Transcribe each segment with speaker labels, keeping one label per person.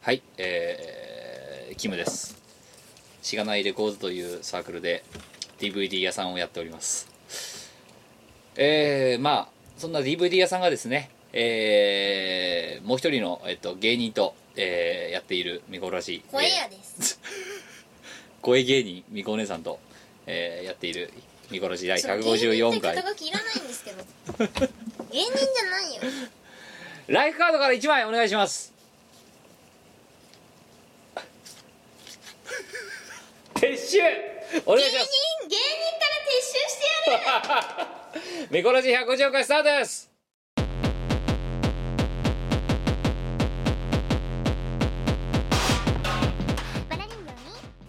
Speaker 1: はい、えー、キムです。しがないレコーズというサークルで DVD 屋さんをやっております。えー、まあ、そんな DVD 屋さんがですね、えー、もう一人の、えっと、芸人と、えー、やっているミコらしい。
Speaker 2: 声
Speaker 1: えー
Speaker 2: やです。
Speaker 1: 声芸人みこお姉さんと、えーやっているみころし第
Speaker 2: その芸人っ
Speaker 1: 154
Speaker 2: て
Speaker 1: 回
Speaker 2: 肩書きいらないんですけど。芸人じゃないよ。
Speaker 1: ライフカードから1枚お願いします 撤収お願い
Speaker 2: 芸
Speaker 1: し
Speaker 2: 人
Speaker 1: ます
Speaker 2: 芸人から撤収してやる。
Speaker 1: みころし154回スタートです
Speaker 2: バラ人形に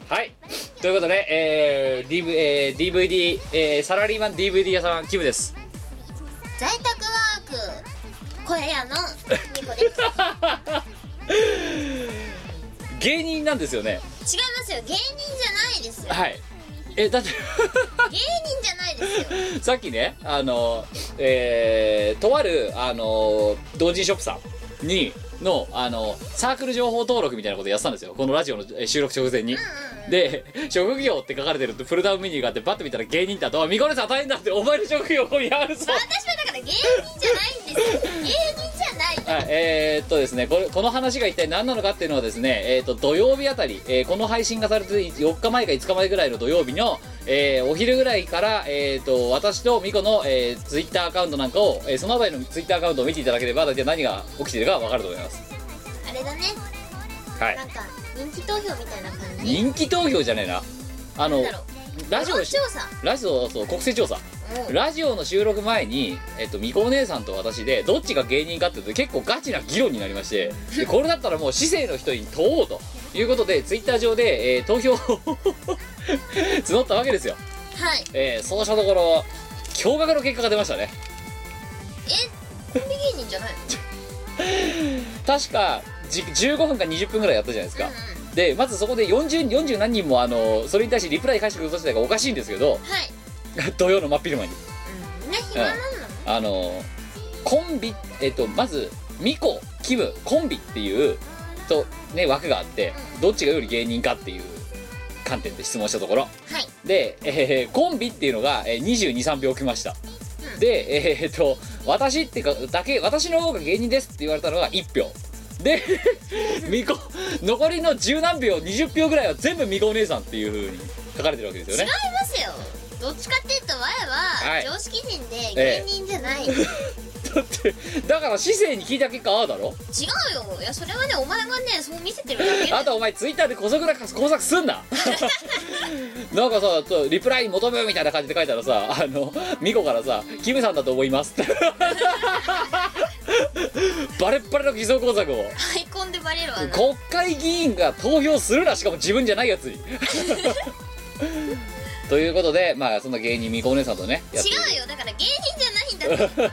Speaker 1: はいということで、えー DV えー DVD、えーサラリーマン DVD 屋さんキムです
Speaker 2: 在宅ワーク声やのニコです。違い
Speaker 1: 芸人なんですよね
Speaker 2: ますよ。芸人じゃな いですよ。
Speaker 1: はいえだって
Speaker 2: 芸人じゃないですよ。
Speaker 1: さっきねあのえーとあるあの同人ショップさんにのあのサークル情報登録みたいなことやってたんですよこのラジオのえー収録直前にで職業って書かれてるフルダウンメニューがあってバッと見たら芸人だとあ「みこねさん大変だ」って「お前の職業をやるぞ」
Speaker 2: 私はだから芸人じゃないんですよ。芸人じゃない。
Speaker 1: はい、えーっとですねこれこの話が一体何なのかっていうのはですね、えーっと土曜日あたり、えーこの配信がされてる4日前か5日前ぐらいの土曜日の、えーお昼ぐらいから、えーっと私とミコの、えー、ツイッターアカウントなんかを、えーその前のツイッターアカウントを見ていただければ大体何が起きてるか分かると思います、
Speaker 2: あれだね。
Speaker 1: はい
Speaker 2: な、んか人気投票みたいな感じ。
Speaker 1: 人気投票じゃねえなあの
Speaker 2: なんだろう。
Speaker 1: ラジオ
Speaker 2: 世論調査。
Speaker 1: ラジオそう国勢調査
Speaker 2: うん。
Speaker 1: ラジオの収録前に、えっと、みこお姉さんと私でどっちが芸人かっていうと結構ガチな議論になりましてでこれだったらもう市政の人に問おうということでツイッター上で、えー投票を 募ったわけですよ、
Speaker 2: はい。
Speaker 1: えーそうしたところ驚愕の結果が出ましたね
Speaker 2: え、コンビ芸人じゃないの？
Speaker 1: 確かじ15分か20分ぐらいやったじゃないですか
Speaker 2: うんうん
Speaker 1: でまずそこで40 40何人もあのそれに対してリプライ返してくださったのがおかしいんですけど
Speaker 2: はい。
Speaker 1: 土曜の真っ昼間に
Speaker 2: みんな暇なの、
Speaker 1: あのコンビえっとまずミコキムコンビっていうとね枠があってどっちがより芸人かっていう観点で質問したところ
Speaker 2: はい
Speaker 1: で、えーコンビっていうのが2 2 3秒来ました
Speaker 2: うん
Speaker 1: でえーっと私ってかだけ私の方が芸人ですって言われたのが1票 でミコ残りの十何秒20秒ぐらいは全部ミコお姉さんっていう風に書かれてるわけですよ
Speaker 2: 違い
Speaker 1: ね
Speaker 2: ますよどっちかっていうと我
Speaker 1: は
Speaker 2: はい常識人で
Speaker 1: ええ
Speaker 2: 芸人じゃない、
Speaker 1: だってだから市政に聞いた結果ああだろ
Speaker 2: 違うよいやそれはねお前がねそう見せてるだ け
Speaker 1: あとお前ツイッターで小作な工作すん ななんかさそうリプライ求むみたいな感じで書いたらさあのミコからさ「キムさんだと思い ます」ってバレッバレの偽装工作を
Speaker 2: アイコンでバレるわな
Speaker 1: 国会議員が投票するなしかも自分じゃないやつ にということでまあそんな芸人ミコお姉さんとねやっている
Speaker 2: 違うよだから芸人じゃないんだって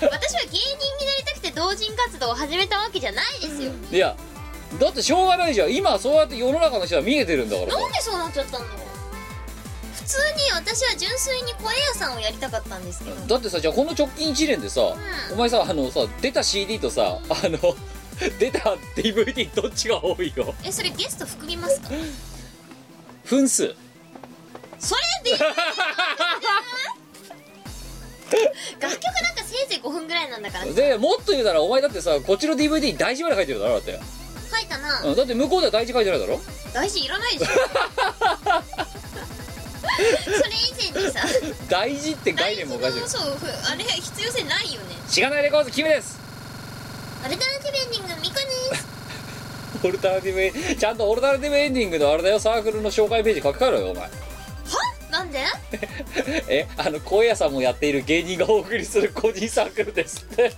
Speaker 2: 私は芸人になりたくて同人活動を始めたわけじゃないですよ、
Speaker 1: いやだってしょうがないじゃん今そうやって世の中の人は見えてるんだからさ
Speaker 2: なんでそうなっちゃったの普通に私は純粋に声屋さんをやりたかったんですけど
Speaker 1: だってさじゃあこの直近1年でさ、
Speaker 2: ん
Speaker 1: お前さあのさ出た CD とさあの 出た DVD どっちが多いよ
Speaker 2: えそれゲスト含みますか
Speaker 1: 分数
Speaker 2: それで楽曲なんかせいぜい5分ぐらいなんだから書
Speaker 1: でもっと言うならお前だってさこっちの DVD に大事まで書いてるだろだって、
Speaker 2: いたな、
Speaker 1: うんだって向こうでは大事書いてないだろ
Speaker 2: 大事いらないでし ょそれ以前にさ
Speaker 1: 大事って概
Speaker 2: 大事
Speaker 1: 念
Speaker 2: の
Speaker 1: もおかしいよ
Speaker 2: そうふあれ必要性ないよね
Speaker 1: しがないレコーズキムです
Speaker 2: アルタナティブエンディングミコです
Speaker 1: オルタナティブエンちゃんとオルタナティブエンディングのあれだよサークルの紹介ページ書き換えろよお前
Speaker 2: はなんで
Speaker 1: えあの高野さんもやっている芸人がお送りする個人サークルですって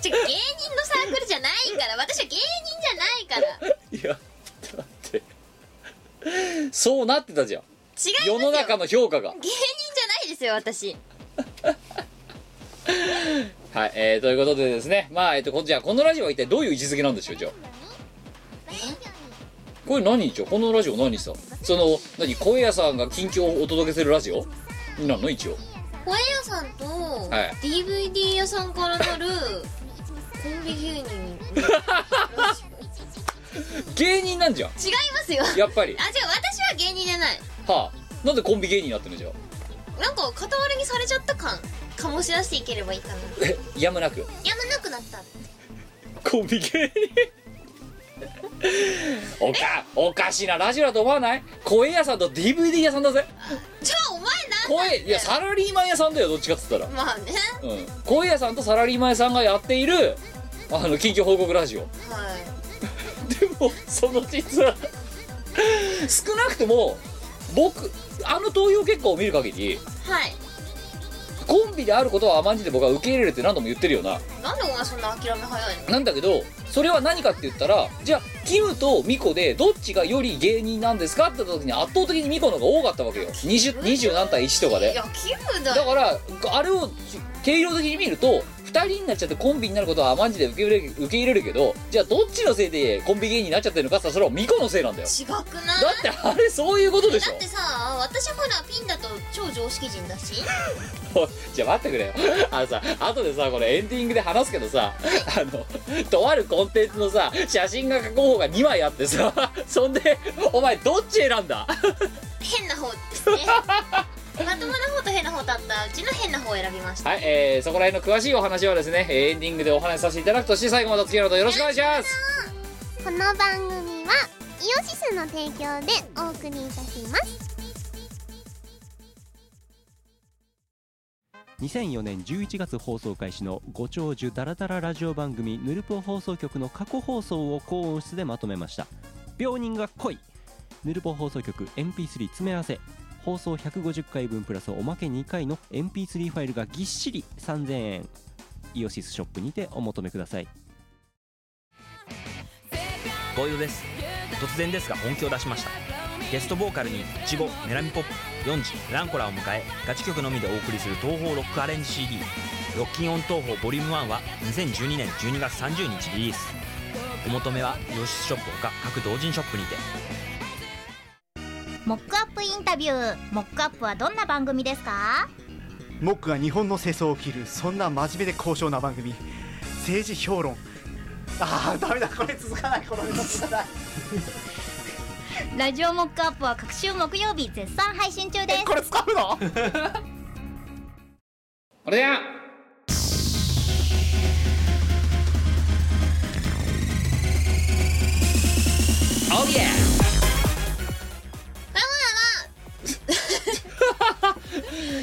Speaker 2: ちょ芸人のサークルじゃないから私は芸人じゃないから違い
Speaker 1: いやだってそうなってたじゃん
Speaker 2: ますよ
Speaker 1: 世の中の評価が
Speaker 2: 芸人じゃないですよ私
Speaker 1: はい、えー、ということでですねまあえっ、とこじゃあこのラジオは一体どういう位置づけなんでしょうじゃあこれ何一応このラジオ何さその何小屋さんが近況をお届けするラジオになるの一応
Speaker 2: 声屋さんと
Speaker 1: い
Speaker 2: DVD 屋さんからなるコンビ芸人
Speaker 1: 芸人なんじゃん
Speaker 2: 違いますよ
Speaker 1: やっぱり
Speaker 2: あ違う私は芸人じゃない
Speaker 1: はあなんでコンビ芸人になってるのじゃあ
Speaker 2: なんか片割れにされちゃった感醸し出していければいいかな
Speaker 1: えやむなく
Speaker 2: やむなくなった
Speaker 1: コンビ芸人 おかおかしいなラジオだと思わない声屋さんと DVD 屋さんだぜ
Speaker 2: じゃあお前なんだ
Speaker 1: 声いやサラリーマン屋さんだよどっちかっつったら
Speaker 2: まあね
Speaker 1: うん声屋さんとサラリーマン屋さんがやっているあの緊急報告ラジオ
Speaker 2: はい
Speaker 1: でもその実は少なくとも僕あの投票結果を見る限り
Speaker 2: はい
Speaker 1: コンビであることは甘んじて僕は受け入れるって何度も言ってるよな
Speaker 2: なんでお前そんな諦め早いの
Speaker 1: なんだけどそれは何かって言ったらじゃあキムとミコでどっちがより芸人なんですかって言った時に圧倒的にミコの方が多かったわけよ 20, 20何対1とか
Speaker 2: い
Speaker 1: で
Speaker 2: や気分だ
Speaker 1: だ
Speaker 2: よ
Speaker 1: からあれを定量的に見ると2人になっちゃってコンビになることは甘んじて受け入れ受け入れるけどじゃあどっちのせいでコンビ芸人になっちゃってるのかって言ったらそれはミコのせいなんだよ
Speaker 2: 違くな
Speaker 1: だ
Speaker 2: い
Speaker 1: ってあれそういうことでし
Speaker 2: だ
Speaker 1: ょ
Speaker 2: ってさ私ほらピンだと超常識人だし
Speaker 1: おいじゃあ待ってくれよあのさ後でさこれエンディングで話すけどさあのとあるコンテンツのさ写真が候補が2枚あってさそんでお前どっち選んだ
Speaker 2: 変な方です ねまともな方と変な方だったうちの変な方を選びました
Speaker 1: はい、えー、そこら辺の詳しいお話はですねえーエンディングでお話しさせていただくとして最後までお付き合いのほどよろしくお願いします
Speaker 3: この番組はイオシスの提供でお送りいたします
Speaker 4: 2004年11月放送開始のご長寿ダラダララジオ番組「ヌルポ放送局」の過去放送を高音質でまとめました病人が来いヌルポ放送局 MP3 詰め合わせ放送150回分プラスおまけ2回の MP3 ファイルがぎっしり3000円イオシスショップにてお求めください
Speaker 5: ボイドです突然ですが本気を出しましたゲストボーカルにイチゴメラミポップヨンジランコラを迎えガチ曲のみでお送りする東方ロックアレンジ CD「ロッキンオン東方ボリューム1は2012年12月30日リリースお求めは洋室ショップほか各同人ショップにて
Speaker 3: モックアップインタビューモックアップはどんな番組ですか
Speaker 6: モックが日本の世相を切るそんな真面目で高尚な番組政治評論ああダメだこれ続かないこの続かない
Speaker 3: ラジオモックアップは各週木曜日絶賛配信中です
Speaker 6: これ使うの
Speaker 1: あれじゃんオー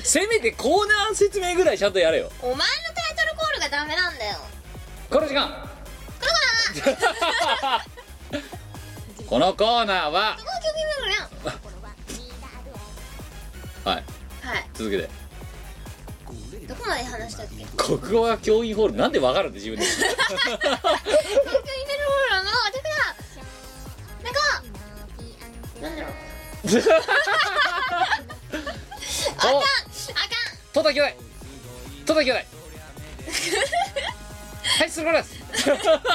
Speaker 1: せめてコーナー説明ぐらいちゃんとやれよ
Speaker 2: お前のタイトルコールがダメなんだよ
Speaker 1: この時間このコーナーは
Speaker 2: この曲見るやん
Speaker 1: はい
Speaker 2: は
Speaker 1: 続けて
Speaker 2: いどこまで話したっけ
Speaker 1: 国語が教員ホールなんでわかるんで 自分で
Speaker 2: 東京インテルフォーラの私がなんかなんだろう
Speaker 1: お
Speaker 2: あかん
Speaker 1: 戸田兄弟戸田兄弟 はいそれからです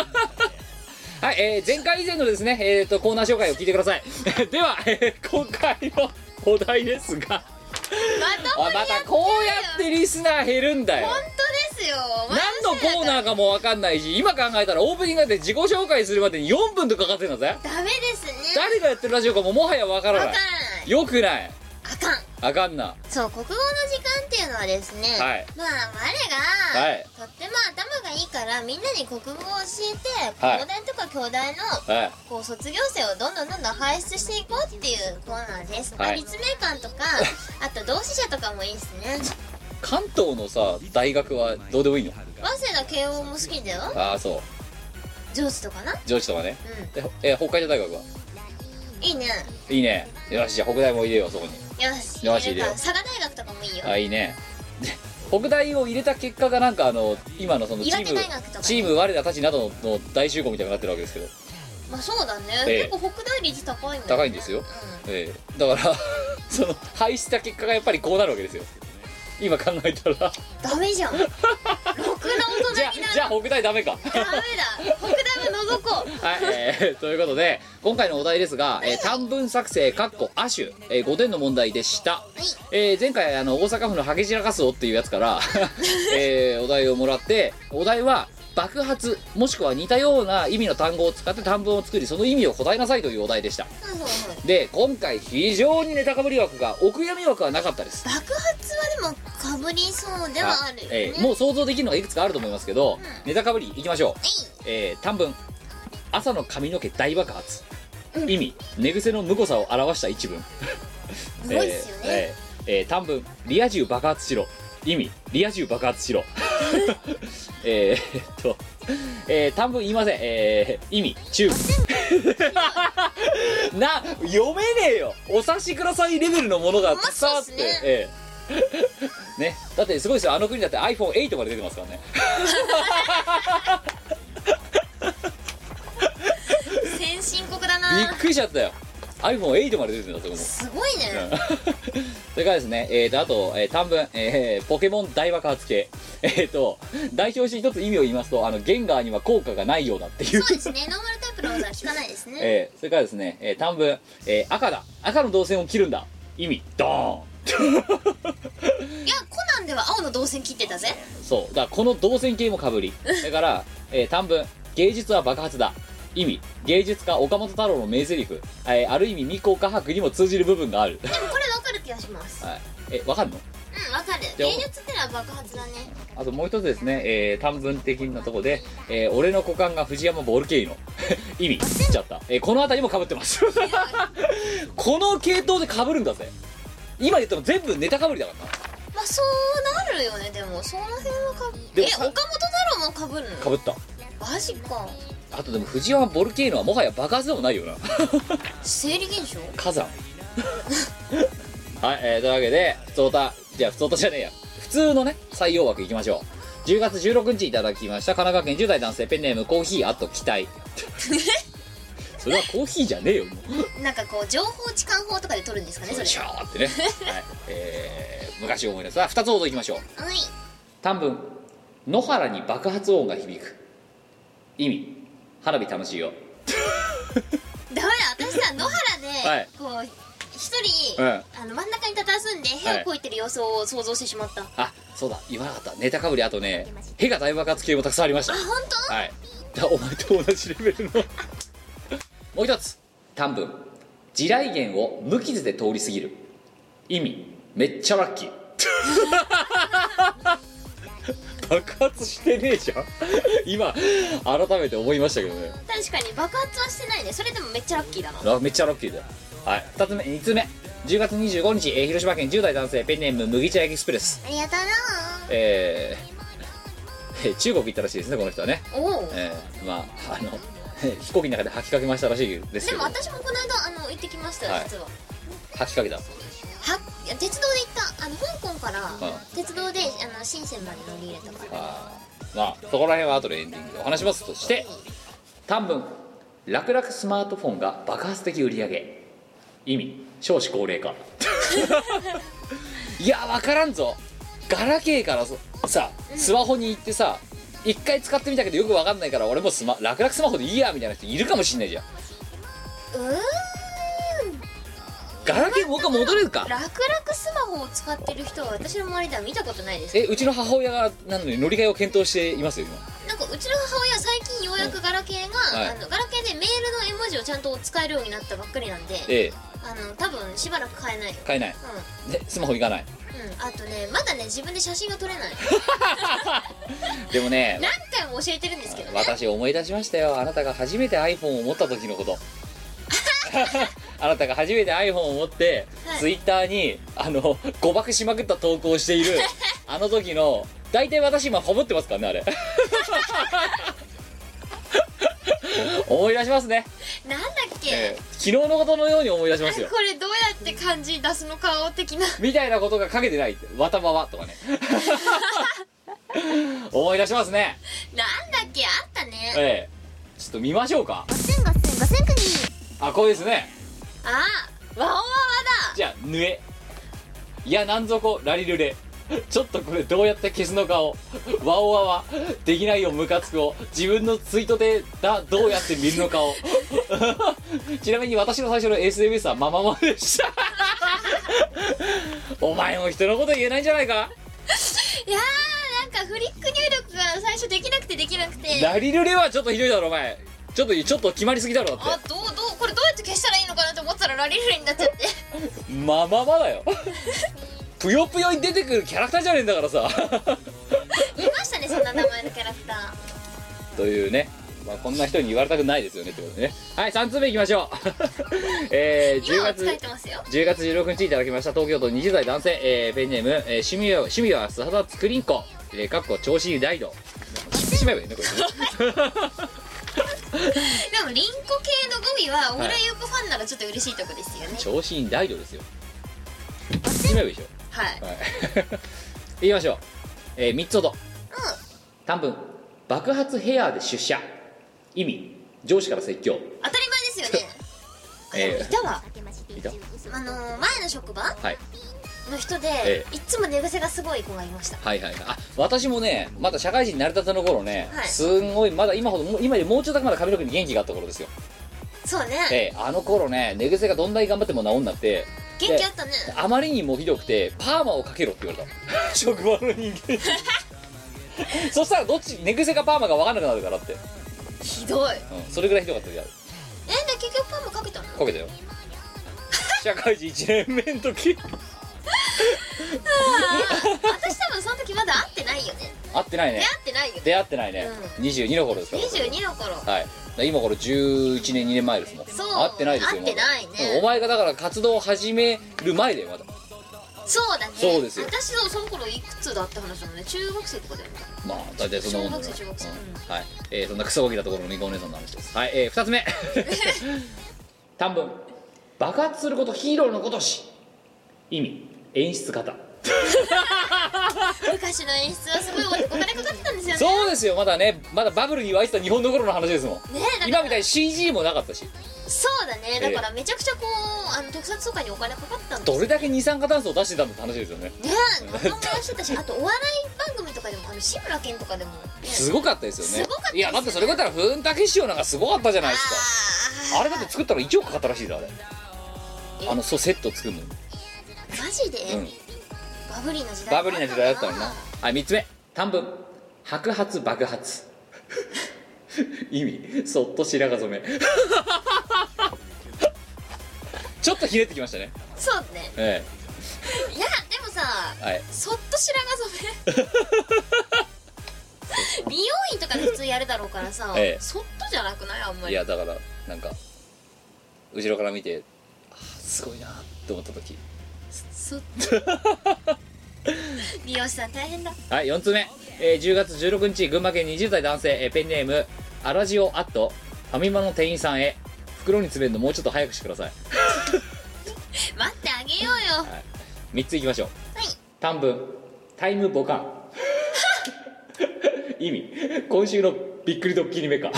Speaker 1: はい、えー前回以前のですね、えー、とコーナー紹介を聞いてください では、えー今回のお題ですが
Speaker 2: まとも
Speaker 1: おい
Speaker 2: に
Speaker 1: ま
Speaker 2: やってる
Speaker 1: たこうやってリスナー減るんだよ
Speaker 2: 本当ですよ
Speaker 1: 何のコーナーかもわかんないし今考えたらオープニングで自己紹介するまでに4分とかかってるんだぜ
Speaker 2: ダメですね
Speaker 1: 誰がやってるラジオかももはやわか
Speaker 2: わ
Speaker 1: ら
Speaker 2: から
Speaker 1: な
Speaker 2: ない
Speaker 1: よくない
Speaker 2: あかん
Speaker 1: あかんな
Speaker 2: そう国語の時間っていうのはですね、
Speaker 1: はい
Speaker 2: まあ我が、
Speaker 1: はい
Speaker 2: とっても頭がいいからみんなに国語を教えて、
Speaker 1: はい
Speaker 2: 東大とか京大の
Speaker 1: はい
Speaker 2: こう卒業生をどんどんどんどん輩出していこうっていうコーナーです、まあ
Speaker 1: はい
Speaker 2: 立命館と かあと同志社とかもいいですね
Speaker 1: 関東のさ大学はどうでもいいの
Speaker 2: 早稲田慶応も好きだよ
Speaker 1: ああそう
Speaker 2: 上司とかなう
Speaker 1: 上司とかね
Speaker 2: ん
Speaker 1: えほえ北海道大学はい
Speaker 2: いね
Speaker 1: いいねよしじゃあ北大も入れようそこに
Speaker 2: よし
Speaker 1: よし
Speaker 2: 入れ
Speaker 1: 入れ
Speaker 2: るか
Speaker 1: よう
Speaker 2: 佐賀大学とかもいいよ
Speaker 1: あいいねで北大を入れた結果がなんかあの今のそのチー
Speaker 2: 岩手
Speaker 1: ム
Speaker 2: 大学とか
Speaker 1: チーム我らたちなどの大集合みたいになってるわけですけど
Speaker 2: まあそうだね、
Speaker 1: ええ
Speaker 2: 結構北大率高いんだよね
Speaker 1: 高いんですよ
Speaker 2: う
Speaker 1: ええだから その廃止した結果がやっぱりこうなるわけですよ今考えたら
Speaker 2: んダメじ ゃんろくな
Speaker 1: じゃ
Speaker 2: 大
Speaker 1: あ
Speaker 2: 人になる
Speaker 1: じゃあ北大ダメか
Speaker 2: ダメだ北大は覗こう
Speaker 1: はい、えー、 ということで今回のお題ですが、えー短文作成かっこ亜種、えー5点の問題でした、えー前回あ の大阪府のハゲジラカスオっていうやつから、えーお題をもらってお題は爆発もしくは似たような意味の単語を使って短文を作りその意味を答えなさいというお題でした
Speaker 2: うんうんうん
Speaker 1: で今回非常にネタかぶり枠がお悔やみ枠はなかったです
Speaker 2: 爆発はでもかぶりそうではあるよね、
Speaker 1: ええもう想像できるのがいくつかあると思いますけど、ネタかぶりいきましょう、えー短文朝の髪の毛大爆発、意味寝癖の無こさを表した一文
Speaker 2: すごいっすよね、
Speaker 1: えーえーえー短文リア充爆発しろ意味リア充爆発し ろえーえっと、えー短文言いません、えー意味中 な読めねえよお察しくださいレベルのものが
Speaker 2: まあ
Speaker 1: 伝わって、
Speaker 2: そうっすね
Speaker 1: ええねだってすごいですよあの国だって iPhone8 まで出てますからね
Speaker 2: 先進国だ
Speaker 1: びっ
Speaker 2: な
Speaker 1: くりしちゃったよ iPhone8 まで出てるんだそこも
Speaker 2: すごいね、
Speaker 1: それからですね、えー、とあと、えー短文、えーポケモン大爆発系、 えー、と代表して一つ意味を言いますとあのゲンガーには効果がないようだっていう
Speaker 2: そうですねノーマルタイプの技は効かないですね、
Speaker 1: えーそれからですね、えー短文、えー赤だ赤の動線を切るんだ意味ドーン
Speaker 2: いやコナンでは青の動線切ってたぜ
Speaker 1: そうだからこの動線系もかぶり だから、えー短文芸術は爆発だ意味芸術家岡本太郎の名台詞、えーある意味未公開博にも通じる部分がある
Speaker 2: でもこれわかる気がします
Speaker 1: はいえわかるの
Speaker 2: うんわかる
Speaker 1: でも
Speaker 2: 芸術ってのは爆発だね
Speaker 1: あともう一つですね、えー短文的なとこで、えー俺の股間が藤山ボルケイの 意味言っちゃった、えーこの辺りも被ってますこの系統で被るんだぜ今言ったの全部ネタ被りだからな
Speaker 2: まあそうなるよねでもその辺はかぶ
Speaker 1: で
Speaker 2: え
Speaker 1: も
Speaker 2: 岡本太郎もかぶるの
Speaker 1: 被った
Speaker 2: マジか
Speaker 1: あとでも藤山ボルケイのはもはや爆発でもないよな
Speaker 2: 生理現象
Speaker 1: 火山 はい、えーというわけで普通歌じゃあ普通歌じゃねえや普通のね採用枠いきましょう10月16日いただきました神奈川県10代男性ペンネームコーヒーあと期待それはコーヒーじゃねえよもう
Speaker 2: なんかこう情報置換法とかで取るんですかね
Speaker 1: そうで
Speaker 2: それ
Speaker 1: しょーってね、はいえー昔を思い出すさあ2つほどいきましょう
Speaker 2: はい
Speaker 1: 短文「野原に爆発音が響く」意味花火楽しいよ
Speaker 2: ダメだ私さ野原で、
Speaker 1: はい
Speaker 2: こう一人、
Speaker 1: うん
Speaker 2: あの真ん中に佇んで部屋をこいてる様子を想像してしまった、
Speaker 1: あそうだ言わなかったネタかぶりあとね「へ」が大爆発系もたくさんありました
Speaker 2: あ本当、
Speaker 1: はいだお前と同じレベルのもう一つ短文「地雷原を無傷で通り過ぎる」意味めっちゃラッキー爆発してねえじゃん今改めて思いましたけどね
Speaker 2: 確かに爆発はしてないねそれでもめっちゃラッキーだな
Speaker 1: ラめっちゃラッキーだよはい2つ目2つ目10月25日、えー広島県10代男性ペンネーム麦茶エキスプレス
Speaker 3: ありがとう
Speaker 1: えーえー中国行ったらしいですねこの人はね
Speaker 2: おお
Speaker 1: えーまああの 飛行機の中で吐きかけましたらしいです
Speaker 2: で
Speaker 1: けど
Speaker 2: も私もこの間あの行ってきましたよ、
Speaker 1: はい
Speaker 2: 実は
Speaker 1: 吐きかけた
Speaker 2: はいや鉄道で行ったあの香港から鉄道であの深センまで乗り入れたから
Speaker 1: あーまあそこら辺は後でエンディングでお話しますとして短文「楽々スマートフォンが爆発的売り上げ」意味少子高齢 化いや分からんぞガラケーからそさスマホに行ってさ一回使ってみたけどよく分かんないから俺もスマ楽々スマホでいいやみたいな人いるかもしんないじゃん
Speaker 2: うーん
Speaker 1: ガラケーもう一回戻れる か
Speaker 2: 楽々スマホを使ってる人は私の周りでは見たことないです
Speaker 1: えうちの母親がなのに乗り換えを検討していますよ今
Speaker 2: なんかうちの母親は最近ようやくガラケーが、
Speaker 1: はい
Speaker 2: あのガラケーでメールの絵文字をちゃんと使えるようになったばっかりなんで
Speaker 1: ええ
Speaker 2: あの多分しばらく買えないよ
Speaker 1: 買えないでスマホ行かない
Speaker 2: うん、うん、あとねまだね自分で写真が撮れ ない
Speaker 1: でもね
Speaker 2: 何回も教えてるんですけどね
Speaker 1: 私思い出しましたよあなたが初めて iPhone を持った時のこと あなたが初めて iPhone を持って、
Speaker 2: はい
Speaker 1: Twitter にあの誤爆しまくった投稿をしているあの時の大体私今ハモってますからねあれ 思い出しますね、
Speaker 2: なんだっけ、
Speaker 1: ええ昨日のことのように思い出しますよ
Speaker 2: これどうやって漢字出すのかを的な
Speaker 1: みたいなことが書けてないって「わたばわ」とかね 思い出しますね
Speaker 2: なんだっけあったね
Speaker 1: ええちょっと見ましょうか
Speaker 3: ごすんごすんごすんくに
Speaker 1: あこれですね
Speaker 2: あわおわわだ
Speaker 1: じゃあ「ぬえ」いやなんぞこラリルレちょっとこれどうやって消すのかをわおわわできないよムカつくを自分のツイートでだどうやって見るのかを ちなみに私の最初の SMS はマママでした お前も人のこと言えないんじゃないか
Speaker 2: いやーなんかフリック入力が最初できなくてできなくて
Speaker 1: ラリルレはちょっとひどいだろお前ちょっとちょっと決まりすぎだろだ
Speaker 2: あ
Speaker 1: っ
Speaker 2: どうどうこれどうやって消したらいいのかなと思ったらラリルレになっち ゃって
Speaker 1: てまあまあまあだよぷよぷよに出てくるキャラクターじゃねえんだからさ
Speaker 2: いましたねそんな名前のキャラクター
Speaker 1: というねまあこんな人に言われたくないですよねってことでねはい3つ目いきましょう えー、10
Speaker 2: 今は
Speaker 1: 月
Speaker 2: 使えてますよ
Speaker 1: 10月16日いただきました東京都20代男性、えーペンネーム、えー趣味は趣味は素肌スクリンコ、えー、かっこ調子いいライド言ってしまえばいいねこれね
Speaker 2: でもリンコ系の語尾はオーラユーコファンならちょっと嬉しいとこですよね
Speaker 1: 調子いいライドですよ言ってしまえばいいでし
Speaker 2: はい
Speaker 1: ょはい 言いましょう、えー、3つほど、短文爆発ヘアで出社意味上司から説教
Speaker 2: 当たり前 ですよねあでも
Speaker 1: ええ
Speaker 2: いたわ
Speaker 1: いた
Speaker 2: あのー前の職場
Speaker 1: はい
Speaker 2: の人
Speaker 1: え
Speaker 2: でいっつも寝癖がすごい子がいました
Speaker 1: はいはいはいあ私もねまだ社会人になりたての頃ね、
Speaker 2: はい
Speaker 1: すんごいまだ今ほどもう今よりもうちょっとだけまだ髪の毛に元気があった頃ですよ
Speaker 2: そうね
Speaker 1: ええあの頃ね寝癖がどんだけ頑張っても治んなくて
Speaker 2: 元気あったね
Speaker 1: あまりにもひどくてパーマをかけろって言われた の職場の人間にそしたらどっち寝癖かパーマか分かんなくなるからって、
Speaker 2: ひどいえ
Speaker 1: うん、それぐらいひどかった時ある
Speaker 2: で結局パンもかけたの
Speaker 1: かけた よ社会人1年目の時
Speaker 2: 私多分その時まだ会ってないよね
Speaker 1: 会ってない
Speaker 2: 出
Speaker 1: ね
Speaker 2: 会ってないよ
Speaker 1: 出会ってないね、22の頃ですから
Speaker 2: 22の頃
Speaker 1: はい今頃11年2年前ですもん
Speaker 2: そう
Speaker 1: 会ってないですよ
Speaker 2: 会ってないね
Speaker 1: まだうんお前がだから活動を始める前だよまだ
Speaker 2: そうだね
Speaker 1: そうですよ
Speaker 2: 私のその頃いくつだって話だもんね中学生とかだよね
Speaker 1: まあ大体そんなもんだね
Speaker 2: 小学生小学生
Speaker 1: うんはい、えー、そんなクソガキなところのみこお姉さんの話ですはい、えー、2つ目 短文爆発することヒーローのことし意味演出方
Speaker 2: 昔の演出はすごいおお金かかってたんですよね
Speaker 1: そうですよまだねまだバブルに湧いてた日本の頃の話ですもん
Speaker 2: ねえだか
Speaker 1: 今
Speaker 2: ら
Speaker 1: みたいに CG もなかったし
Speaker 2: そうだね
Speaker 1: ええ
Speaker 2: だからめちゃくちゃこうあの特撮とかにお金かかってたんです
Speaker 1: どれだけ二酸化炭素を出してたんだって話ですよね
Speaker 2: ねえまともやしてたしあとお笑い番組とかでもあの志村けんとかでも、ね、
Speaker 1: すごかったですよね
Speaker 2: すごかったですよね
Speaker 1: いやだってそれこそ言ったらふんたけ師匠なんかすごかったじゃないですか
Speaker 2: あ
Speaker 1: あれだって作ったら1億かかったらしいぞあれ
Speaker 2: え
Speaker 1: あのそうセット作るのに
Speaker 2: ーマジで、
Speaker 1: うん
Speaker 2: バブリーな時代
Speaker 1: バブリーな時代だったのにな
Speaker 2: あー
Speaker 1: はい3つ目短文白髪爆発 意味そっと白髪染め ちょっとひねってきましたね
Speaker 2: そうね
Speaker 1: え
Speaker 2: いやでもさ
Speaker 1: えはい
Speaker 2: そっと白 髪染め美容院とかで普通やるだろうからさ、
Speaker 1: ええ
Speaker 2: そっとじゃなくないあんま
Speaker 1: い
Speaker 2: り
Speaker 1: やだからなんか後ろから見てあーすごいなと思った時
Speaker 2: そっと美容師さん大変だ
Speaker 1: はい4つ目、えー10月16日群馬県20代男性、えーペンネームアラジオアットファミマの店員さんへ袋に詰めるのもうちょっと早くしてください
Speaker 2: 待ってあげようよ
Speaker 1: 3ついきましょう
Speaker 2: はい
Speaker 1: 短文タイムボ カン意味今週のびっくりドッキリメカ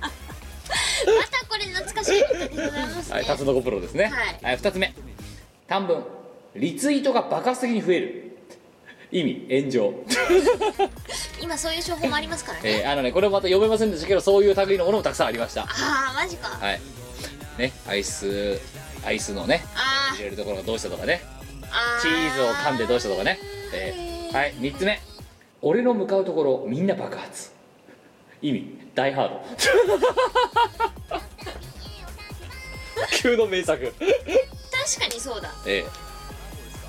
Speaker 2: またこれ懐かしいことでございますね、
Speaker 1: はいタツノコプロですね
Speaker 2: はい
Speaker 1: はい、2つ目短文リツイートが爆発的に増える意味炎上、
Speaker 2: 今そういう情報もありますからね、
Speaker 1: えーあのねこれまた読めませんでしたけどそういう類のものもたくさんありました
Speaker 2: ああマジか、
Speaker 1: はいねアイスアイスのね
Speaker 2: あ
Speaker 1: 入れるところがどうしたとかね
Speaker 2: ーあ
Speaker 1: チーズを噛んでどうしたとかね、えーはい3つ目俺の向かうところみんな爆発意味ダイハード 急の名作
Speaker 2: 確かにそうだ
Speaker 1: ええ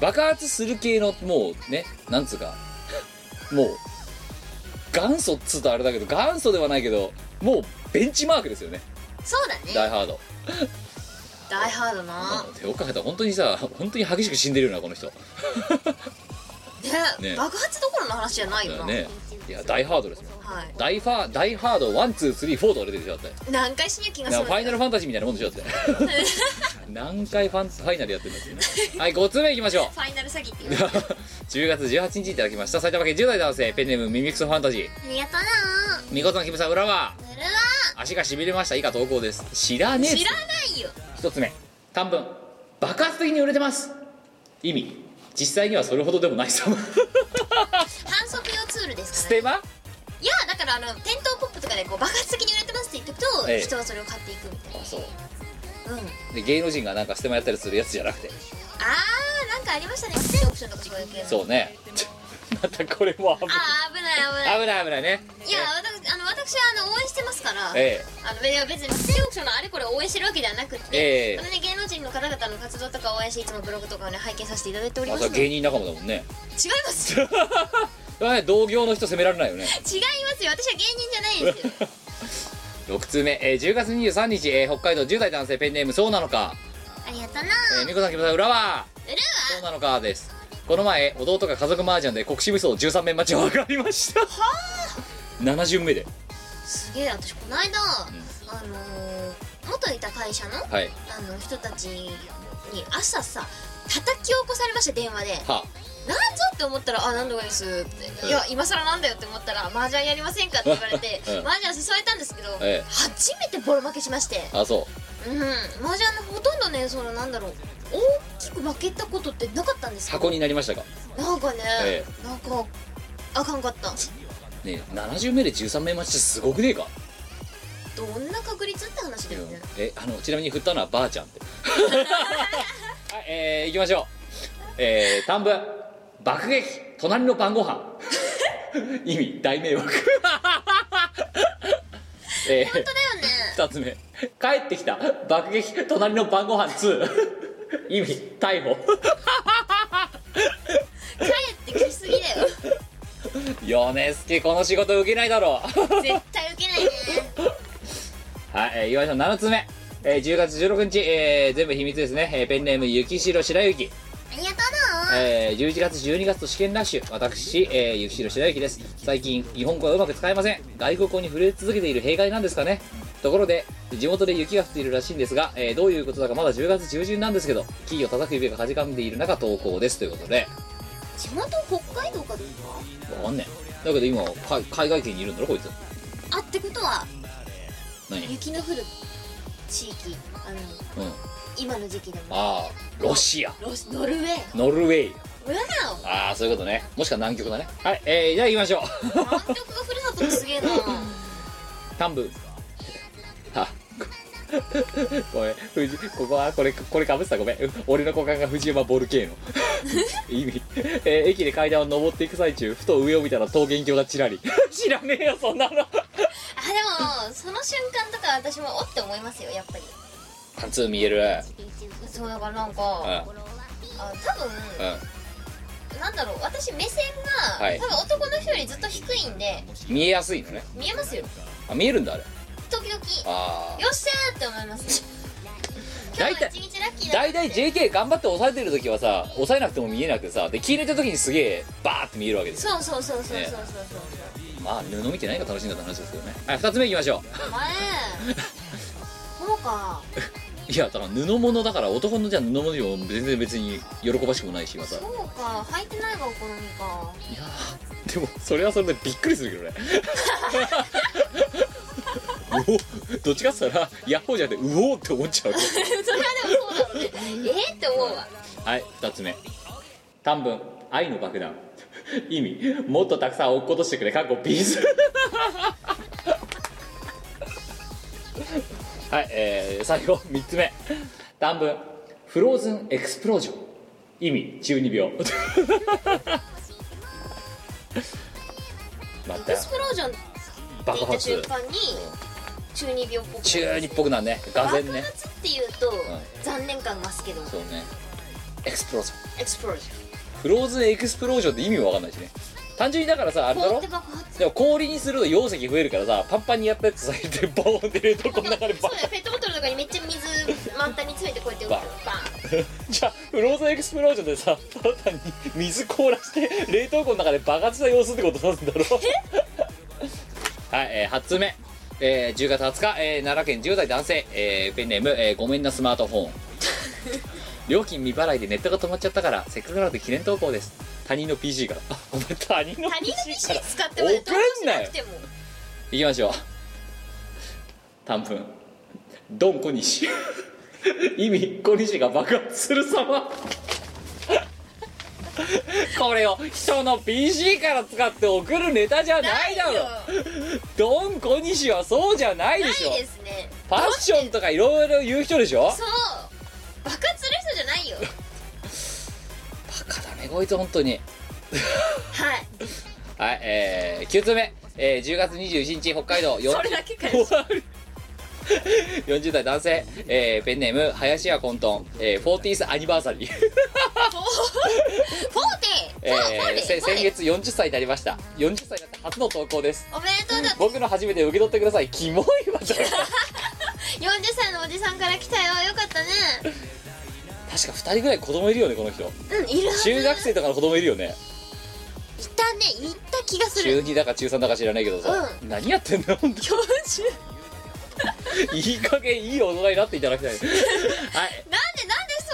Speaker 1: 爆発する系のもうねなんつうかもう元祖っつうとあれだけど元祖ではないけどもうベンチマークですよね
Speaker 2: そうだ
Speaker 1: ダ
Speaker 2: ね
Speaker 1: イハード
Speaker 2: ダイハードな、
Speaker 1: 手をかけたら本当にさ本当に激しく死んでるよなこ の人
Speaker 2: ね
Speaker 1: ね
Speaker 2: 爆発どころの話じゃないよな、
Speaker 1: ねいやダイハードですもん
Speaker 2: はい
Speaker 1: ダイファダイハード1234とか出てるでしょだって
Speaker 2: 何回死ぬ気が
Speaker 1: なん
Speaker 2: する
Speaker 1: かファイナルファンタジーみたいなもんでしょだって 何回ファンファイナルやってるんだってねはい5つ目いきましょう
Speaker 2: ファイナル詐欺っていうあ
Speaker 1: 10月18日いただきました埼玉県10代男性ペンネームミミクソファンタジー
Speaker 2: りがとう
Speaker 1: 見事なキムさん裏は
Speaker 2: なぬるわ
Speaker 1: 足がしびれました以下投稿です知らねえっ
Speaker 2: 知
Speaker 1: す
Speaker 2: らないよ
Speaker 1: 1つ目短文爆発的に売れてます意味実際にはそれほどでもない さ
Speaker 2: 反則用ツールで
Speaker 1: ス
Speaker 2: すか
Speaker 1: テ
Speaker 2: ら、ね、
Speaker 1: マ
Speaker 2: いやだからあの店頭ポップとかでこう爆発的に売れてますって言っておくと、
Speaker 1: ええ
Speaker 2: 人はそれを買っていくみたいな
Speaker 1: そう
Speaker 2: うんあ
Speaker 1: で芸能人がなんかステマやったりするやつじゃなくて
Speaker 2: ーなんかありましたねオプションとかそういう系の
Speaker 1: そうね またこれも危ない
Speaker 2: あー危ない危な
Speaker 1: 危な
Speaker 2: い
Speaker 1: い危ないね
Speaker 2: いやわたあの私はあの応援してますから、
Speaker 1: ええ
Speaker 2: あのいや別にステーオークションのあれこれ応援してるわけではなくて、
Speaker 1: ええ
Speaker 2: それで芸能人の方々の活動とか応援していつもブログとかをね拝見させていただいており
Speaker 1: あ
Speaker 2: ま
Speaker 1: そ
Speaker 2: す
Speaker 1: れ
Speaker 2: ので違
Speaker 1: 芸
Speaker 2: い
Speaker 1: 人仲間だもんね
Speaker 2: ます違いま
Speaker 1: だからね同業の人責められないよね
Speaker 2: すよ私は芸人じゃないですよ
Speaker 1: 6通目、えー10月23日、えー北海道10代男性ペンネームそうなのか、
Speaker 2: ありがとうな
Speaker 1: えー、みこさん木村さん裏は
Speaker 2: うる
Speaker 1: そうなのかですこの前弟が家族麻雀で国士無双13面待ちを分かりました7巡目で
Speaker 2: すげえ私この間、あのー元いた会社の
Speaker 1: はい
Speaker 2: あの人たちに朝さ叩き起こされました電話で
Speaker 1: は
Speaker 2: なんぞって思ったら「あ何度かです」って「いや今更なんだよ」って思ったら「麻雀やりませんか?」って言 われて
Speaker 1: うん
Speaker 2: 麻雀誘えたんですけど、
Speaker 1: ええ
Speaker 2: 初めてボロ負けしまして
Speaker 1: ああそ
Speaker 2: うん麻雀のほとんどねそのなんだろう大きく負けたことってなかったんです
Speaker 1: う
Speaker 2: けど
Speaker 1: 箱になりましたか
Speaker 2: なんかね、
Speaker 1: え
Speaker 2: なんかあかんかった
Speaker 1: ねえ70名で13名待ちってすごくねえか、
Speaker 2: どんな確率って話だよね、
Speaker 1: えあのちなみに振ったのはばあちゃんってはいえー、行きましょうえー、短文爆撃隣の晩ご飯意味大迷惑えー、
Speaker 2: だよね
Speaker 1: 2つ目帰ってきた爆撃隣の晩ご飯2意味逮捕
Speaker 2: 帰ってきすぎだよ
Speaker 1: 米助この仕事受けないだろう
Speaker 2: 絶対受けないね
Speaker 1: はい、えー、岩井さん7つ目、えー、10月16日、えー全部秘密ですね、えーペンネーム雪城白雪
Speaker 2: ありがとうな
Speaker 1: えー、11月12月と試験ラッシュ私、えー、ゆきしろ白雪です最近日本語はうまく使えません外国語に触れ続けている弊害なんですかねところで地元で雪が降っているらしいんですが、えーどういうことだかまだ10月中旬なんですけど木を叩く指がかじかんでいる中投稿ですということで
Speaker 2: 地元北海道かどうか
Speaker 1: わかんねえだけど今海海外圏にいるんだろこいつ
Speaker 2: あってことは
Speaker 1: 何うん
Speaker 2: 雪の降る地域あの今の時期でも
Speaker 1: ああロシア
Speaker 2: ロスノルウェー
Speaker 1: ノルウェー
Speaker 2: うわ
Speaker 1: ああそういうことねもしくは南極だねはいえー、じゃあ行きましょう
Speaker 2: お南極がふるさとってすげえな
Speaker 1: 短文あごめん藤ここはこれこれかぶってたごめん俺の股間が藤山ボルケーノ意味、えー駅で階段を上っていく最中ふと上を見たら桃源郷がちらり 知らねえよそんなの
Speaker 2: あでもその瞬間とか私もおって思いますよやっぱり
Speaker 1: 貫通見える
Speaker 2: そうだからなん
Speaker 1: う
Speaker 2: か
Speaker 1: ん
Speaker 2: あ多分
Speaker 1: う
Speaker 2: なんだろう私目線が、
Speaker 1: はい
Speaker 2: 多分男の人よりずっと低いんで
Speaker 1: ん見えやすいのね
Speaker 2: 見えますよ
Speaker 1: あ見えるんだあれ
Speaker 2: 時々
Speaker 1: ああ
Speaker 2: よっしゃーって思います 今
Speaker 1: 大
Speaker 2: 日は
Speaker 1: 体
Speaker 2: 一日ラッキーだ
Speaker 1: 大体 JK 頑張って抑えてる時はさ抑えなくても見えなくてさで聞いれた時にすげえバーって見えるわけですよ
Speaker 2: そうそうそうそうそうそうそう
Speaker 1: まあ布見てないが楽しいんだって話ですけどねはい2つ目いきましょう
Speaker 2: お前そうか
Speaker 1: いやだから布物だから男のじゃあ布物よりも全然別に喜ばしくもないしまたい
Speaker 2: そうか履いてないがお好み か
Speaker 1: やーでもそれはそれでびっくりするけど ねうおどっちかっつったらヤッホーじゃなくてうおーって思っちゃう
Speaker 2: それはでもそうだろうね えー、って思うわ
Speaker 1: はい2つ目短文「愛の爆弾」 意味もっとたくさん落っことしてくれ過去ピース はいえー、最後3つ目短文「フローズンエクスプロージョン」意味中二病 ま
Speaker 2: エ
Speaker 1: た
Speaker 2: クスプロージョンって
Speaker 1: 爆
Speaker 2: 言った瞬
Speaker 1: 発
Speaker 2: 間に中二病っぽく
Speaker 1: 中二っぽくなんねがぜ
Speaker 2: 爆
Speaker 1: んね
Speaker 2: 発っていうと、
Speaker 1: ん
Speaker 2: 残念感増すけど
Speaker 1: そうねエクスプロージョン
Speaker 2: エクスプロージ
Speaker 1: フローズンエクスプロージョンって意味もわかんないしね単純にだからさあれ
Speaker 2: ョ
Speaker 1: だろ
Speaker 2: ン凍って爆発
Speaker 1: でも氷にすると容積増えるからさパンパンにやったやつさでボーンって冷凍庫の中で
Speaker 2: そ
Speaker 1: バ
Speaker 2: うだよペットボトルとかにめっちゃ水満タンに詰めてこうやって 打つバン
Speaker 1: ンじゃあフローズンエクスプロージョンでさただ単に水凍らして冷凍庫の中で爆発した様子ってことなんだろ はい、えー、8つ目、えー、10月20日、えー、奈良県10代男性、えーペンネーム、えーごめんなスマートフォン料金未払いでネットが止まっちゃったからせっかくなので記念投稿です他人の PC からあ お前他人の
Speaker 2: 他人の
Speaker 1: PC か
Speaker 2: PC
Speaker 1: ら
Speaker 2: 使ってまで投稿しなくても
Speaker 1: 行きましょう短文ドン小西意味小西が爆発する様これを人の PC から使って送るネタじゃないだろ
Speaker 2: ないよ
Speaker 1: ドン小西はそうじゃない
Speaker 2: な
Speaker 1: で
Speaker 2: い
Speaker 1: しょ
Speaker 2: ですね
Speaker 1: ファッションとかいろいろ言う人でしょ
Speaker 2: そう爆発する人じゃないよ
Speaker 1: バカだねこいつ本当に
Speaker 2: はい
Speaker 1: はいえー、9通目、えー、10月21日北海道よ
Speaker 2: それだけかよ
Speaker 1: 終わる40代男性、えーペンネーム林家混沌、えー、40th アニバーサ リー、
Speaker 2: フォーテ
Speaker 1: え
Speaker 2: フォーフォー
Speaker 1: ー
Speaker 2: テ
Speaker 1: せ
Speaker 2: フォー
Speaker 1: 先
Speaker 2: テ
Speaker 1: 月40歳になりました40歳になって初の投稿です
Speaker 2: おめでとうだって
Speaker 1: 僕の初めて受け取ってくださいキモいわそれ
Speaker 2: 40歳のおじさんから来たよよかったね
Speaker 1: 確か2人ぐらい子供いるよねこの人
Speaker 2: うんいるはず
Speaker 1: 中学生とかの子供いるよね
Speaker 2: いたねいった気がす
Speaker 1: 中
Speaker 2: る
Speaker 1: 2だか中3だか知らないけどさ、何やってんだ本当
Speaker 2: 教授
Speaker 1: にいい加減いい大人になっていただ きたいはい
Speaker 2: なんでなんで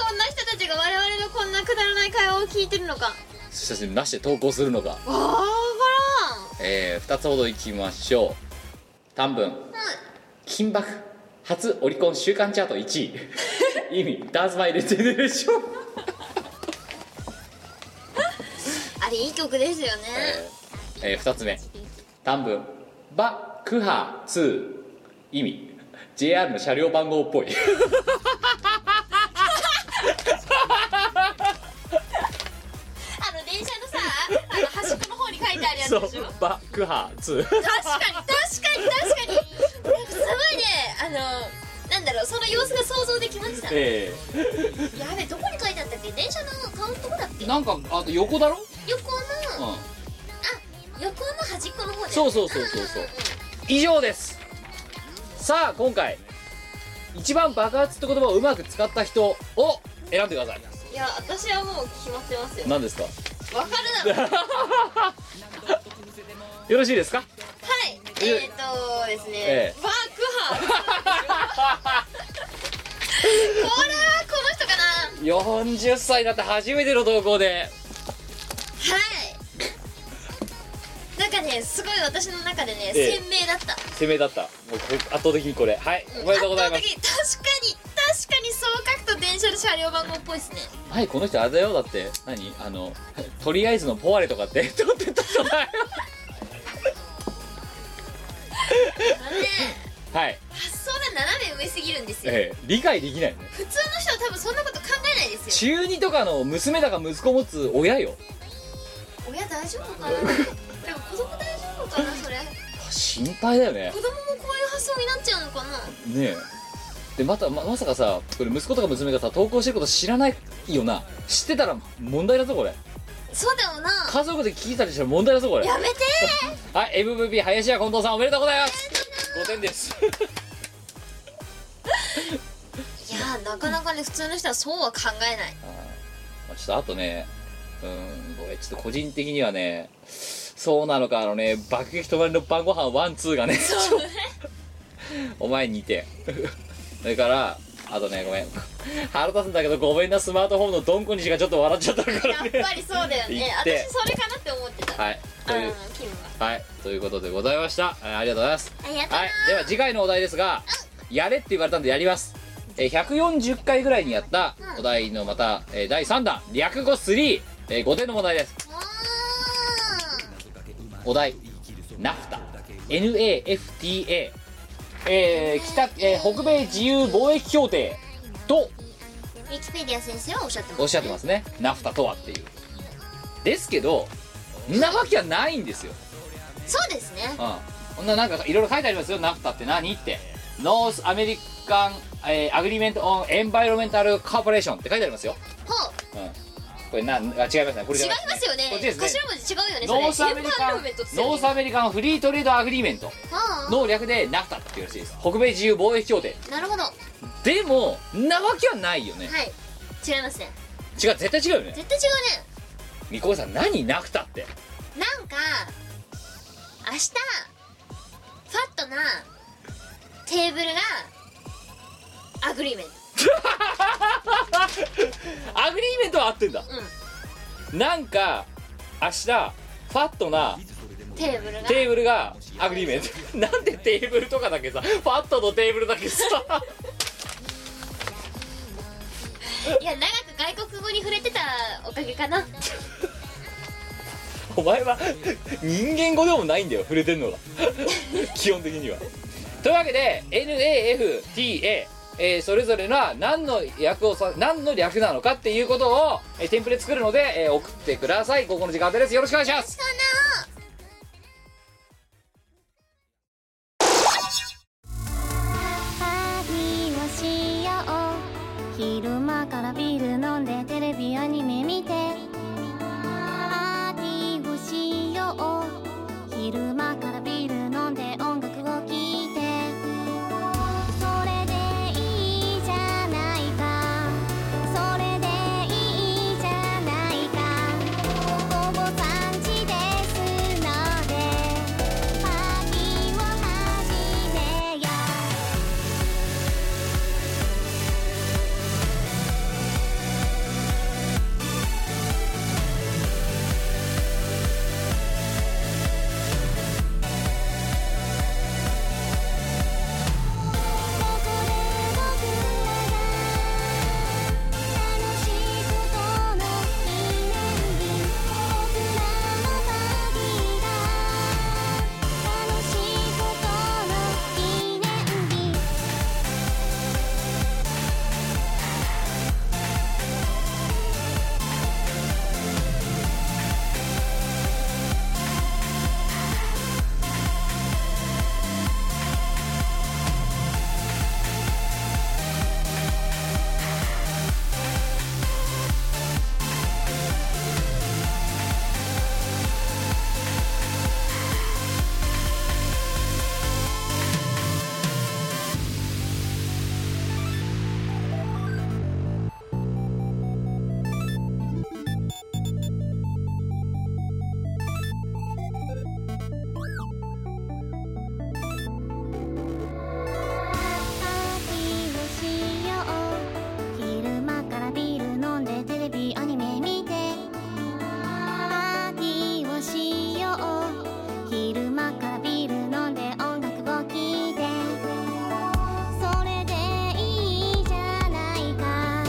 Speaker 2: そんな人たちが我々のこんなくだらない会話を聞いてるのか
Speaker 1: そしてなしで投稿するのか
Speaker 2: わーわ
Speaker 1: えー、2つほどいきましょう短文金箔初オリコン週間チャート1位 意味ダンスマイルジェネレーション、
Speaker 2: からんあれいい曲ですよね、
Speaker 1: えーえ2つ 目短文バクハ2意味 JR の車両番号っぽい
Speaker 2: あの電車のさあの端っこの方に書いてあるやつ
Speaker 1: そう
Speaker 2: でしょ
Speaker 1: バクハ2
Speaker 2: 確かに確かに確かになんかすごいねあのなんだろうその様子が想像できましたや
Speaker 1: え
Speaker 2: べどこに書いてあったっけ電車の顔のとこだっけ
Speaker 1: ー、なんかあと横だろ、
Speaker 2: 横
Speaker 1: う
Speaker 2: のあ
Speaker 1: ん、
Speaker 2: 横の端っこの方で
Speaker 1: そうそうそうそうそう以上ですさあ今回一番爆発って言葉をうまく使った人を選んでください
Speaker 2: いや私はもう決まってますよ
Speaker 1: 何ですか
Speaker 2: わかるだろ
Speaker 1: よろしいですか
Speaker 2: はいえっ、ー、とですね、
Speaker 1: ええ
Speaker 2: バークハーこれはこの人かな
Speaker 1: 40歳だって初めての投稿で
Speaker 2: はいなんかねすごい私の中でね、
Speaker 1: ええ
Speaker 2: 鮮明だった
Speaker 1: 攻めだったもうこ圧倒的にこれはいおめでとうございま
Speaker 2: 圧
Speaker 1: す
Speaker 2: 倒的に確かに確かにそう書くと電車の車両番号っぽいですね
Speaker 1: はいこの人あれだよだって何あのとりあえずのポワレとかって撮ってたじゃない
Speaker 2: あのね
Speaker 1: はい、
Speaker 2: 発想が斜め上すぎるんですよ
Speaker 1: ええ、理解できないね
Speaker 2: 普通の人は多分そんなこと考えないですよ
Speaker 1: 中2とかの娘だか息子持つ親よ
Speaker 2: 親大丈夫かなでも子供大丈夫かなそれ
Speaker 1: 心配だよね
Speaker 2: 子供もこういう発想になっちゃうのかな
Speaker 1: ねえでまたままさかさこれ息子とか娘がさ投稿してること知らないよな知ってたら問題だぞこれ
Speaker 2: そうだよな
Speaker 1: 家族で聞いたりしたら問題だぞこれ
Speaker 2: やめてー
Speaker 1: はい MVP 林家近藤さんおめでとうございます5点です
Speaker 2: いやーなかなかね普通の人はそうは考えない
Speaker 1: まあちょっとあとねうーんごめんちょっと個人的にはねそうなのかあのね爆撃隣の晩ご飯ワンツーがね
Speaker 2: そうね
Speaker 1: お前2点 それからあとねごめん 腹立つんだけどごめんなスマートフォンのドンコにしかちょっと笑っちゃったか
Speaker 2: や
Speaker 1: ら
Speaker 2: っ
Speaker 1: ね
Speaker 2: ぱりそうだよ
Speaker 1: 言
Speaker 2: ね
Speaker 1: って
Speaker 2: 私それかなって思ってた
Speaker 1: はいと
Speaker 2: あ
Speaker 1: い
Speaker 2: の
Speaker 1: う
Speaker 2: キムは
Speaker 1: はいということでございましたあありがとうございます
Speaker 2: ありがとうな
Speaker 1: はい、では次回のお題ですが「やれ」って言われたんでやりますえー140回ぐらいにやったお題のまた、えー第3弾略語35、えー、5点の問題ですお題ナフタ NAFTA、えー北えー北米自由貿易協定と
Speaker 2: ウィキペディア先生はおっしゃってます
Speaker 1: おっしゃってますねナフタとはっていうですけどんなわけはないんですよ
Speaker 2: そうですね
Speaker 1: うんこんななんかいろいろ書いてありますよナフタって何ってノースアメリカン、えーアグリメントオンエンバイロメンタルコーポレーションって書いてありますよ、
Speaker 2: ほう
Speaker 1: うん、これなあ違いますねこれ
Speaker 2: 違
Speaker 1: じ
Speaker 2: い
Speaker 1: ゃな
Speaker 2: ますよね
Speaker 1: こっちですね
Speaker 2: 頭文字違うよねそれ
Speaker 1: ノースアメリカン
Speaker 2: エンバイロメントって言う
Speaker 1: ノ
Speaker 2: よ
Speaker 1: ースアメリカンフリートレードアグリーメント
Speaker 2: は
Speaker 1: の略でナフタっていうらしいです北米自由貿易協定
Speaker 2: あなるほどは
Speaker 1: でもんなわけはないよね、
Speaker 2: い違いますね
Speaker 1: 違う絶対違うよね
Speaker 2: 絶対違うね
Speaker 1: みこさん何ナフタって
Speaker 2: なんか明日ファットなテーブルがアグリーメント
Speaker 1: アグリーメントは合ってんだ、なんか明日ファットな
Speaker 2: テーブルが
Speaker 1: テーブルがアグリーメント なんでテーブルとかだけさファットのテーブルだけさ
Speaker 2: いや長く外国語に触れてたおかげかな
Speaker 1: お前は人間語でもないんだよ触れてんのが 基本的にはというわけで NAFTA えーそれぞれが何の役をさ何の略なのかっていうことを、えーテンプレ作るので、えー送ってくださいここの時間宛てですよろしくお願いします
Speaker 3: 昼間からビール飲んでテレビアニメ見てパーティーをしよう昼間からビール飲んで音楽を聴いてそれでいいじゃないかそれでいいじゃないか午後3時ですのでパーティーを始めよう「僕ら僕らが楽しく飛び出そう」「記念日僕らの旅が楽しいことの記念日」パーティーをしよう昼間からビール飲んでテレビアニメ見てパーティーをしよう昼間からビール飲んで音楽を聴いてそれでいいじゃないか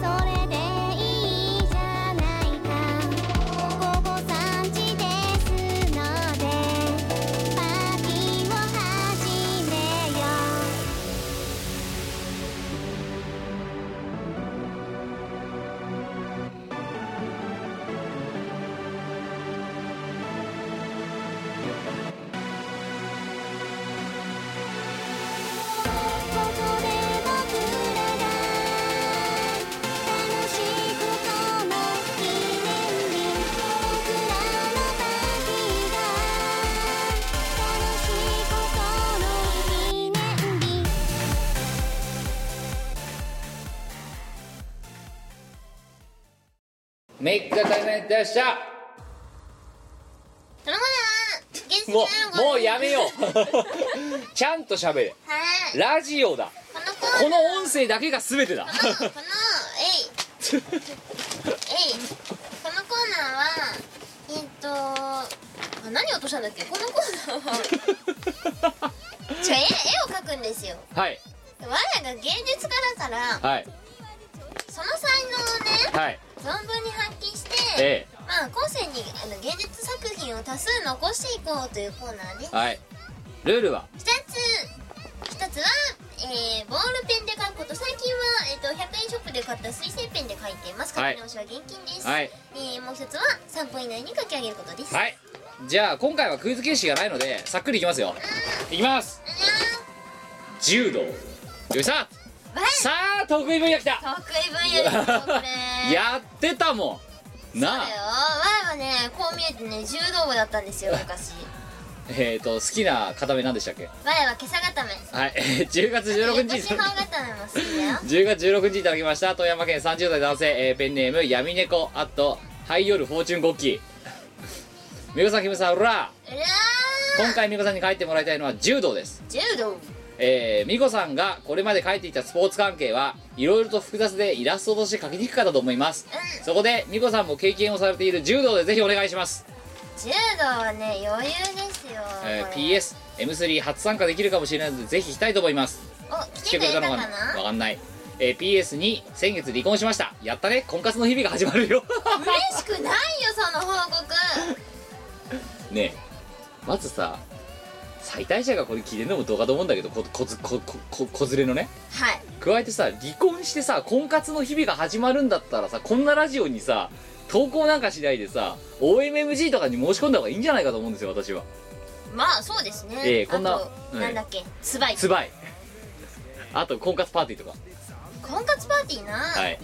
Speaker 3: それでいいじゃないか午後3時ですのでパーティーを始めようここで僕らが楽しく飛び出そう」「記念日僕らのパーティーが楽しいことの記念日」
Speaker 1: めっちゃ大変でした
Speaker 2: 頼むなゲスト
Speaker 1: も
Speaker 2: なの
Speaker 1: う
Speaker 2: かな
Speaker 1: もうやめようちゃんと喋れ
Speaker 2: はい
Speaker 1: ラジオだ
Speaker 2: このコー
Speaker 1: こ
Speaker 2: ナ
Speaker 1: の
Speaker 2: ー
Speaker 1: 音声だけが全てだ
Speaker 2: このこのえいえいこのコーナーはえっとあ何落としたんだっけこのコーナーはちょ絵絵を描くんですよ
Speaker 1: はい
Speaker 2: 我らが芸術家だから
Speaker 1: はい
Speaker 2: その才能をね
Speaker 1: はい
Speaker 2: 存分に発揮して、
Speaker 1: え
Speaker 2: まあ後世にあの芸術作品を多数残していこうというコーナーで
Speaker 1: えはいルールは
Speaker 2: 2つ1つは、えーボールペンで書くこと最近は、えー、と100円ショップで買った水性ペンで書いています書
Speaker 1: はい
Speaker 2: き直しは現金です、
Speaker 1: はい
Speaker 2: えーもう1つは3分以内に書き上げることです、
Speaker 1: はいじゃあ今回はクイズ形式がないのでさっくりいきますよいきます
Speaker 2: う
Speaker 1: 柔道よいさ
Speaker 2: んわい
Speaker 1: さあ得意分野きた
Speaker 2: 得意分野ですよこれ
Speaker 1: やってたもん
Speaker 2: そう
Speaker 1: なあ
Speaker 2: だよわいはねこう見えてね柔道部だったんですよ昔
Speaker 1: えっ、と好きな固めなんでしたっけ
Speaker 2: わいは今朝固め
Speaker 1: はい、10月16日
Speaker 2: 横島固めも好きだよ
Speaker 1: 10月16日いただきました富山県30代男性、えーペンネーム闇猫あとハイヨルフォー チュンゴッキー美子さんキムさんうら
Speaker 2: うら
Speaker 1: 今回美子さんに書いてもらいたいのは柔道です
Speaker 2: ー柔道
Speaker 1: えー、美子さんがこれまで書いていたスポーツ関係はいろいろと複雑でイラストとして書きにくかったと思います
Speaker 2: う
Speaker 1: そこで美子さんも経験をされている柔道でぜひお願いします、
Speaker 2: 柔道はね余裕ですよ、
Speaker 1: え
Speaker 2: これ
Speaker 1: PSM3 初参加できるかもしれないのでぜひ行きたいと思います
Speaker 2: お来
Speaker 1: 来
Speaker 2: て
Speaker 1: て
Speaker 2: く
Speaker 1: くれ
Speaker 2: れた
Speaker 1: たの
Speaker 2: かな
Speaker 1: かなわかんない、えー、PS に先月離婚しましたやったね婚活の日々が始まるよ
Speaker 2: 嬉しくないよその報告
Speaker 1: ねえまずさ最大者がこれ聞いてるのもどうかと思うんだけどここずこここ子連れのね
Speaker 2: はい
Speaker 1: 加えてさ離婚してさ婚活の日々が始まるんだったらさこんなラジオにさ投稿なんかしないでさ OMMG とかに申し込んだ方がいいんじゃないかと思うんですよ私は
Speaker 2: まあそうですね
Speaker 1: ええこんな
Speaker 2: あと
Speaker 1: うん
Speaker 2: なんだっけつばい
Speaker 1: つばいあと婚活パーティーとか
Speaker 2: 婚婚活パーティーな、
Speaker 1: はい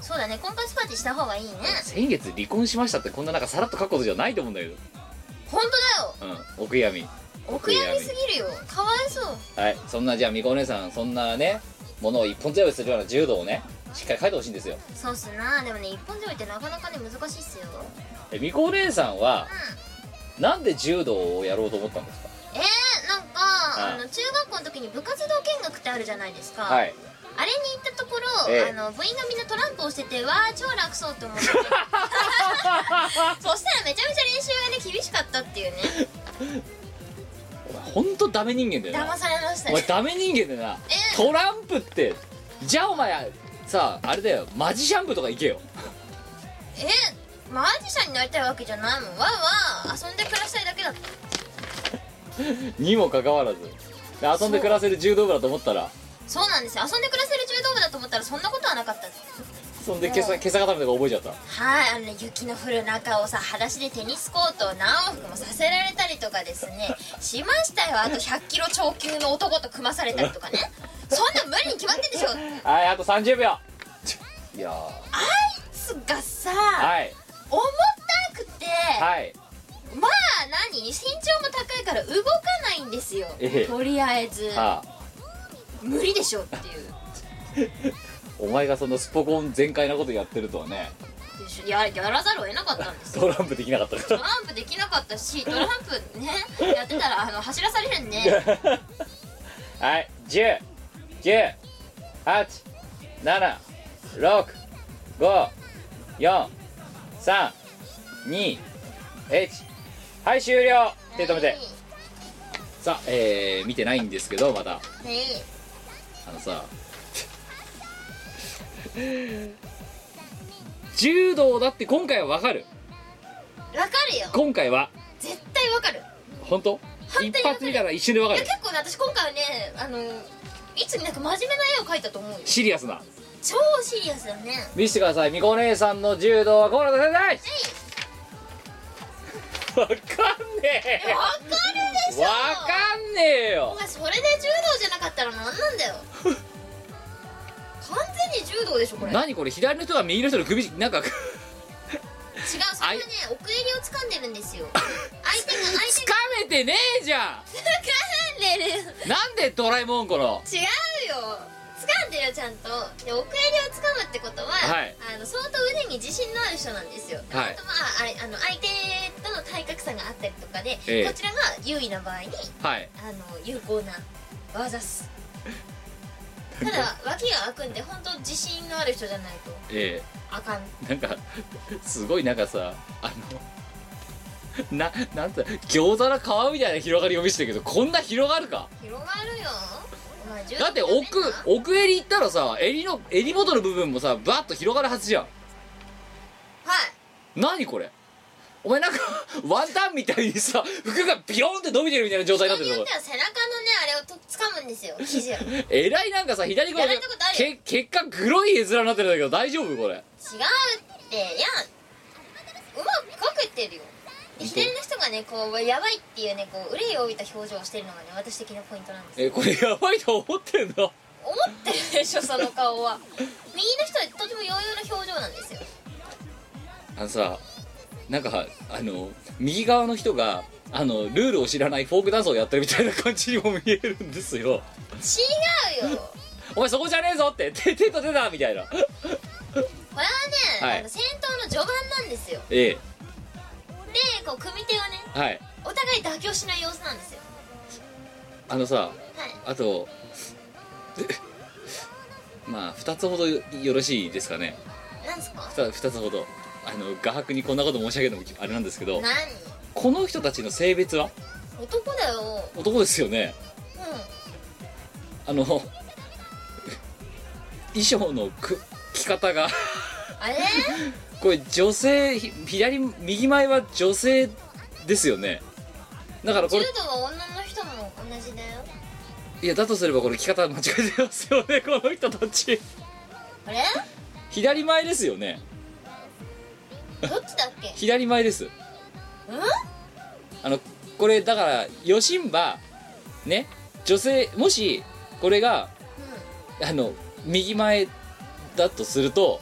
Speaker 2: そうだね婚活パーティーした方がいいね
Speaker 1: 先月離婚しましたってこんななんかさらっと書くことじゃないと思うんだけど
Speaker 2: 本当だよ
Speaker 1: うんお悔やみ
Speaker 2: お悔やみすぎるよかわいそう
Speaker 1: はいそんなじゃあみこお姉さんそんなねものを一本背負いするような柔道をねしっかり書いてほしいんですよ
Speaker 2: そうっすなでもね一本背負いってなかなかね難しいっすよ
Speaker 1: えみこお姉さんはなんで柔道をやろうと思ったんですか
Speaker 2: えー、なん
Speaker 1: い
Speaker 2: か、あの中学校の時に部活動見学ってあるじゃないですか、
Speaker 1: はい
Speaker 2: あれに行ったところ、
Speaker 1: ええ
Speaker 2: あの部員がみんなトランプをしててわー超楽そうって思っ てそしたらめちゃめちゃ練習がね厳しかったっていうね
Speaker 1: お前ほんとダメ人間だよな
Speaker 2: 騙されました
Speaker 1: お前
Speaker 2: ね
Speaker 1: ダメ人間だよな
Speaker 2: え
Speaker 1: トランプってじゃあお前さああれだよマジシャン部とか行けよ
Speaker 2: えマジシャンになりたいわけじゃないもんわーわー遊んで暮らしたいだけだった
Speaker 1: にもかかわらずで遊んで暮らせる柔道部だと思ったら
Speaker 2: そうなんですよ遊んで暮らせる柔道部だと思ったらそんなことはなかったです
Speaker 1: そんで今朝今朝固めとか覚えちゃった
Speaker 2: はいあのね雪の降る中をさ裸足でテニスコートを何往復もさせられたりとかです ねしましたよあと100キロ超級の男と組まされたりとかね そんな無理に決まってんでしょ
Speaker 1: はいあと30秒ちょいやー
Speaker 2: あいつがさ
Speaker 1: はい
Speaker 2: 重たくて
Speaker 1: はい
Speaker 2: まあ何身長も高いから動かないんですよ
Speaker 1: ええ
Speaker 2: とりあえず
Speaker 1: はあ
Speaker 2: 無理でしょっていう
Speaker 1: お前がそのスポコン全開なことやってるとはね
Speaker 2: でしょややらざるを得なかったん ですよ
Speaker 1: トランプできなかった
Speaker 2: ト
Speaker 1: か
Speaker 2: ランプできなかったしトランプ ねやってたらあの走らされるんで
Speaker 1: らはい1 0 9 8 7 6 5 4 3 2 1はい終了手止めてさあえー、見てないんですけどまだ
Speaker 2: はいはい
Speaker 1: あのさ 柔道だって今回はわかる
Speaker 2: わかるよ
Speaker 1: 今回は
Speaker 2: 絶対わかるい
Speaker 1: 本当
Speaker 2: 当に
Speaker 1: 一発見たら一瞬でわか
Speaker 2: や
Speaker 1: る
Speaker 2: 結構ね私今回はねあのいつになく真面目な絵を描いたと思うよ
Speaker 1: シリアスな
Speaker 2: 超シリアスだね
Speaker 1: 見せてくださいみこお姉さんの柔道はコーナー先生わかんね
Speaker 2: えわかるでし
Speaker 1: え
Speaker 2: ょ
Speaker 1: わかんねえ
Speaker 2: お
Speaker 1: よ
Speaker 2: 前それで柔道じゃなかったらなんなんだよ完全に柔道でしょこれ違う
Speaker 1: 何これ左の人が右の人の首なんか
Speaker 2: それがね奥襟を掴んでるん ですよ相手が相手
Speaker 1: 掴
Speaker 2: が
Speaker 1: めてねえじゃ
Speaker 2: 掴んでる
Speaker 1: んなんでドラえもんこの
Speaker 2: 違うよ掴んでるよちゃんとで奥襟を掴むってことは、
Speaker 1: はい
Speaker 2: あの相当腕に自信のある人なんですよ、
Speaker 1: はい
Speaker 2: あとまああれあの相手との体格差があったりとかで、
Speaker 1: ええ
Speaker 2: こちらが優位な場合に
Speaker 1: はい
Speaker 2: あの有効な技っすただ脇が開くんで本当自信のある人じゃないと
Speaker 1: ええ
Speaker 2: あかん
Speaker 1: なんかすごいなんかさあのななんて餃子の皮みたいな広がりを見せてるけどこんな広がるか
Speaker 2: 広がるよお前柔道
Speaker 1: だって
Speaker 2: ダメ
Speaker 1: 奥奥襟行ったらさ襟の襟元の部分もさバッと広がるはずじゃん
Speaker 2: はい
Speaker 1: 何これお前なんかワンタンみたいにさ服がビヨーンって伸びてるみたいな状態になっ
Speaker 2: 人
Speaker 1: て
Speaker 2: に
Speaker 1: る
Speaker 2: よ
Speaker 1: と
Speaker 2: っては背中のねあれをと掴むんですよ生地を違う
Speaker 1: えらいなんかさ左側
Speaker 2: やられたことある
Speaker 1: け結果黒い絵面になってるんだけど大丈夫これ
Speaker 2: っていやうまく描けてるよで左の人がねこうやばいっていうねこう憂いを帯びた表情をしてるのがね私的なポイントなんですよ
Speaker 1: えこれやばいと思ってんの
Speaker 2: 思ってるでしょその顔は右の人はとても余裕の表情なんですよ
Speaker 1: あのさなんかあの右側の人があのルールを知らないフォークダンスをやってるみたいな感じにも見えるんですよ
Speaker 2: 違うよ
Speaker 1: お前そこじゃねえぞって 手手と手だみたいな
Speaker 2: これはね、
Speaker 1: はい
Speaker 2: あの戦闘の序盤なんですよ
Speaker 1: え
Speaker 2: でこう組み手をね
Speaker 1: えはい
Speaker 2: お互い妥協しない様子なんですよ
Speaker 1: あのさ
Speaker 2: はい
Speaker 1: あと えまあ2つほどよよろしいですかね
Speaker 2: 何すか
Speaker 1: 2, つほどあの画伯にこんなこと申し上げるのもあれなんですけど
Speaker 2: 何
Speaker 1: この人たちの性別は
Speaker 2: 男だよ
Speaker 1: 男ですよね
Speaker 2: うん
Speaker 1: あの 衣装のく着方が
Speaker 2: あれ
Speaker 1: これ女性ひ左右前は女性ですよねだからこ
Speaker 2: 柔
Speaker 1: れ
Speaker 2: 道は女の人も同じだよ
Speaker 1: いやだとすればこれ着方間違えてますよねこの人たち
Speaker 2: あれ
Speaker 1: 左前ですよね
Speaker 2: どっちだっけ
Speaker 1: 左前です
Speaker 2: うん
Speaker 1: あのこれだから余震ばね女性もしこれが
Speaker 2: う
Speaker 1: あの右前だとすると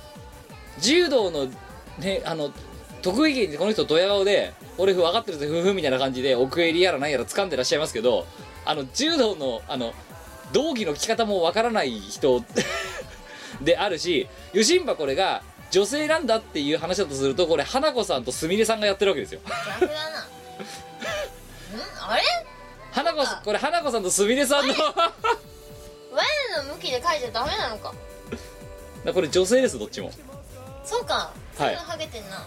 Speaker 1: 柔道のねあの得意技でこの人ドヤ顔で俺分かってるぜふふみたいな感じで奥襟やらなんやら掴んでらっしゃいますけどあの柔道のあの道着の着方も分からない人であるしヨシンバこれが女性なんだっていう話だとするとこれ花子さんとすみれさんがやってるわけです よ
Speaker 2: 逆だなんあれ
Speaker 1: 花子さんこれ花子さんとすみれさん の
Speaker 2: ワイの向きで書いちゃダメなのか
Speaker 1: これ女性ですどっちも
Speaker 2: そうかそん
Speaker 1: はい
Speaker 2: なハゲてんな、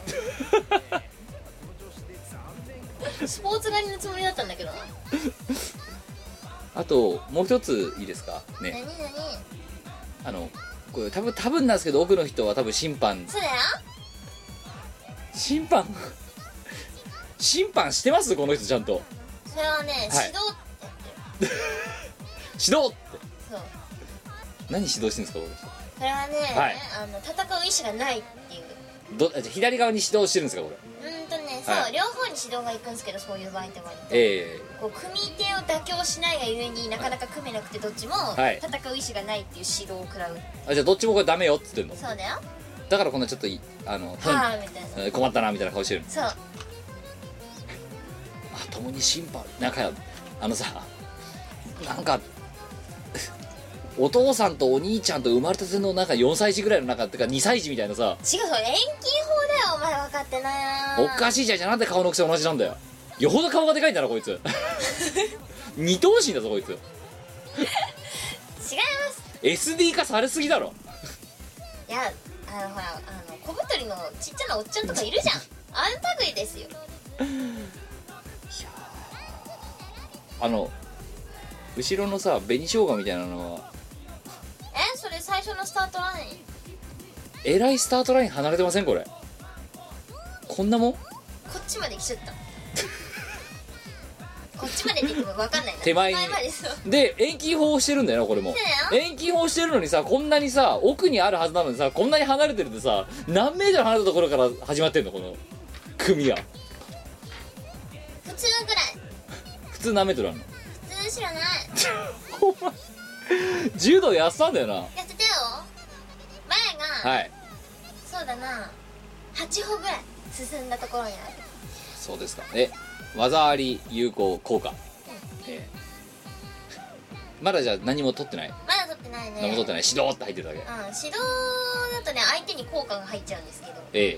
Speaker 2: スポーツ狩りのつもりだったんだけどな
Speaker 1: あともう一ついいですかね
Speaker 2: 何何
Speaker 1: あのこれ多分多分なんですけど奥の人は多分審判
Speaker 2: そうだよ
Speaker 1: 審判 審判してますこの人ちゃんと
Speaker 2: それはね指導ってやってる、
Speaker 1: 指導って
Speaker 2: そう
Speaker 1: 何指導してるんですかこの人
Speaker 2: それはね、
Speaker 1: はい
Speaker 2: あの戦う意思がないっていう
Speaker 1: どじゃあ左側に指導してるんですかこれ
Speaker 2: うんとねそう、
Speaker 1: はい
Speaker 2: 両方に指導が行くんですけどそういう場合って割と、
Speaker 1: え
Speaker 2: こう組み手を妥協しないがゆえになかなか組めなくてどっちも
Speaker 1: はい
Speaker 2: 戦う意思がないっていう指導を食らう、
Speaker 1: えあじゃあどっちもこれダメよっつってんの
Speaker 2: そうだよ
Speaker 1: だからこんなちょっといあの、
Speaker 2: はあみたいな
Speaker 1: うん困ったなみたいな顔してる
Speaker 2: そう
Speaker 1: あ共に審判なんかあのさなんか お父さんとお兄ちゃんと生まれたてのなんか4歳児ぐらいの中ってか2歳児みたいなさ
Speaker 2: 違うそう遠近法だよお前分かってないな
Speaker 1: おかしいじゃんじゃあなんで顔の大きさ同じなんだよよほど顔がでかいんだなこいつ 二頭身だぞこいつ
Speaker 2: 違います
Speaker 1: SD 化されすぎだろ
Speaker 2: いやあのほらあの小太りのちっちゃなおっちゃんとかいる じゃんあんたぐいですよ
Speaker 1: あの後ろのさ紅生姜みたいなのは
Speaker 2: えそれ最初のスタートライン
Speaker 1: えらいスタートライン離れてませんこれこんなもん
Speaker 2: こっちまで来ちゃった こっちまでって言っても分かんないな
Speaker 1: 手前に
Speaker 2: までそう
Speaker 1: で遠近法をしてるんだよなこれも
Speaker 2: そう
Speaker 1: 遠近法してるのにさこんなにさ奥にあるはずなのにさこんなに離れてるってさ何メートル離れたところから始まってんのこの組は
Speaker 2: 普通ぐらい
Speaker 1: 普通何メートルあるの
Speaker 2: 普通知らない
Speaker 1: お前柔道やってたんだよな
Speaker 2: やってたよ前が、
Speaker 1: はい
Speaker 2: そうだな8歩ぐらい進んだところにある
Speaker 1: そうですかえ技あり有効効果えーまだじゃあ何も取ってない
Speaker 2: まだ取ってないね
Speaker 1: 何も取ってない指導って入ってるだけ
Speaker 2: うん、指導だとね相手に効果が入っちゃうんですけど、
Speaker 1: ええ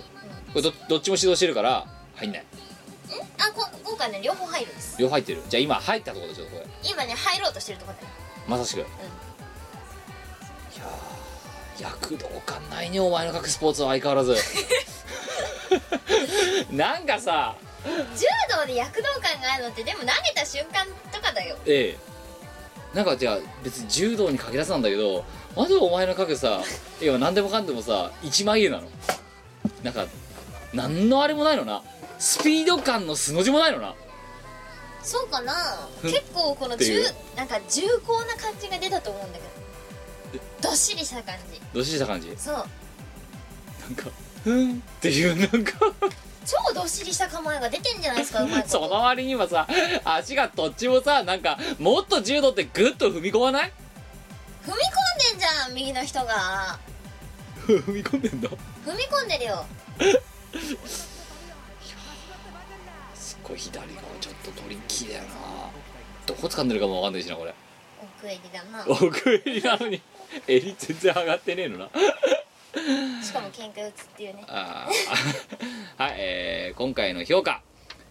Speaker 2: う
Speaker 1: これどどっちも指導してるから入んない
Speaker 2: ん、んあこ効果ね両方入るんです
Speaker 1: 両方入ってるじゃあ今入ったところでしょこれ
Speaker 2: 今ね入ろうとしてるところだよ
Speaker 1: まさしく、いやー躍動感ないねお前の各スポーツは相変わらずなんかさ
Speaker 2: 柔道で躍動感があるのってでも投げた瞬間とかだよ
Speaker 1: ええなんかじゃあ別に柔道に限らずなんだけどなんでお前の各さ今何でもかんでもさ一枚絵なのなんか何のあれもないのなスピード感の素の字もないのな
Speaker 2: そうかな
Speaker 1: ふん
Speaker 2: 結構この
Speaker 1: ってい
Speaker 2: 重
Speaker 1: う
Speaker 2: なんか重厚な感じが出たと思うんだけどどっしりした感じ
Speaker 1: どっしりした感じな
Speaker 2: そうん
Speaker 1: か「うん」っていうなんか
Speaker 2: 超どっしりした構えが出てんじゃないですかうまいこと
Speaker 1: その割にはさ足がどっちもさなんかもっと柔道ってグッと踏み込まない
Speaker 2: 踏み込んでんじゃん右の人が
Speaker 1: 踏み込んでんだ
Speaker 2: 踏み込んでるよ
Speaker 1: すっごい左側ちょっとトリッキーだよなどこ掴んでるかもわかんないしなこれ
Speaker 2: 奥襟だな
Speaker 1: 奥襟なのに襟全然上がってねえのな
Speaker 2: しかも喧嘩打つっていうね
Speaker 1: あー はい、えー今回の評価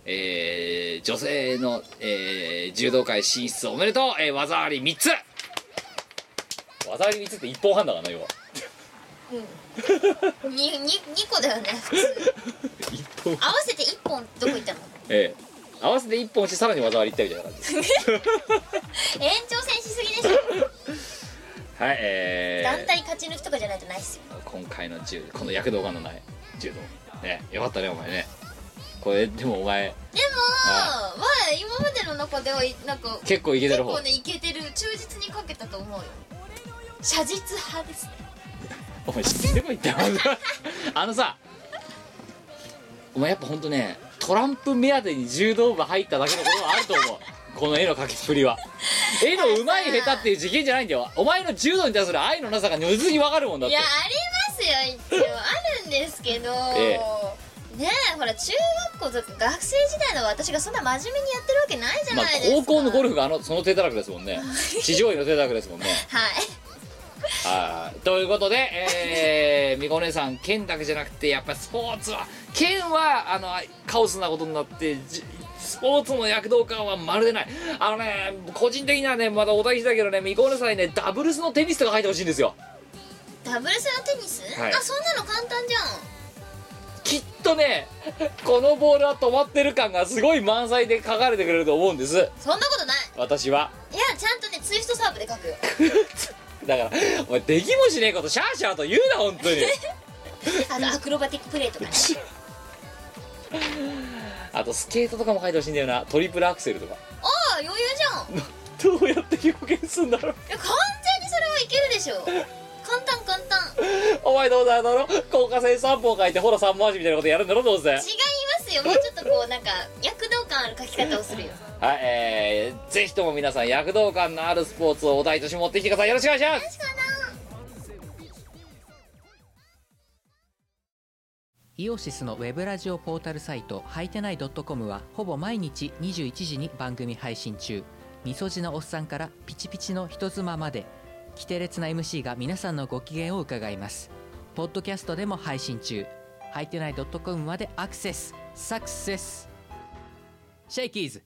Speaker 1: えー女性の、えー柔道界進出おめでとう、えー技あり3つ技あり3つって1本半だからな要は
Speaker 2: にに2個だよね普通
Speaker 1: 1本
Speaker 2: 合わせて1本どこ行ったの
Speaker 1: ええ合わせて1本してさらに技ありいったみたいな感じ
Speaker 2: 延長戦しすぎでしょ、
Speaker 1: はいえー
Speaker 2: 団体勝ち抜きとかじゃないとないっすよ
Speaker 1: 今回の柔この躍動感のない柔道ねよかったねお前ねこれでもお前
Speaker 2: でも
Speaker 1: あ
Speaker 2: まあ今までの中ではいなんか
Speaker 1: 結構いけて
Speaker 2: 結
Speaker 1: る方
Speaker 2: 構ねいけてる忠実にかけたと思うよ写実派ですね
Speaker 1: お前死んでこいって あのさお前やっぱほんとね トランプ目当てに柔道部入っただけのことはあると思うこの絵の描きっぷりは絵の上手い下手っていう次元じゃないんだよお前の柔道に対する愛のなさが如実にわかるもんだっ
Speaker 2: い
Speaker 1: て
Speaker 2: やありますよ一応あるんですけど、
Speaker 1: え
Speaker 2: ねえほら中学校とか学生時代の私がそんな真面目にやってるわけないじゃ
Speaker 1: まあ
Speaker 2: ないですか、
Speaker 1: 高校のゴルフがあのその手だらけですもんね地上位の手だらけですもんね
Speaker 2: はい
Speaker 1: はいということで、えー、みこねさん剣だけじゃなくてやっぱスポーツは剣はあのカオスなことになってじスポーツの躍動感はまるでないあのね個人的にはねまだお大事だけどねみこねさんにねダブルスのテニスとか入ってほしいんですよ
Speaker 2: ダブルスのテニス、
Speaker 1: はい
Speaker 2: あそんなの簡単じゃん
Speaker 1: きっとねこのボールは止まってる感がすごい満載で書かれてくれると思うんです
Speaker 2: そんなことない
Speaker 1: 私はい
Speaker 2: やちゃんとねツイストサーブで書くよ
Speaker 1: だからお前できもしねえことシャーシャーと言うな本当に
Speaker 2: あとアクロバティックプレーと かね
Speaker 1: あとスケートとかも書いてほしいんだよなトリプルアクセルとか
Speaker 2: ああ余裕じゃんい
Speaker 1: どうやって表現すんだろう
Speaker 2: や完全にそれはいけるでしょ簡単簡単
Speaker 1: お前どうだろう効果性3本書いてほら3回しみたいなことやるんだろどうせ
Speaker 2: 違いますよもうちょっとこうなんか躍動感ある書き方をするよ
Speaker 1: はいえー、ぜひとも皆さん躍動感のあるスポーツをお題として持ってきてくださいよろしくお願いします
Speaker 7: イオシスのウェブラジオポータルサイトはいてない .com はほぼ毎日21時に番組配信中みそじのおっさんからピチピチの人妻まで規定列な MC が皆さんのご機嫌を伺いますポッドキャストでも配信中はいてない .com までアクセスサクセスシェイキーズ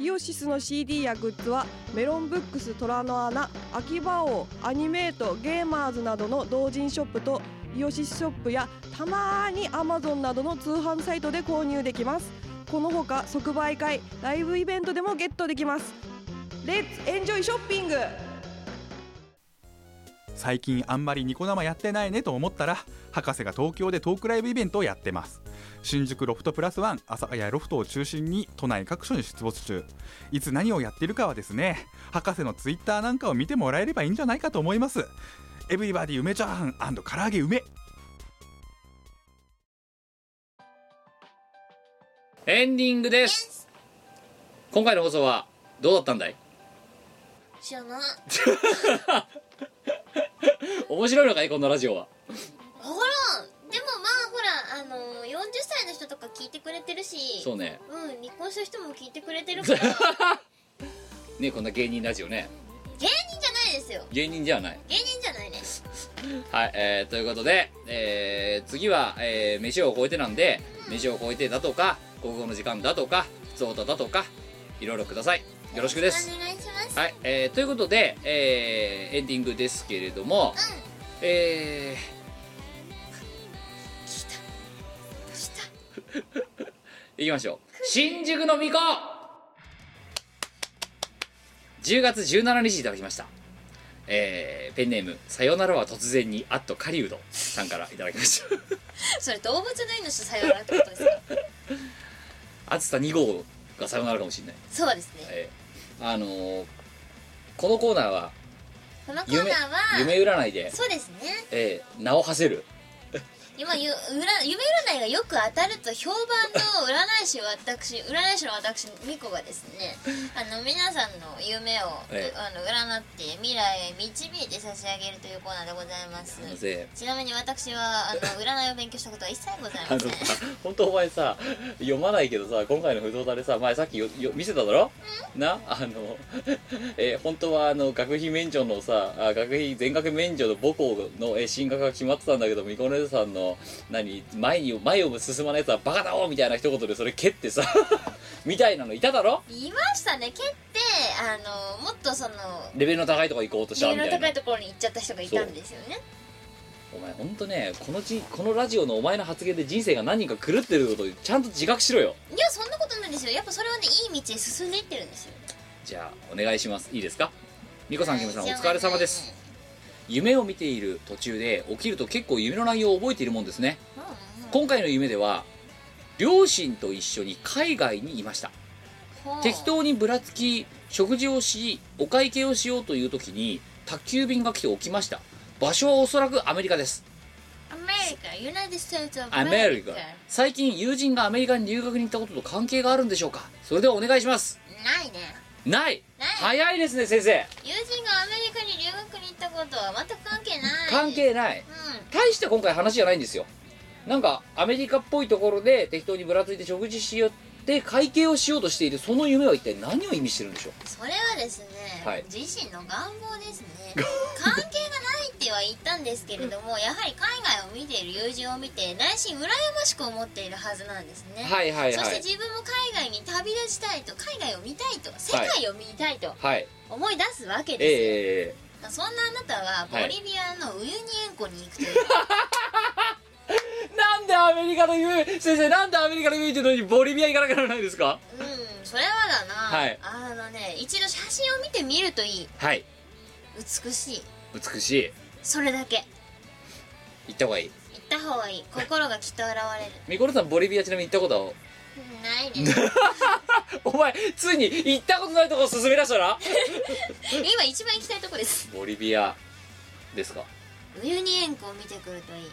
Speaker 8: イオシスの CD やグッズはメロンブックス虎の穴秋葉王アニメートゲーマーズなどの同人ショップとイオシスショップやたまーにアマゾンなどの通販サイトで購入できますこのほか即売会ライブイベントでもゲットできますレッツエンジョイショッピング
Speaker 9: 最近あんまりニコ生やってないねと思ったら博士が東京でトークライブイベントをやってます新宿ロフトプラスワン朝早ロフトを中心に都内各所に出没中いつ何をやってるかはですね博士のツイッターなんかを見てもらえればいいんじゃないかと思いますエブリバディ梅チャーハン唐揚げ梅
Speaker 1: エンディングです今回の放送はどうだったんだい
Speaker 2: 知らない
Speaker 1: 面白いのかいこのラジオは
Speaker 2: ほらんでもまあほらあのー、40歳の人とか聞いてくれてるし
Speaker 1: そうね
Speaker 2: うん離婚した人も聞いてくれてるから芸人じ
Speaker 1: ねこんな芸人ラジオね
Speaker 2: ゃないですよ
Speaker 1: 芸人ではない
Speaker 2: 芸人じゃないね
Speaker 1: はい、えーということで、えー次は、えー飯を超えてなんで、飯を超えてだとか、国語の時間だとか、普通歌だとか、いろいろください。よろしくです。
Speaker 2: お願いします
Speaker 1: はい、えーということで、えーエンディングですけれども、え
Speaker 2: した
Speaker 1: ー、いきましょう。新宿の巫女 !10 月17日いただきました。えーペンネーム、さよならは突然に、あっと狩人さんからいただきました。
Speaker 2: それ動物の命さよならってことですか
Speaker 1: 暑さ2号がさよならかもしれない。
Speaker 2: そうですね
Speaker 1: えーあのーこのコーナーは
Speaker 2: このコーナー
Speaker 1: 夢
Speaker 2: は
Speaker 1: 夢占いで、
Speaker 2: そうですね
Speaker 1: えー名を馳せる
Speaker 2: 今ゆうら夢占いがよく当たると評判の占い師私占い師の私ミコがです ねあの皆さんの夢を、
Speaker 1: ええ
Speaker 2: あの占って未来へ導いて差し上げるというコーナーでございます
Speaker 1: なので
Speaker 2: ちなみに私はあの占いを勉強したことは一切ござい
Speaker 1: あ
Speaker 2: ま
Speaker 1: の
Speaker 2: せん
Speaker 1: 本当お前さ読まないけどさ今回の不動産でさ前さっきよよ見せただろなあの、えー本当はあの学費免除のさあ学費全額免除の母校の、えー進学が決まってたんだけどみこねさんの何前に前を進まないやつはバカだろみたいな一言でそれ蹴ってさ みたいなのいただろ
Speaker 2: 言いましたね蹴ってあのもっとその
Speaker 1: レベルの高いとこ行こうとした
Speaker 2: レ
Speaker 1: み
Speaker 2: ベ
Speaker 1: た
Speaker 2: ル
Speaker 1: い
Speaker 2: の
Speaker 1: な
Speaker 2: 高いところに行っちゃった人がいたんですよね
Speaker 1: お前ほんとねこのじこのラジオのお前の発言で人生が何人か狂ってることをちゃんと自覚しろよ
Speaker 2: いやそんなことないですよやっぱそれはねいい道へ進んでいってるんですよ
Speaker 1: じゃあお願いしますいいですかみこさんきむさんお
Speaker 2: はい
Speaker 1: 疲れ様です夢を見ている途中で起きると結構夢の内容を覚えているもんですね
Speaker 2: うんうん
Speaker 1: 今回の夢では両親と一緒に海外にいました
Speaker 2: ほう
Speaker 1: 適当にぶらつき食事をしお会計をしようという時に宅急便が来て起きました場所はおそらくアメリカです
Speaker 2: アメリカ、ユナイテッド・ステイツ・
Speaker 1: アメリカ最近友人がアメリカに留学に行ったことと関係があるんでしょうかそれではお願いします
Speaker 2: ないね。
Speaker 1: ない
Speaker 2: ない
Speaker 1: 早いですね先生
Speaker 2: 友人がアメリカに留学に行ったことは全く関係ない
Speaker 1: 関係ない
Speaker 2: うん
Speaker 1: 大して今回話じゃないんですよなんかアメリカっぽいところで適当にぶらついて食事しよって会計をしようとしているその夢は一体何を意味してるんでしょう
Speaker 2: それはですね、
Speaker 1: はい
Speaker 2: 自身の願望で すね関係がないっては言ったんですけれどもやはり海外を見ている友人を見て内心羨ましく思っているはずなんですね、
Speaker 1: はいはい
Speaker 2: そ
Speaker 1: は
Speaker 2: して
Speaker 1: い
Speaker 2: 自分も海外に旅立ちたいと海外を見たいと世界を見たいと
Speaker 1: はい
Speaker 2: 思い出すわけ
Speaker 1: え
Speaker 2: ですよ、
Speaker 1: え
Speaker 2: そんなあなたはボリビアのウユニ塩湖に行くという、
Speaker 1: えなんでアメリカの夢先生なんでアメリカの夢っていうのにボリビア行かなきゃならないんですか
Speaker 2: うんそれはだな、
Speaker 1: はい
Speaker 2: あのね一度写真を見てみるといい
Speaker 1: はい
Speaker 2: 美しい
Speaker 1: 美しい
Speaker 2: それだけ
Speaker 1: 行った方がいい
Speaker 2: 行った方がいい心がきっと現れる
Speaker 1: ミコルさんボリビアちなみに行ったことは
Speaker 2: ないです
Speaker 1: お前ついに行ったことないとこ進め出したな
Speaker 2: 今一番行きたいとこです
Speaker 1: ボリビアですか
Speaker 2: ウユニ塩湖を見てくるといい、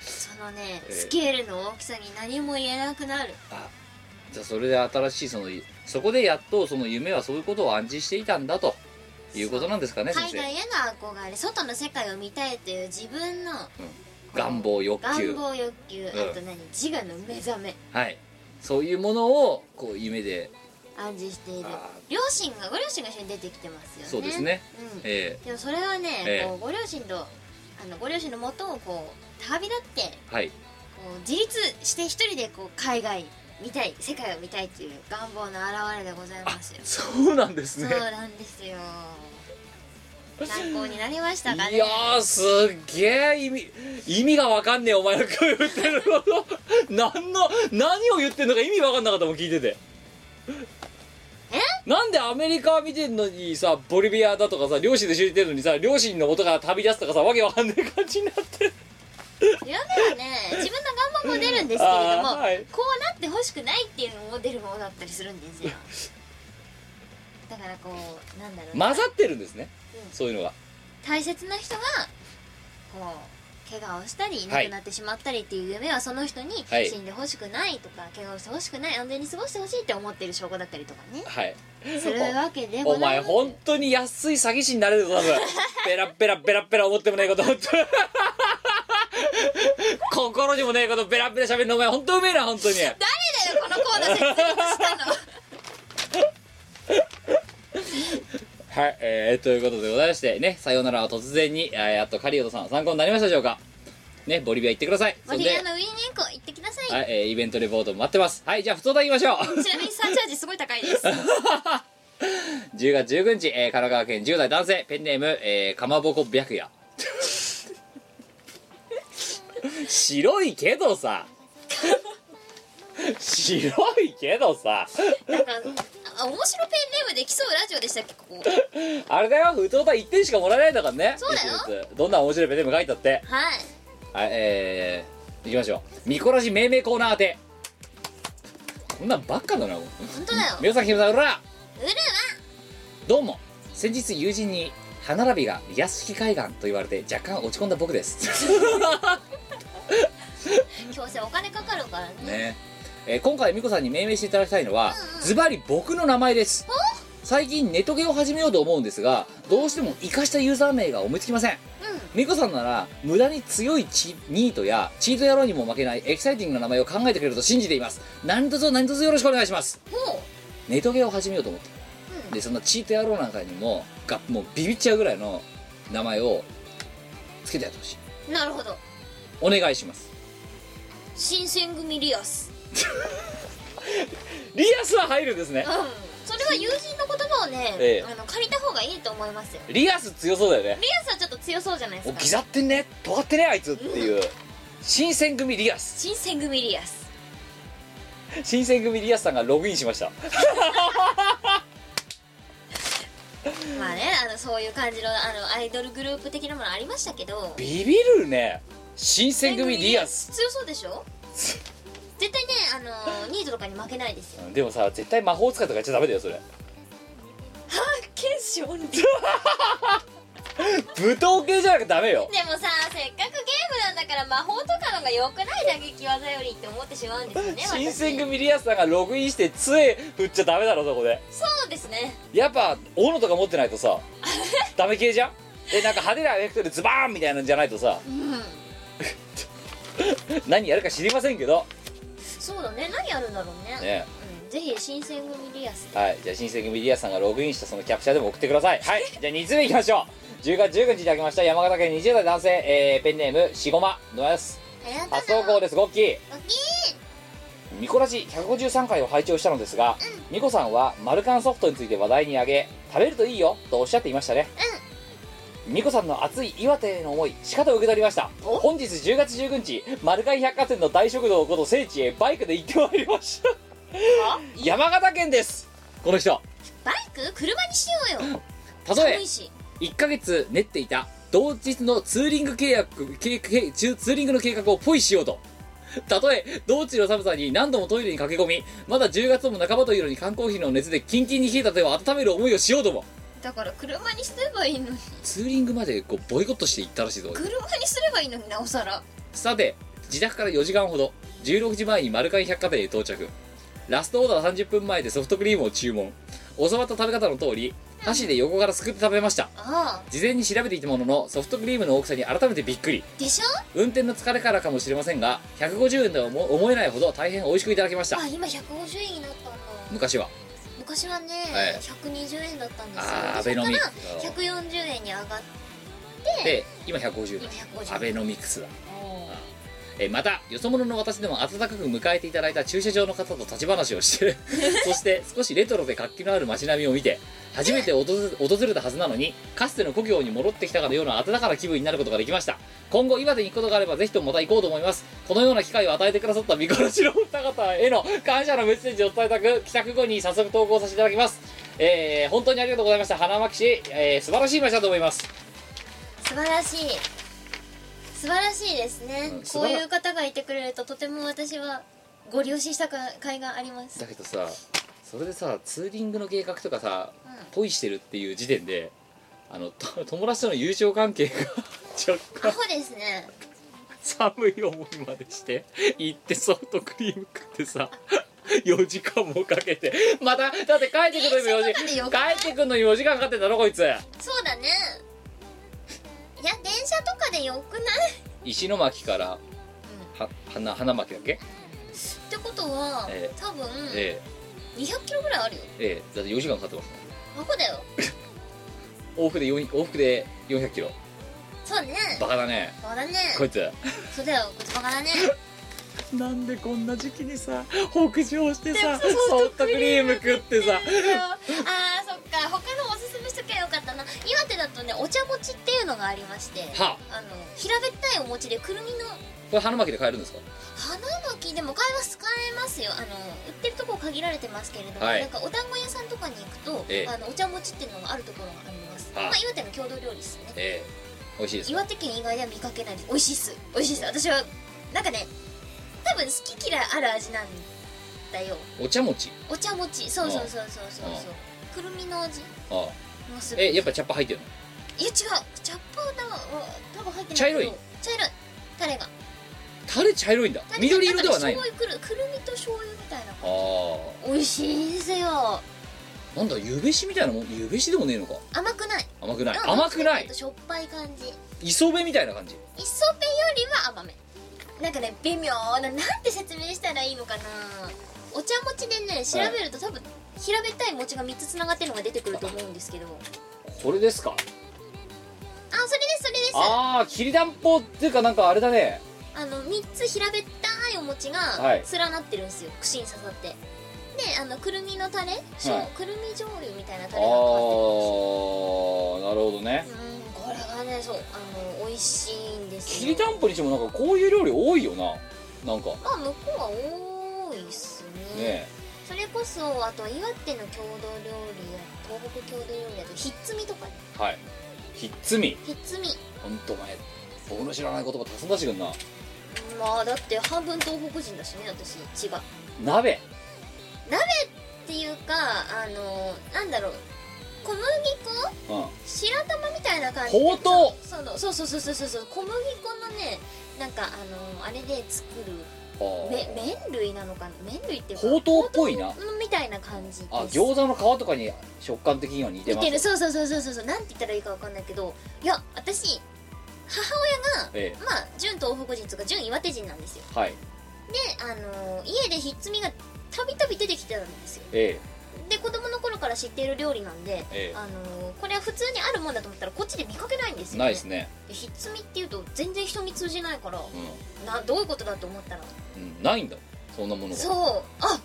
Speaker 2: そのね
Speaker 1: えー
Speaker 2: スケールの大きさに何も言えなくなる
Speaker 1: あじゃあそれで新しいそのそこでやっとその夢はそういうことを暗示していたんだということなんですかね先生
Speaker 2: 海外への憧れ外の世界を見たいという自分の
Speaker 1: 願望欲
Speaker 2: 願
Speaker 1: 求
Speaker 2: 望欲求、
Speaker 1: ん
Speaker 2: あと何自我の目覚め
Speaker 1: はいそういうものをこう夢で
Speaker 2: 暗示している
Speaker 1: あ
Speaker 2: 両親がご両親が一緒に出てきてますよね
Speaker 1: そうですね、
Speaker 2: うん、
Speaker 1: え
Speaker 2: でもそれはね、
Speaker 1: ええ
Speaker 2: こうご両親とあのご両親のもとをこう旅立って
Speaker 1: ーはい
Speaker 2: こう自立して一人でこう海外見たい世界を見たいっていう願望の表れでございますよ
Speaker 1: そうなんです
Speaker 2: そう
Speaker 1: ね
Speaker 2: なんですよ参考になりましたかね
Speaker 1: いやーすっげえ意味意味がわかんねえお前の声言ってること何の 何を言ってんのか意味わかんなかったもん聞いてて
Speaker 2: え
Speaker 1: なんでアメリカ見てんのにさボリビアだとかさ両親で知りてるのにさ両親のことから旅立つとかさわけわかんない感じになってる
Speaker 2: 夢はね自分の願望も出るんですけれども、
Speaker 1: あーはい
Speaker 2: こうなってほしくないっていうのも出るものだったりするんですよだからこうなんだろうな、
Speaker 1: 混ざってるんですね、
Speaker 2: うん
Speaker 1: そういうのが
Speaker 2: 大切な人がこう怪我をしたりいなくなってしまったりっていう夢はその人に
Speaker 1: はい
Speaker 2: 死んでほしくないとか、怪我をしてほしくない安全に過ごしてほしいって思ってる証拠だったりとかね
Speaker 1: はい
Speaker 2: するわけで
Speaker 1: お
Speaker 2: ござい
Speaker 1: 前
Speaker 2: ます
Speaker 1: 本当に安い詐欺師になれるぞ多分ペラペラペラペラ思ってもないこと本当心にもないことペラペラ喋るのお前本当うめえな本当に
Speaker 2: 誰だよこのコーナー 設立したの
Speaker 1: はい、えー、ということでございましてねさよならは突然にあーやっとカリオドさん参考になりましたでしょうかねボリビア行ってください
Speaker 2: マ
Speaker 1: ん
Speaker 2: リ
Speaker 1: で
Speaker 2: アのウィーニンコ行ってきなさい、
Speaker 1: はい、えーイベントレポートも待ってますはいじゃあ普通だ行きましょう
Speaker 2: ちなみにサーチャージすごい高い です
Speaker 1: 10月19日、えー神奈川県10代男性ペンネーム、えーかまぼこ白夜 白いけどさ 白いけどさ
Speaker 2: なんかあ面白ペンネームで競うラジオでしたっけここ
Speaker 1: あれだよ普通だ1点しかもらえないんだからね
Speaker 2: そうだよ
Speaker 1: 一つどんな面白いペンネーム書いたって
Speaker 2: はい
Speaker 1: はいえー、いきましょうミコラジ命名コーナー当てこんなんばっかだな
Speaker 2: 本当だよ
Speaker 1: 皆さんひむさんうら
Speaker 2: ウルは
Speaker 1: どうも先日友人に歯並びが癒し海岸と言われて若干落ち込んだ僕です
Speaker 2: 強制お金かかるからね
Speaker 1: ねえー今回ミコさんに命名していただきたいのはズバリ僕の名前です最近ネトゲを始めようと思うんですがどうしても生かしたユーザー名が思いつきません
Speaker 2: うん
Speaker 1: ミコさんなら無駄に強いチニートやチート野郎にも負けないエキサイティングな名前を考えてくれると信じています何卒何卒よろしくお願いします
Speaker 2: ほ
Speaker 1: ネトゲを始めようと思って
Speaker 2: う、うん、
Speaker 1: でそのチート野郎なんかにもがもうビビっちゃうぐらいの名前をつけてやってほしい
Speaker 2: なるほど
Speaker 1: お願いします
Speaker 2: 新選組リアス
Speaker 1: リアスは入るんですね
Speaker 2: うんそれは友人の言葉をね、
Speaker 1: ええ
Speaker 2: あの借りた方がいいと思いますよ
Speaker 1: リアス強そうだよね
Speaker 2: リアスはちょっと強そうじゃないで
Speaker 1: お
Speaker 2: すか
Speaker 1: ギザってんね尖ってねあいつっていう新選組リアス
Speaker 2: 新選組リアス
Speaker 1: 新選組リアスさんがログインしました
Speaker 2: まあねあのそういう感じのあのアイドルグループ的なものありましたけど
Speaker 1: ビビるね新選組リアス
Speaker 2: 強そうでしょ絶対ねあのニートとかに負けないですよ
Speaker 1: うんでもさ絶対魔法使いとかやっちゃダメだよそれ
Speaker 2: 剣士オンリー
Speaker 1: 武闘系じゃなきゃダメよ
Speaker 2: でもさせっかくゲームなだから魔法とかのが良くない打撃技よりって思ってしまうんですよね
Speaker 1: 新選
Speaker 2: 私
Speaker 1: 組リアスさんがログインして杖振っちゃダメだろそこで
Speaker 2: そうですね
Speaker 1: やっぱ斧とか持ってないと さダメ系じゃんでなんか派手なエフェクトでズバーンみたいなんじゃないとさ
Speaker 2: うん
Speaker 1: 何やるか知りませんけど
Speaker 2: そうだね何やるんだろうね
Speaker 1: ね
Speaker 2: うん、ぜひ新選組リアス
Speaker 1: はいじゃあ新選組リアスさんがログインしたそのキャプチャーでも送ってくださいはいじゃあ2つ目いきましょう10月19日いただきました山形県20代男性、えーペンネームしごまのやす
Speaker 2: ありがとう
Speaker 1: 初投稿
Speaker 2: で
Speaker 1: ですゴッキーミコラジ153回を拝聴したのですが、ミコさんはマルカンソフトについて話題に挙げ食べるといいよとおっしゃっていましたね、ミコさんの熱い岩手への思いしかと受け取りました本日10月19日マルカン百貨店の大食堂こと聖地へバイクで行ってまいりました山形県ですこの人
Speaker 2: バイク車にしようよ
Speaker 1: 例え
Speaker 2: 寒いし
Speaker 1: 1ヶ月練っていた同日のツーリング契約計計ツーリングの計画をポイしようとたとえ道中の寒さに何度もトイレに駆け込みまだ10月も半ばというのに缶コーヒーの熱でキンキンに冷えた手を温める思いをしようとも
Speaker 2: だから車にすればいいのに
Speaker 1: ツーリングまでこうボイコットしていったらしいぞ
Speaker 2: 車にすればいいのになおさら
Speaker 1: さて自宅から4時間ほど16時前に丸海百貨店へ到着ラストオーダー30分前でソフトクリームを注文教わった食べ方の通り箸で横からすくって食べました
Speaker 2: あ
Speaker 1: 事前に調べていたもののソフトクリームの大きさに改めてびっくり
Speaker 2: あでしょ
Speaker 1: 運転の疲れからかもしれませんが150円ではも思えないほど大変美味しくいただきました
Speaker 2: あ今150円になったんだ
Speaker 1: 昔は
Speaker 2: 昔はね、
Speaker 1: はい
Speaker 2: 120円だったんですよ
Speaker 1: あーア
Speaker 2: で
Speaker 1: ベノミク
Speaker 2: そ
Speaker 1: ス
Speaker 2: こから140円に上がって
Speaker 1: で今150
Speaker 2: 今
Speaker 1: 円
Speaker 2: 150円
Speaker 1: アベノミクスだえーまたよそ者の私でも温かく迎えていただいた駐車場の方と立ち話をしてそして少しレトロで活気のある街並みを見て初めて訪れ訪れたはずなのにかつての故郷に戻ってきたかのような温かな気分になることができました今後岩手に行くことがあればぜひともまた行こうと思いますこのような機会を与えてくださった見殺しの方々への感謝のメッセージを伝えたく帰宅後に早速投稿させていただきますえー本当にありがとうございました花巻市、えー素晴らしい街だと思います
Speaker 2: 素晴らしい素晴らしいですね、
Speaker 1: うん素
Speaker 2: こう
Speaker 1: 晴ら
Speaker 2: いう方がいてくれるととても私はご利用ししたか甲斐があります
Speaker 1: だけどさそれでさツーリングの計画とかさ
Speaker 2: うん
Speaker 1: ポイしてるっていう時点であのと友達との友情関係が 若
Speaker 2: ア
Speaker 1: 干
Speaker 2: ホですね
Speaker 1: 寒い思いまでして行ってソフトクリーム食ってさ4時間もかけてまただって帰ってくるのに4
Speaker 2: えそんなんで
Speaker 1: 時
Speaker 2: よくない
Speaker 1: 帰ってくるのに4時間かかってたろこいつ
Speaker 2: そうだねいや電車とかでよくない
Speaker 1: 石巻からは花花巻だっけ
Speaker 2: ってことは、
Speaker 1: え
Speaker 2: 多分、
Speaker 1: え
Speaker 2: 200キロぐらいあるよ
Speaker 1: えええだって4時間かかってます
Speaker 2: アホだよ
Speaker 1: 往復で4往復で400キロ
Speaker 2: そうね
Speaker 1: バカだね
Speaker 2: そうだね
Speaker 1: こいつ
Speaker 2: そうだよ言葉が だね
Speaker 1: なんでこんな時期にさ北上してさ
Speaker 2: でもソ
Speaker 1: ソ
Speaker 2: フ
Speaker 1: フト
Speaker 2: トク
Speaker 1: ク
Speaker 2: リ
Speaker 1: リ
Speaker 2: ー
Speaker 1: ー
Speaker 2: ム
Speaker 1: ム食ってさ
Speaker 2: ああーそっか他のおすすめしときゃよかったな岩手だとねお茶もちっていうのがありまして
Speaker 1: は
Speaker 2: あの平べったいお餅でくるみの
Speaker 1: これ花巻で買えるんですか
Speaker 2: 花巻でも買います使えますよあの売ってるところ限られてますけれども、
Speaker 1: はい
Speaker 2: なんかお団子屋さんとかに行くと、
Speaker 1: ええ
Speaker 2: あのお茶餅っていうのがあるところがあります、
Speaker 1: はい
Speaker 2: まあ、岩手の郷土料理ですね
Speaker 1: ええ美味しいですか
Speaker 2: 岩手県以外では見かけないです美味しいっす美味しいっす私はなんかね多分好き嫌いある味なんだよ
Speaker 1: お茶餅
Speaker 2: お茶餅そうそうそうそうそう
Speaker 1: あ
Speaker 2: そうくるみの味
Speaker 1: ああ
Speaker 2: もすごい
Speaker 1: えやっぱ茶っ葉入ってるの
Speaker 2: いや違う茶っ葉は多分入ってないけど
Speaker 1: 茶色い
Speaker 2: 茶色いタレが
Speaker 1: タレ茶色いんだ
Speaker 2: タレが
Speaker 1: 緑色ではないの
Speaker 2: んか醤油くるくるみと醤油みたいな
Speaker 1: あ
Speaker 2: 美味しいですよ
Speaker 1: あなんだゆべしみたいなもんゆべしでもねえのか
Speaker 2: 甘くない
Speaker 1: 甘くない
Speaker 2: うん
Speaker 1: 甘くない
Speaker 2: しょっぱい感じ
Speaker 1: 磯辺みたいな感じ
Speaker 2: 磯辺よりは甘めなんかね微妙ななんて説明したらいいのかなお茶餅でね調べると多分平べったい餅が3つつながってるのが出てくると思うんですけどあ
Speaker 1: これですか
Speaker 2: それですそれですあ
Speaker 1: ああきりたんぽっていうかなんかあれだね
Speaker 2: の3つ平べったいお餅が
Speaker 1: はい
Speaker 2: 連なってるんですよ、串に刺さってであのくるみのタレ、醤
Speaker 1: はい
Speaker 2: くるみ醤油みたいな
Speaker 1: ああ
Speaker 2: タ
Speaker 1: な
Speaker 2: レが
Speaker 1: る
Speaker 2: かか
Speaker 1: ほどね
Speaker 2: ってるうんこれがねそうあの美味しいんです
Speaker 1: き
Speaker 2: よ
Speaker 1: りたんぽにしてもなんかこういう料理多いよななんか
Speaker 2: まあ向こうは多いっすね
Speaker 1: ね
Speaker 2: それこそあと岩手の郷土料理や東北郷土料理だとひっつみとかね
Speaker 1: えはいひっつみ
Speaker 2: ひっつみ
Speaker 1: ほんとお前僕の知らない言葉たくさん出してくんな
Speaker 2: まあだって半分東北人だしね私千葉っ
Speaker 1: 鍋
Speaker 2: ていうかあのなんだろう小麦粉
Speaker 1: うん
Speaker 2: 白玉みたいな感じで
Speaker 1: ほうとう
Speaker 2: そのそうそうそうそうそうそう小麦粉のねなんかあのあれで作る
Speaker 1: あー
Speaker 2: め麺類なのかな麺類っていうか
Speaker 1: ほうとうっぽいな
Speaker 2: ほうとうみたいな感じです
Speaker 1: あ餃子の皮とかに食感的には似て
Speaker 2: 似
Speaker 1: ます
Speaker 2: てるそうそうそうそうそうそうなんて言ったらいいかわかんないけどいや私母
Speaker 1: え
Speaker 2: 親がまあ純東北人とか純岩手人なんですよ
Speaker 1: えはい
Speaker 2: であの家でひっつみがたびたび出てきてたんですよ
Speaker 1: え
Speaker 2: で子供の頃から知っている料理なんで、
Speaker 1: ええ
Speaker 2: あのこれは普通にあるもんだと思ったらこっちで見かけないんです
Speaker 1: え
Speaker 2: よ、ね、
Speaker 1: ないですね
Speaker 2: でひっつみっていうと全然人に通じないから
Speaker 1: うん、
Speaker 2: などういうことだと思ったら
Speaker 1: うん、ないんだそんなものが
Speaker 2: そうあ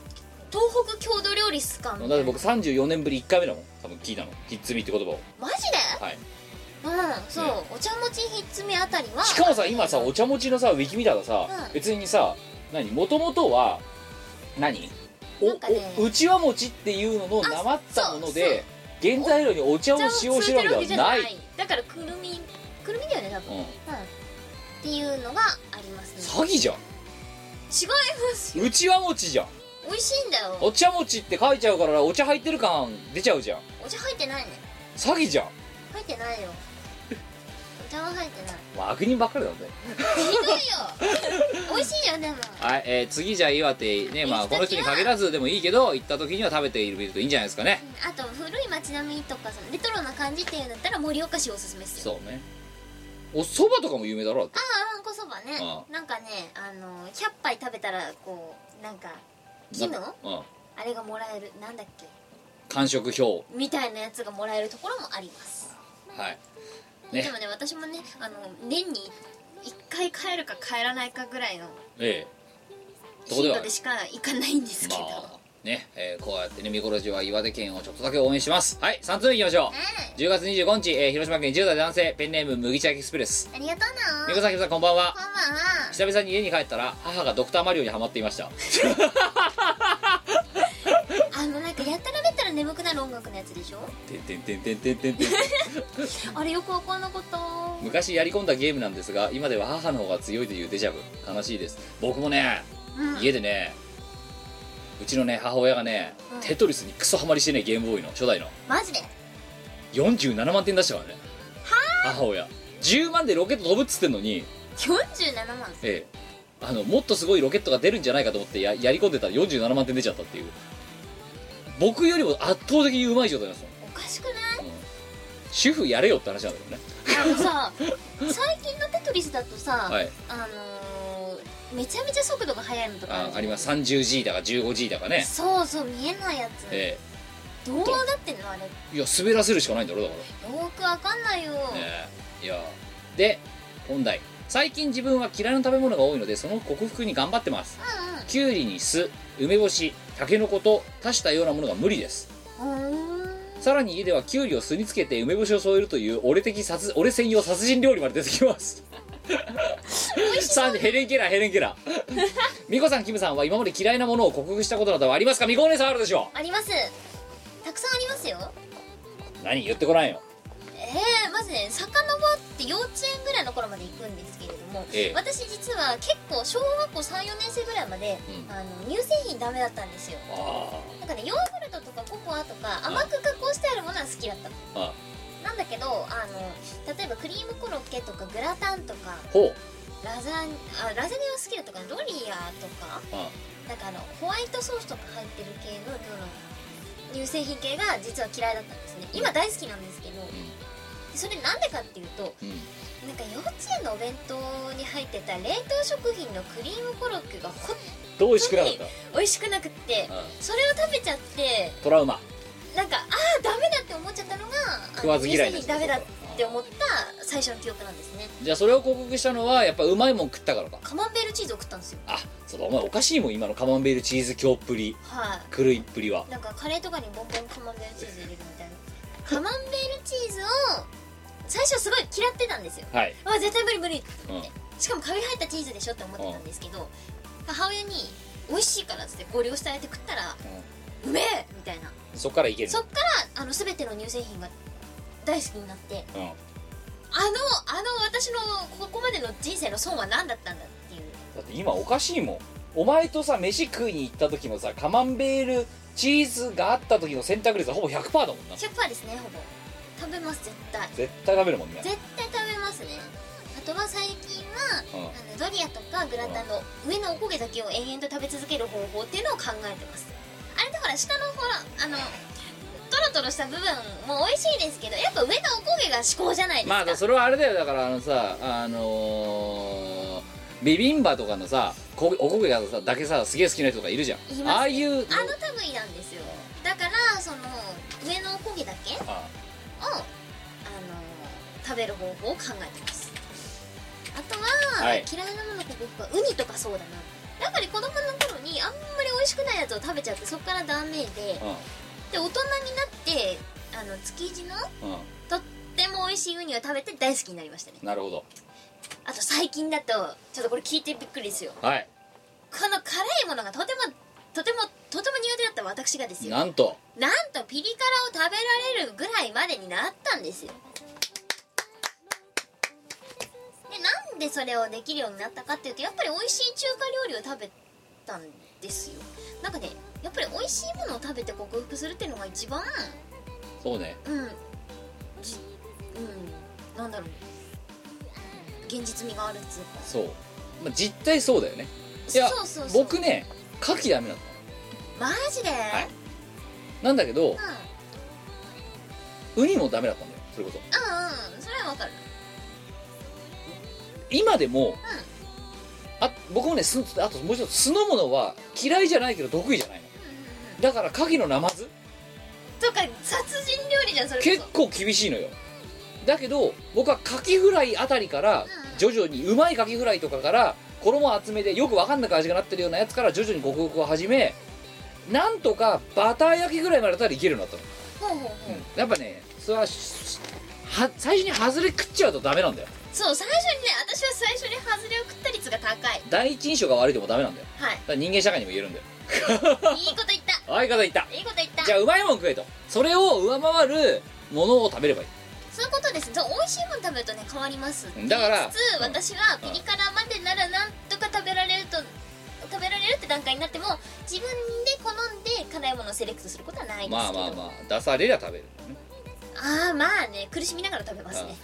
Speaker 2: 東北郷土料理っすかみたいな
Speaker 1: だって僕34年ぶり1回目だもん多分聞いたのひっつみって言葉を
Speaker 2: マジで
Speaker 1: はい
Speaker 2: うんそう、
Speaker 1: ね
Speaker 2: お茶持ちひっつみあたりは
Speaker 1: しかもさ今さお茶持ちのさウィキ見たらさ、
Speaker 2: うん
Speaker 1: 別にさ何もともとは何
Speaker 2: なんかね
Speaker 1: おおうちわ餅っていうのの
Speaker 2: あ
Speaker 1: なまったもので原材料にお茶を
Speaker 2: お茶を
Speaker 1: 使用してるわけではない
Speaker 2: だからくるみくるみだよね多分、
Speaker 1: うん、
Speaker 2: うんっていうのがありますね
Speaker 1: 詐欺じゃん
Speaker 2: 違いますよ
Speaker 1: うちわ餅じゃん
Speaker 2: 美味しいんだよ
Speaker 1: お茶餅って書いちゃうからお茶入ってる感出ちゃうじゃん
Speaker 2: お茶入ってないね
Speaker 1: 詐欺じゃん、
Speaker 2: 入ってないよお茶は入ってない
Speaker 1: まあ、悪人ばっかりだね
Speaker 2: ひ どいよ美味しいよでも
Speaker 1: はい、えー次じゃあ岩手ねまあこの人に限らずでもいいけど行った時には食べているといいんじゃないですかね
Speaker 2: うんあと古い街並みとかさレトロな感じっていうんだったら盛岡市おすすめっすよ
Speaker 1: そうねお蕎麦とかも有名だろだって
Speaker 2: あああんこそばね
Speaker 1: あ
Speaker 2: なんかねあの100杯食べたらこうなんか木の
Speaker 1: うん
Speaker 2: あれがもらえるなんだっけ
Speaker 1: 完食表は
Speaker 2: みたいなやつがもらえるところもあります
Speaker 1: いね
Speaker 2: でもね私もねあの年に1回帰るか帰らないかぐらいの
Speaker 1: えどこで
Speaker 2: 頻
Speaker 1: は
Speaker 2: 度でしか行かないんで
Speaker 1: え
Speaker 2: すけ
Speaker 1: ま
Speaker 2: ど、
Speaker 1: あね、えーこうやってねミコロジは岩手県をちょっとだけ応援しますはい3つ目いきましょう10月25日、えー広島県10代男性ペンネーム麦茶エクスプレス
Speaker 2: ありがとう
Speaker 1: ミ
Speaker 2: な
Speaker 1: コさんヒロさんこんばんは
Speaker 2: こんばんは
Speaker 1: 久々に家に帰ったら母がドクターマリオにハマっていました
Speaker 2: あのなんかやたらべったら眠くなる音楽のやつでしょ
Speaker 1: てんてんてんてんてんてんてん
Speaker 2: あれよくわかんなかったう
Speaker 1: 昔やり込んだゲームなんですが今では母の方が強いというデジャブ悲しいです僕もね
Speaker 2: ん
Speaker 1: 家でねうちのね母親がね、
Speaker 2: うん
Speaker 1: テトリスにクソハマりしてねゲームボーイの初代の
Speaker 2: マジで
Speaker 1: 47万点出したからね母親10万でロケット飛ぶっつってんのに
Speaker 2: 47万
Speaker 1: ええあのもっとすごいロケットが出るんじゃないかと思ってややり込んでたら47万点出ちゃったっていう僕よりも圧倒的にうまい状態なんですよ、
Speaker 2: おかしくない
Speaker 1: うん主婦やれよって話なんだけどね
Speaker 2: あのさ最近のテトリスだとさ、
Speaker 1: はい
Speaker 2: あのーめちゃめちゃ速度が速いのとかる
Speaker 1: あ
Speaker 2: じゃん
Speaker 1: あります 30G だか 15G だかね
Speaker 2: そうそう見えないやつ、
Speaker 1: え
Speaker 2: どうなってんのあれよ
Speaker 1: えいや滑らせるしかないんだろだか
Speaker 2: ーくわかんないよ、
Speaker 1: ら、ねえいやで本題最近自分は嫌いな食べ物が多いのでその克服に頑張ってますきゅうりに酢梅干したけのこと足したようなものが無理です
Speaker 2: うんうんうーん
Speaker 1: さらに家ではきゅうりを酢につけて梅干しを添えるという俺的殺俺専用殺人料理まで出てきますさあヘレンケラーヘレンケラーミコさんキムさんは今まで嫌いなものを克服したことなどはありますかミコお姉さんあるでしょ
Speaker 2: ありますたくさんありますよ
Speaker 1: 何言ってこないよ
Speaker 2: えー、まずね遡って幼稚園ぐらいの頃まで行くんですけれども、
Speaker 1: ええ
Speaker 2: 私実は結構小学校34年生ぐらいまで、
Speaker 1: うん
Speaker 2: あの乳製品ダメだったんですよ
Speaker 1: あ
Speaker 2: なんかねヨーグルトとかココアとか甘く加工してあるものは好きだったの
Speaker 1: ああ
Speaker 2: なんだけどあの例えばクリームコロッケとかグラタンとか
Speaker 1: ほう
Speaker 2: ラザニあラザニアは好きだとかロリアとか
Speaker 1: あ
Speaker 2: なんかあのホワイトソースとか入ってる系のその乳製品系が実は嫌いだったんですね今大好きなんですけどそれなんでかっていうと
Speaker 1: うん
Speaker 2: なんか幼稚園のお弁当に入ってた冷凍食品のクリームコロッケがほん
Speaker 1: どう美味しくなかった
Speaker 2: 美味しくなくって
Speaker 1: うん
Speaker 2: それを食べちゃって
Speaker 1: トラウマ
Speaker 2: なんかああダメだって思っちゃったのが
Speaker 1: 食わず嫌いな
Speaker 2: にダメだって思った最初の記憶なんですね
Speaker 1: じゃあそれを克服したのはやっぱうまいもん食ったからか
Speaker 2: カマンベールチーズを食ったんですよ
Speaker 1: あそうだお前おかしいもん今のカマンベールチーズ京っぷり
Speaker 2: はい、
Speaker 1: 狂いっぷりは
Speaker 2: なんかカレーとかにボンボンカマンベールチーズ入れるみたいなカマンベールチーズを最初すごい嫌ってたんですよ
Speaker 1: はい、
Speaker 2: わ絶対無理無理
Speaker 1: うん、
Speaker 2: しかもカビ入ったチーズでしょって思ってたんですけど母親に「美味しいから」っつってご利用してあげて食ったら「うめえ!」みたいな
Speaker 1: そっからいける
Speaker 2: そっからあの全ての乳製品が大好きになって
Speaker 1: うん、だ
Speaker 2: あのあの私のここまでの人生の損は何だったんだっていう
Speaker 1: って今おかしいもんお前とさ飯食いに行った時もさカマンベールチーズがあった時の選択率はほぼ100%だもんな
Speaker 2: 100%ですねほぼ食べます絶対
Speaker 1: 絶対食べるもんね
Speaker 2: 絶対食べますねあとは最近は
Speaker 1: うん
Speaker 2: あのドリアとかグラタンの上のおこげだけを延々と食べ続ける方法っていうのを考えてますあれでほら下のほらあのトロトロした部分も美味しいですけどやっぱ上のおこげが至高じゃないですか、
Speaker 1: まあそれはあれだよだからあのさあのービビンバとかのさこおこげがさだけさすげえ好きな人がいるじゃん
Speaker 2: いますね
Speaker 1: ああいう
Speaker 2: あの類なんですよだからその上のおこげだけをあ
Speaker 1: あ
Speaker 2: の食べる方法を考えてますあとは、
Speaker 1: はい
Speaker 2: 嫌いなもの克服はウニとかそうだなやっぱり子供の頃にあんまり美味しくないやつを食べちゃってそっからダメでで大人になってあの築地の
Speaker 1: うんうん
Speaker 2: とっても美味しいウニを食べて大好きになりましたね
Speaker 1: なるほど
Speaker 2: あと最近だとちょっとこれ聞いてびっくりですよ
Speaker 1: はい
Speaker 2: この辛いものがとてもとてもとても苦手だった私がですよ
Speaker 1: なんと
Speaker 2: なんとピリ辛を食べられるぐらいまでになったんですよでなんでそれをできるようになったかっていうとやっぱり美味しい中華料理を食べたんですよなんかねやっぱり美味しいものを食べて克服するっていうのが一番
Speaker 1: そうね
Speaker 2: うんじうんなんだろう現実味があるっつうか
Speaker 1: そう、まあ、実態そうだよねいや
Speaker 2: そうそうそう
Speaker 1: 僕ね牡蠣ダメなの
Speaker 2: マジで、
Speaker 1: いなんだけど
Speaker 2: うん
Speaker 1: ウニもダメだったんだよそれこそ
Speaker 2: うんうんそれはわかる
Speaker 1: 今でも、あ僕もねすあともう一つ酢の物は嫌いじゃないけど得意じゃないのだから牡蠣のナマズ
Speaker 2: とか殺人料理じゃんそれこそ
Speaker 1: 結構厳しいのよだけど僕はカキフライあたりから
Speaker 2: うん
Speaker 1: 徐々にうまいカキフライとかから衣厚めでよくわかんなく味がなってるようなやつから徐々に克服を始めなんとかバター焼きぐらいまでだったらいけるようになっ
Speaker 2: ほうほうほう、
Speaker 1: たの、やっぱねそれはしは最初に外れ食っちゃうとダメなんだよ
Speaker 2: そう最初にね私は最初にハズレを食った率が高い
Speaker 1: 第一印象が悪いでもダメなんだよ
Speaker 2: は
Speaker 1: だ
Speaker 2: い
Speaker 1: から人間社会にも言えるんだよ
Speaker 2: いいこと言った
Speaker 1: ああいう方いった
Speaker 2: いいこと言った
Speaker 1: じゃあうまいもん食えとそれを上回るものを食べればいい
Speaker 2: そういうことですそう美味しいもの食べるとね変わります
Speaker 1: だから
Speaker 2: つつ私は
Speaker 1: うん
Speaker 2: ピリ辛までならなんとか食べられると食べられるって段階になっても自分で好んで辛いものをセレクトすることはないですけど
Speaker 1: まあまあまあ出されりゃ食べる
Speaker 2: ああーまあね苦しみながら食べますね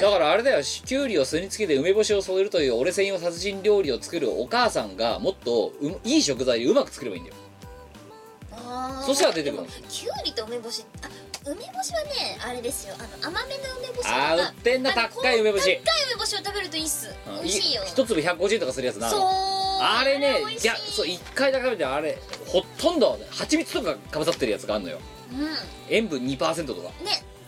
Speaker 1: だからあれだよしきゅうりを酢につけて梅干しを添えるという俺専用殺人料理を作るお母さんがもっとういい食材でうまく作ればいいんだよ
Speaker 2: あー
Speaker 1: そしたら出てくる
Speaker 2: でもきゅうりと梅干しあ梅干しはねあれですよあの甘めの梅干しとか
Speaker 1: あー売ってんな
Speaker 2: あの
Speaker 1: 高い梅干
Speaker 2: 高い
Speaker 1: し
Speaker 2: 梅干しを食べるといいっす美味しいよ
Speaker 1: 一粒150円とかするやつな
Speaker 2: そう
Speaker 1: あれね
Speaker 2: 美味し
Speaker 1: いやそう一回だけ食べてあれほとんど蜂蜜とかかぶさってるやつがあるのよ
Speaker 2: うんね
Speaker 1: 塩分2%とか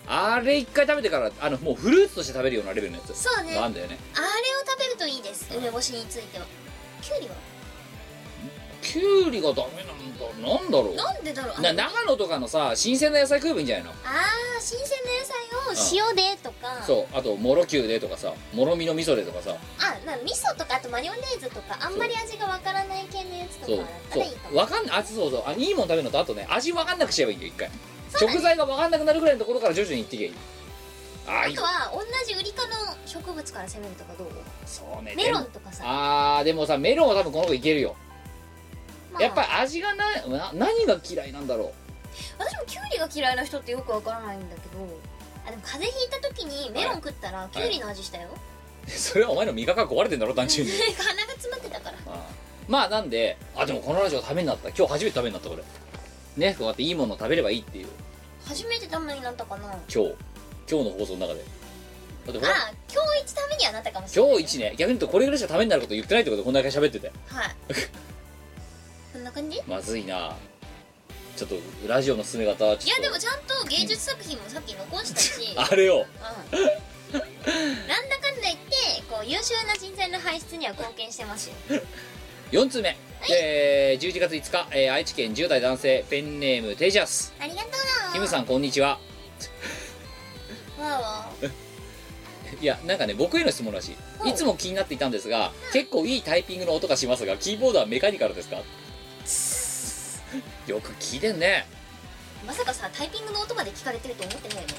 Speaker 1: あれ一回食べてからあのもうフルーツとして食べるようなレベルのやつ
Speaker 2: そうね
Speaker 1: があ
Speaker 2: あれを
Speaker 1: んだよね
Speaker 2: 食べるといいです梅干しについてはきゅうりは
Speaker 1: きゅうりがダメなんだなんだろ
Speaker 2: なんでだろ
Speaker 1: う
Speaker 2: うあ
Speaker 1: な
Speaker 2: の
Speaker 1: 長野とかのさ新鮮な野菜食えばいいんじゃないの
Speaker 2: あー新鮮な野菜を塩でとか
Speaker 1: そうあともろきゅうでとかさもろみの味噌でとかさ
Speaker 2: あな味噌とかあとマヨネーズとかあんまり味がわからない系のやつと
Speaker 1: そう
Speaker 2: かだった
Speaker 1: そ
Speaker 2: らいいか
Speaker 1: う
Speaker 2: も
Speaker 1: わかんないあそうそうあいいもん食べるのとあとね味わかんなくしちゃえばいいんだよ一回食材がわかんなくなるぐらいのところから徐々に行ってけばいいああ
Speaker 2: あ
Speaker 1: いい
Speaker 2: とは同じウリ科の植物から攻めるとかどう
Speaker 1: そうね
Speaker 2: メロ
Speaker 1: で
Speaker 2: ン
Speaker 1: も
Speaker 2: とかさ
Speaker 1: あーでもさメロンは多分この子いけるよ、
Speaker 2: まあ
Speaker 1: やっぱり味がないな何が嫌いなんだろ
Speaker 2: 私もキュウリが嫌いな人ってよくわからないんだけどあでも風邪ひいた時にメロン食ったらキュウリの味したよ、
Speaker 1: う それはお前の味覚が壊れてんだろ単純に
Speaker 2: 鼻が詰まってたから
Speaker 1: あーまあなんであでもこのラジオためになった今日初めてためになったこれねこうやっていいものを食べればいいっていう
Speaker 2: 初めてダメになったかなあ
Speaker 1: 今日今日の放送の中でだってほら
Speaker 2: 今日一ダメにはなったかもしれない
Speaker 1: 今日一ね逆に言うとこれぐらいしかためになること言ってないってことこんだけ喋ってて
Speaker 2: はいこんな感じいや
Speaker 1: まずいなちょっとラジオの進め方はちょっと
Speaker 2: でもちゃんと芸術作品もさっき残したし、うん、なんだ
Speaker 1: あれを
Speaker 2: かんだ言ってこう優秀な人材の輩出には貢献してますよ
Speaker 1: 4通目、えー11月5日、えー愛知県10代男性ペンネームテジャス
Speaker 2: ありがとうな
Speaker 1: キムさんこんにちは
Speaker 2: わあわあ
Speaker 1: いやなんかね僕への質問らし
Speaker 2: ほ
Speaker 1: いういつも気になっていたんですが結構いいタイピングの音がしますがキーボードはメカニカルですかよく聞いてんね
Speaker 2: まさかさタイピングの音まで聞かれてると思ってないよね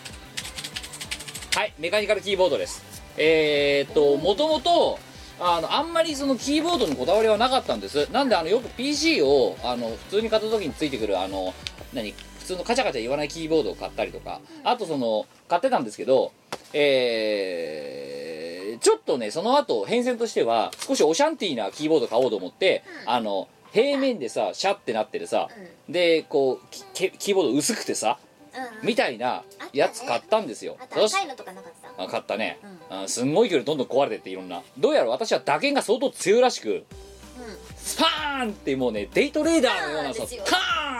Speaker 1: はいメカニカルキーボードですえー、っともともとあのあんまりそのキーボードにこだわりはなかったんですなんであのよく PC をあの普通に買った時についてくるあの何普通のカチャカチャ言わないキーボードを買ったりとかあとその買ってたんですけどえー、ちょっとねその後変遷としては少しオシャンティーなキーボード買おうと思って、あの平面でさシャってなってるさ、でこうきけキーボード薄くてさ
Speaker 2: うん
Speaker 1: みたいなやつ買ったんですよ
Speaker 2: あと
Speaker 1: そし
Speaker 2: 赤いのとかなかった
Speaker 1: あ買ったね、あすんごい距離どんどん壊れてっていろんなどうやら私は打鍵が相当強いらしく、スパーンってもうねデイトレーダーのようなさ
Speaker 2: スパ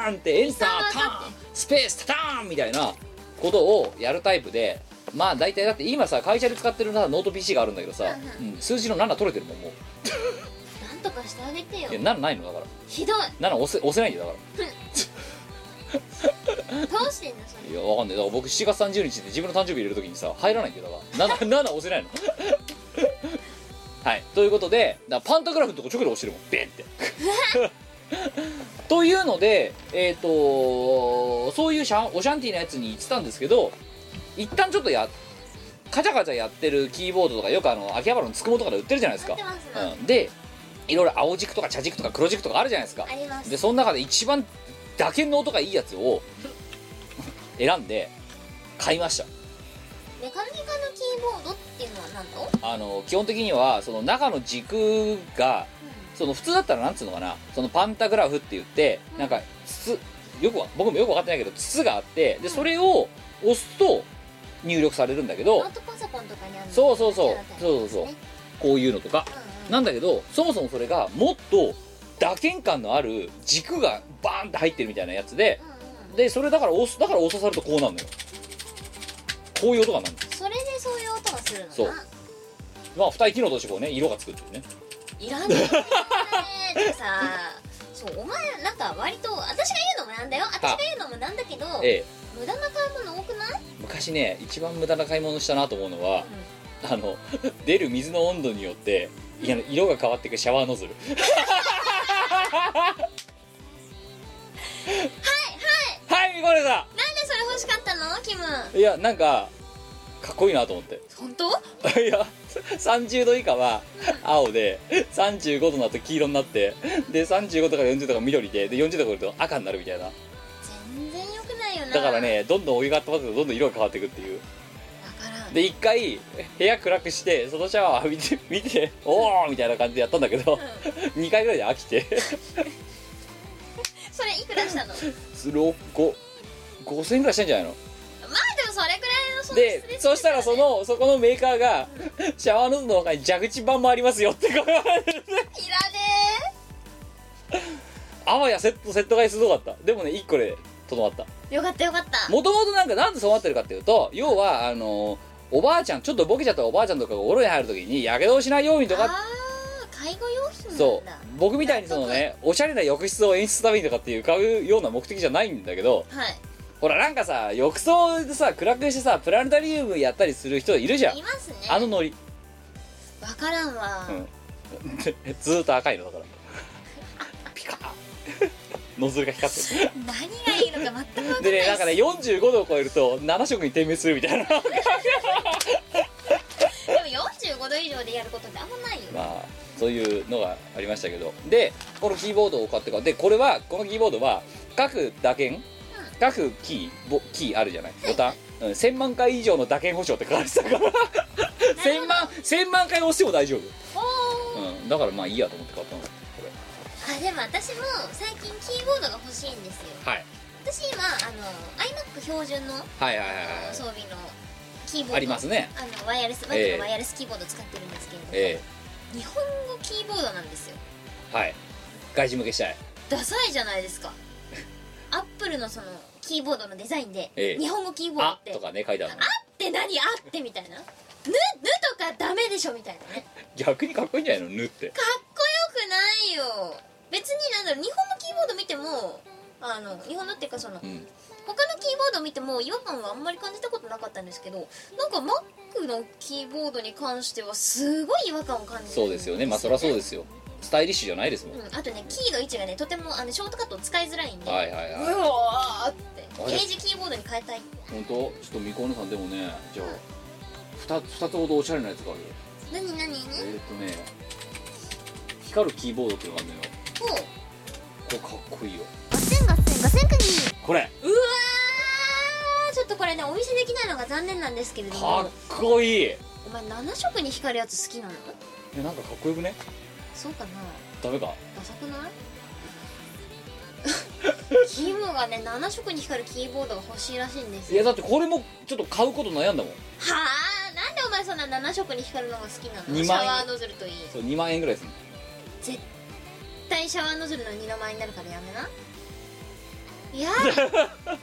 Speaker 2: ー
Speaker 1: ター
Speaker 2: ンですよ
Speaker 1: ンってエンター
Speaker 2: ス
Speaker 1: タ
Speaker 2: パーン
Speaker 1: ーンスペースタターンみたいなことをやるタイプでまあ大体だって今さ会社で使ってるなノート PC があるんだけどさ、
Speaker 2: う
Speaker 1: うん数字の7取れてるもんもう
Speaker 2: なんとかしてあげてよ
Speaker 1: いや7ないのだから
Speaker 2: ひどい
Speaker 1: 7押せ押せないんだよだか
Speaker 2: どうしてんのそれ
Speaker 1: らいやわかんないだから僕7月30日で自分の誕生日入れるときにさ入らないんだよだから 7, 7押せないの はいということでだからパンタグラフのとこ直で押してるもんベンって というので、えっとそういうシャンオシャンティーなやつに行ってたんですけど一旦ちょっとやカチャカチャやってるキーボードとかよくあの秋葉原のつくもとかで売ってるじゃないですか
Speaker 2: 売ってますね
Speaker 1: うん、でいろいろ青軸とか茶軸とか黒軸とかあるじゃないですか
Speaker 2: あります
Speaker 1: でその中で一番打鍵の音がいいやつを選んで買いました
Speaker 2: メカニカのキーボードっていうのは何だ
Speaker 1: あの基本的にはその中の軸がその普通だったらなんつうのかなそのパンタグラフって言ってなんか筒よくわ僕もよく分かってないけど筒があってでそれを押すと入力されるんだけど
Speaker 2: ノートパソコンとかにある
Speaker 1: そうそうそう
Speaker 2: そう
Speaker 1: そうそうそうこういうのとかなんだけどそもそもそれがもっと打鍵感のある軸がバーンって入ってるみたいなやつで
Speaker 2: うんうんうん
Speaker 1: でそれだから押すだから押さされるとこうなるのよこういう音がなるの
Speaker 2: それでそういう音がするの
Speaker 1: そう
Speaker 2: かな
Speaker 1: まあ二重機能としてこうね色がつくっていうね
Speaker 2: いらねえいらねえってさそうお前なんか割と私が言うのもなんだよ私が言うのもなんだけど
Speaker 1: ええ
Speaker 2: 無駄な買い物多くない
Speaker 1: 昔ね一番無駄な買い物したなと思うのは、あの 出る水の温度によっていや色が変わっていくシャワーノズルはいはいはいこれだ
Speaker 2: なんでそれ欲しかったのキム
Speaker 1: いやなんかかっこいいなと思って
Speaker 2: 本当
Speaker 1: いや30度以下は青で35度になると黄色になってで35とから40とか緑でで40とか来ると赤になるみたいな
Speaker 2: 全然良くないよな
Speaker 1: だからねどんどんお湯が温まってくとどんどん色が変わっていくっていう
Speaker 2: わからん
Speaker 1: で一回部屋暗くしてそのシャワー浴びて 見ておーみたいな感じでやったんだけど2回ぐらいで飽きて
Speaker 2: それいくらし たのまあでも
Speaker 1: 5000円ぐらいしたんじゃないの
Speaker 2: それくらいの損失
Speaker 1: でそしたら
Speaker 2: よ
Speaker 1: そのそこのメーカーがシャワーノズルの他に蛇口版もありますよってこれ
Speaker 2: いらね
Speaker 1: あわやセットセット買いするとこだったでもね1個でとどまった
Speaker 2: えよかったよかった
Speaker 1: もともとなんかなんでそうなってるかっていうと要はあのおばあちゃんちょっとボケちゃったおばあちゃんとかがお風呂に入るときにやけどをしないようにとか
Speaker 2: ああ介護用品なんだ
Speaker 1: そう僕みたいにそのねおしゃれな浴室を演出するためにとかっていう買うような目的じゃないんだけど
Speaker 2: はい
Speaker 1: ほらなんかさ浴槽でさ暗くしてさプラネタリウムやったりする人いるじゃん
Speaker 2: いますね
Speaker 1: あのノリ
Speaker 2: わからんわ、
Speaker 1: うんでずーっと赤いのだからピカー ノズルが光ってる
Speaker 2: 何がいいのか全くわかんない
Speaker 1: でねなんかね45度を超えると7色に点滅するみたいな
Speaker 2: でも45度以上でやることってあんまないよ、
Speaker 1: まあそういうのがありましたけどでこのキーボードを買ってからでこれはこのキーボードは各打鍵各キーボキーあるじゃないボタン、うん、1000万回以上の打鍵保証って書かれてたから1000万1000万回押しても大丈
Speaker 2: おー
Speaker 1: 夫、うん、だからまあいいやと思って買ったのこ
Speaker 2: あでも私も最近キーボードが欲しいんですよ
Speaker 1: れ、はい、
Speaker 2: 私今あの iMac 標準の
Speaker 1: はいはいはい
Speaker 2: あの装
Speaker 1: は
Speaker 2: 備のキーボード
Speaker 1: いありますね
Speaker 2: あのワイヤレスマイクのワイヤレスキーボード使ってるんですけれども、
Speaker 1: え
Speaker 2: 日本語キーボードなんですよ
Speaker 1: えはい外人向けしたい
Speaker 2: ダサいじゃないですかアップルのそのキーボードのデザインで、
Speaker 1: ええ
Speaker 2: 日本語キー
Speaker 1: 「
Speaker 2: ボード
Speaker 1: あ
Speaker 2: っ」て
Speaker 1: とかね書いてあるの
Speaker 2: あって何あってみたいな「ぬ」「ぬ」とかダメでしょみたいなね
Speaker 1: 逆にかっこいいんじゃないの「ぬ」って
Speaker 2: かっこよくないよ別になんだろう日本のキーボード見てもあの日本のっていうかその、
Speaker 1: うん
Speaker 2: 他のキーボード見ても違和感はあんまり感じたことなかったんですけどなんか Mac のキーボードに関してはすごい違和感を感じる
Speaker 1: そうですよねまあそりゃそうですすよスタイリッシュじゃないですもん、
Speaker 2: うん、あとねキーの位置がねとてもあのショートカットを使いづらいんで、
Speaker 1: はいはいはいう
Speaker 2: わーって
Speaker 1: あれ
Speaker 2: エイジキーボードに変えたい
Speaker 1: 本当ちょっとみこお姉さんでもねじゃあ 2, つ二つほどおしゃれなやつがあるよ
Speaker 2: 何何
Speaker 1: え
Speaker 2: 何
Speaker 1: ーっとね光るキーボードっていうのがあるのよ
Speaker 2: ほう
Speaker 1: これかっこいいよ
Speaker 3: ガセンガセンガセンクニ
Speaker 1: これ
Speaker 2: うわーちょっとこれねお見せできないのが残念なんですけれど
Speaker 1: かっ
Speaker 2: も
Speaker 1: こいいい
Speaker 2: お前7色に光るやつ好きなの
Speaker 1: やなんかかっこよくね
Speaker 2: そうかな
Speaker 1: ダメか
Speaker 2: ダサくないキーボードがね7色に光るキーボードが欲しいらしいんです
Speaker 1: い
Speaker 2: よ
Speaker 1: やだってこれもちょっと買うこと悩んだもん
Speaker 2: はあなんでお前そんな7色に光るのが好きなの
Speaker 1: 二
Speaker 2: シ
Speaker 1: 枚
Speaker 2: ャワーノズルといい
Speaker 1: そう2万円ぐらいする
Speaker 2: 絶対シャワーノズルの二の舞になるからやめな いやだ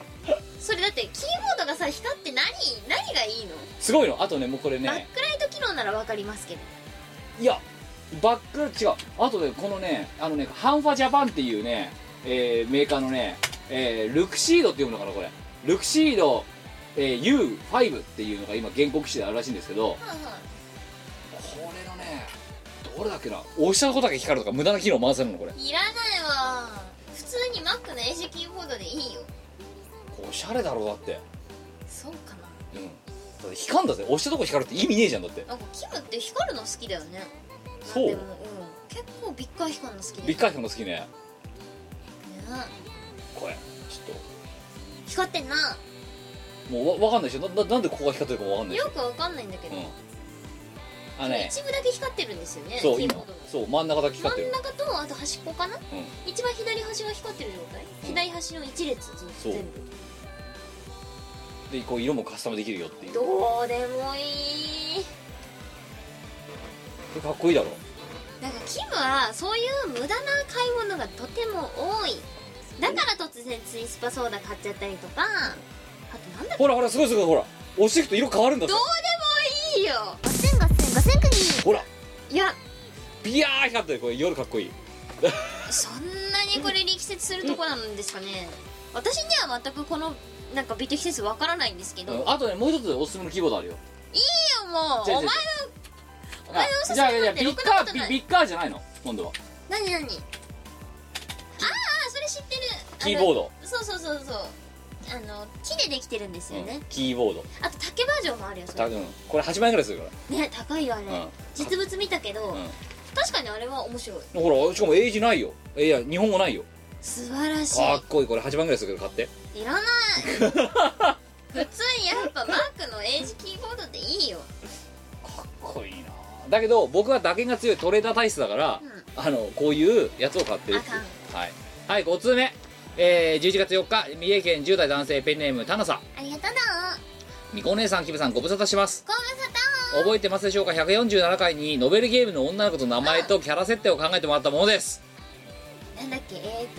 Speaker 2: それだってキーボードがさ光って何何がいいの、
Speaker 1: すごいのあとねもうこれ
Speaker 2: バッ
Speaker 1: ね
Speaker 2: クライト機能ならわかりますけど
Speaker 1: いやバック違うあとねこのねあのねハンファジャパンっていうね、えーメーカーのね、えールクシードって読むのかなこれルクシード、えー U5 っていうのが今原告機種であるらしいんですけど
Speaker 2: はいはい
Speaker 1: これのねどれだっけな押したことだけ光るとか無駄な機能回せるのこれ
Speaker 2: いらないわ普通に Mac の Edge キーボードでいいよ
Speaker 1: おしゃれだろだって
Speaker 2: そうかな
Speaker 1: うんだって光んだぜ押したとこ光るって意味ねえじゃんだって
Speaker 2: なんかキムって光るの好きだよね
Speaker 1: そう
Speaker 2: なんでもうん、結構ビッカー光るの好きだよね
Speaker 1: びっかりしたの好きね
Speaker 2: ね
Speaker 1: これちょっ
Speaker 2: 光ってんな
Speaker 1: ともうわわかんないでしょなななんでここが光ってるかわかんないでし
Speaker 2: よ
Speaker 1: ょ
Speaker 2: くわかんないんだけど、
Speaker 1: うんあのね
Speaker 2: 一部だけ光ってるんですよね
Speaker 1: そう
Speaker 2: キー
Speaker 1: 今
Speaker 2: ボードの
Speaker 1: そう真ん中だけ光って
Speaker 2: 真ん
Speaker 1: る
Speaker 2: 中とあと端っこかな、一番左端が光ってる状態、
Speaker 1: うん
Speaker 2: 左端の一列ず
Speaker 1: そう
Speaker 2: 全
Speaker 1: でこう色もカスタムできるよってい
Speaker 2: 部
Speaker 1: う
Speaker 2: どうでもいい
Speaker 1: でかっこいいだろ
Speaker 2: なんかキムはそういう無駄な買い物がとても多いだから突然ツイスパソーダ買っちゃったりとかあとなんだ
Speaker 1: ほらほらすごいすごいほら押していくと色変わるんだぜ
Speaker 2: どうでもいいよ
Speaker 3: ーガセンガセンガセンクニー
Speaker 1: ほら
Speaker 2: いや
Speaker 1: ビヤー光ってるこれ夜かっこいい
Speaker 2: そんなにこれ力説するとこなんですかね私には全くこのなんか美的センスわからないんですけど、
Speaker 1: う
Speaker 2: い
Speaker 1: ん
Speaker 2: いよ
Speaker 1: あとねもう一つおすすめのキーボードあるよ
Speaker 2: もうお
Speaker 1: じゃあ
Speaker 2: 前のお前のおすすめ
Speaker 1: じゃあじゃ
Speaker 2: な
Speaker 1: あ
Speaker 2: ん
Speaker 1: ビ
Speaker 2: てろ
Speaker 1: ッ
Speaker 2: く
Speaker 1: カ
Speaker 2: なこと
Speaker 1: ー
Speaker 2: ない
Speaker 1: ビビッカーじゃないの今度は
Speaker 2: 何何ああそれ知ってるあの
Speaker 1: キーボード
Speaker 2: そうそうそうそうあの木でできてるんですよね、
Speaker 1: キーボード
Speaker 2: あと竹バージョンもあるよそ
Speaker 1: 多
Speaker 2: れ
Speaker 1: 分これ8万円ぐらいするから
Speaker 2: ね高いよあれ、
Speaker 1: うん
Speaker 2: 実物見たけど、
Speaker 1: う
Speaker 2: 確かにあれは面白い
Speaker 1: ん、ほらしかも英字ないよえいや日本語ないよ
Speaker 2: 素晴らし
Speaker 1: かっこいいこれ8万ぐらいするけど買って
Speaker 2: い いらない普通にやっぱマークの英字キーボードでいいよ
Speaker 1: かっこいいなだけど僕は打鍵が強いトレーダー体質だから、あのこういうやつを買ってるっていうはい、はい、5通目えー、11月4日三重県10代男性ペンネームタナさ
Speaker 2: ありがとうだ
Speaker 1: んみこお姉さんキムさんご無沙汰します
Speaker 2: ご無沙汰
Speaker 1: 覚えてますでしょうか147回にノベルゲームの女の子と名前とキャラ設定を考えてもらったものです
Speaker 2: なんだっけえー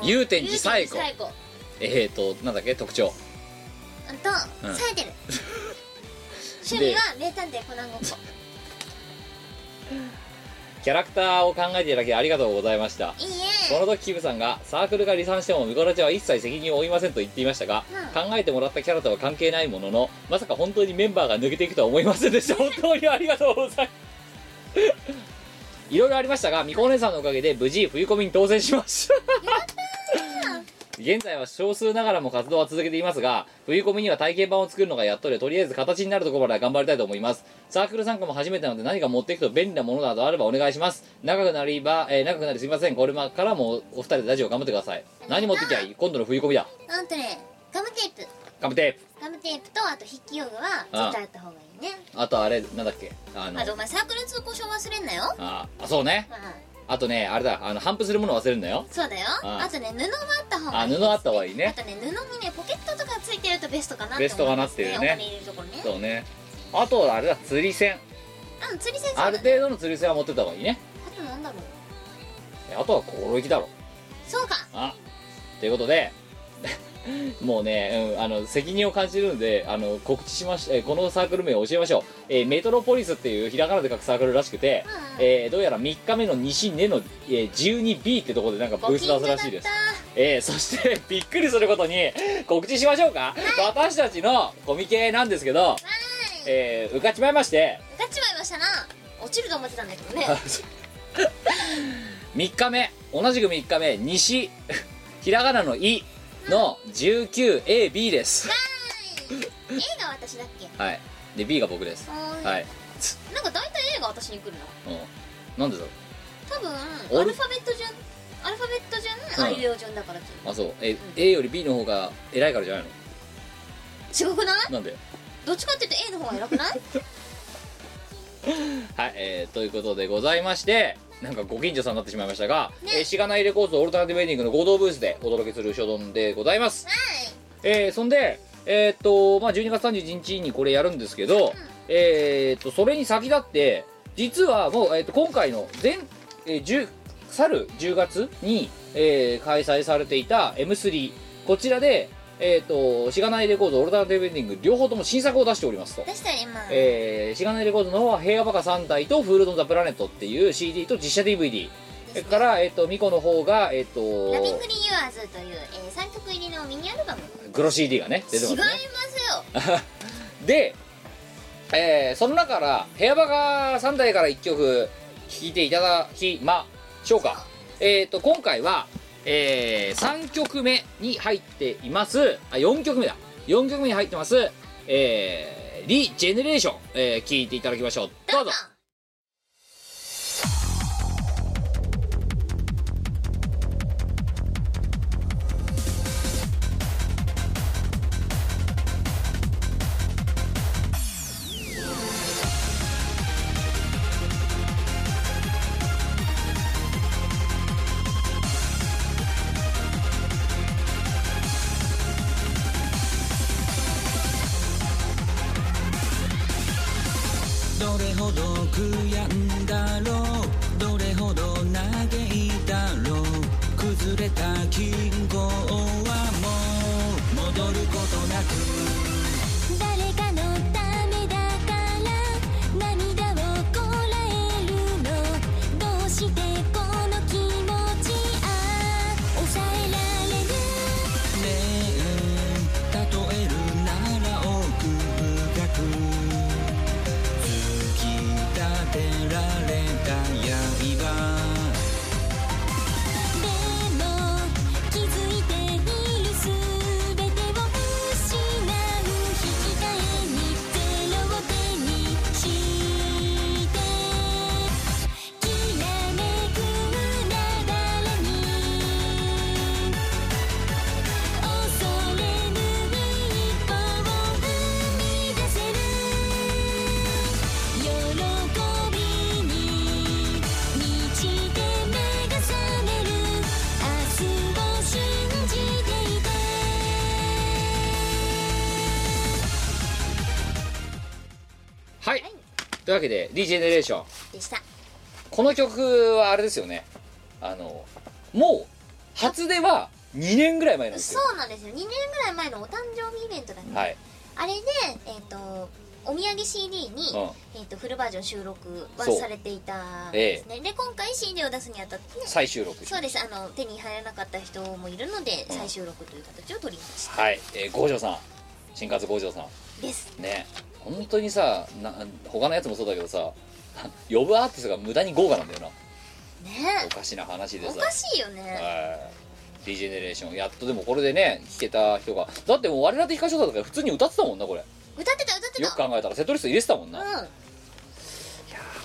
Speaker 2: と
Speaker 1: 祐天寺冴子
Speaker 2: 祐天寺冴
Speaker 1: えーとなんだっけ特徴
Speaker 2: 子あと、
Speaker 1: うん
Speaker 2: 冴 えてる趣味は名探偵コナンごっ こ
Speaker 1: キャラクターを考えていただきありがとうございました
Speaker 2: いい
Speaker 1: こ
Speaker 2: え
Speaker 1: の時キムさんがサークルが離散してもミコラちは一切責任を負いませんと言っていましたが、考えてもらったキャラとは関係ないもののまさか本当にメンバーが抜けていくとは思いませんでした本当にありがとうございますいろいろありましたがみこお姉さんのおかげで無事冬コミに当選しました現在は少数ながらも活動は続けていますが冬コミには体験版を作るのがやっとでとりあえず形になるところまでは頑張りたいと思いますサークル参加も初めてなので何か持っていくと便利なものなどあればお願いします長くなりば、えー長くなりすみませんこれからもお二人でラジオ頑張ってください何持ってきゃいい今度の冬コミだ
Speaker 2: なんとねガムテープ
Speaker 1: 頑張って
Speaker 2: ガムテープとあと筆記用具は
Speaker 1: ああ
Speaker 2: 絶対あった方がいいね
Speaker 1: あとあれなんだっけあの
Speaker 2: あとお前サークル通行証忘れんなよ
Speaker 1: ああそうね
Speaker 2: うん
Speaker 1: あとねあれだあの反布するもの忘れるんだよ
Speaker 2: そうだよ
Speaker 1: ああ
Speaker 2: あとね布もあった方が
Speaker 1: あ
Speaker 2: いい
Speaker 1: 布あった方がいい
Speaker 2: あ
Speaker 1: ね
Speaker 2: とね布にねポケットとかついてるとベストかなって思います、ね、
Speaker 1: ベストかなっていうね
Speaker 2: お金入れるところね
Speaker 1: そうねあとあれだ釣り線
Speaker 2: うん釣り先生
Speaker 1: ある程度の釣り線は持ってった方がいいね
Speaker 2: あとなんだろう
Speaker 1: あとは心意気だろ
Speaker 2: そうか
Speaker 1: あということで もうね、うん、あの責任を感じるのであの告知しまし、えーこのサークル名を教えましょう、えーメトロポリスっていうひらがなで書くサークルらしくて、えーどうやら3日目の西根の、えー 12B ってところでなんかブ
Speaker 2: ご
Speaker 1: ース
Speaker 2: 近所
Speaker 1: 出すら
Speaker 2: だった
Speaker 1: しいですえーそして びっくりすることに告知しましょうか、私たちのコミケなんですけど、えー受かっちまいまして
Speaker 2: 受かっちまいましたな落ちると思ってたんだけどね
Speaker 1: 3日目同じく3日目西ひらがなの「い」の 19AB です、
Speaker 2: A が私だっけ
Speaker 1: はいで B が僕です
Speaker 2: はーい
Speaker 1: はい
Speaker 2: なんか大体 A が私に来るの
Speaker 1: うんなんでだろ
Speaker 2: 多分
Speaker 1: ル
Speaker 2: アルファベット順アルファベット順あいうえお順だからっていう
Speaker 1: うあそうえ A より B の方が偉いからじゃない
Speaker 2: すごくない
Speaker 1: のなんで
Speaker 2: どっちかって言うと A の方が偉くない
Speaker 1: はい、えー、ということでございましてなんかご近所さんになってしまいましたが、
Speaker 2: ね
Speaker 1: えーしがないレコーズとオルタナティブエンディングの合同ブースでお届けする所存でございます、えー、そんでえーっとまあ12月31日にこれやるんですけど、えーっとそれに先立って実はもう、えーっと今回の前、えー、10去る10月に、えー開催されていた M3 こちらでえーっとしがないレコーズとオルタナティブエンディング両方とも新作を出しておりますと
Speaker 2: 出したよ今、
Speaker 1: えー、シガナイレコードの方は「平和バカ3体」と「フールドン・ザ・プラネット」っていう CD と実写 DVD それから、えっとミコの方が、えっと
Speaker 2: ラビングリユアーズという、え3曲入りのミニアルバム
Speaker 1: グロ CD がね
Speaker 2: 違
Speaker 1: 出
Speaker 2: い
Speaker 1: て
Speaker 2: ます
Speaker 1: ます
Speaker 2: よ
Speaker 1: ねで、えーその中から「ヘアバカ3台」から1曲聴いていただきましょうかえっ、と今回は、え3曲目に入っていますあ4曲目だ4曲目に入ってますえーリジェネレーション、えー、聞いていただきましょうどうぞ
Speaker 10: どれほど悔やんだろうどれほど嘆いたろう崩れた均衡はもう戻ることなく
Speaker 3: 誰かのためだから涙をこらえるのどうしてこの気持ちあ抑えられる
Speaker 10: ねえ例えるなら奥深く突き立てられた刃
Speaker 3: でも気づいているすべてを失う引き換えにゼロを手にしてきらめく流れに恐れぬ一歩を生み出せる喜びに満ちて目が覚める明日を信じていて
Speaker 1: はい、というわけで「リジェネレーション」
Speaker 2: でした
Speaker 1: この曲はあれですよねあのもう初出は2年ぐらい前なんです
Speaker 2: そ
Speaker 1: よ
Speaker 2: うなんですよ2年ぐらい前のお誕生日イベントだね、
Speaker 1: はい、
Speaker 2: あれでえっ、とお土産 CD に、えー、とフルバージョン収録は
Speaker 1: そう
Speaker 2: されていたんですね、で今回 CD を出すにあたってね
Speaker 1: 再収録
Speaker 2: そうですあの手に入らなかった人もいるので再収録という形を取りました
Speaker 1: はい、えー、五条さん新活五条さ
Speaker 2: です
Speaker 1: んね本当にさな他のやつもそうだけどさ 呼ぶアーティストが無駄に豪華なんだよな
Speaker 2: ね
Speaker 1: おかしな話で
Speaker 2: お
Speaker 1: さ
Speaker 2: かしいよね
Speaker 1: はいリジェネレーションやっとでもこれでね聴けた人がだってもう我ら的歌唱だとから普通に歌ってたもんなこれ
Speaker 2: 歌ってた歌ってた
Speaker 1: よく考えたらセットリスト入れてたもんな、
Speaker 2: うん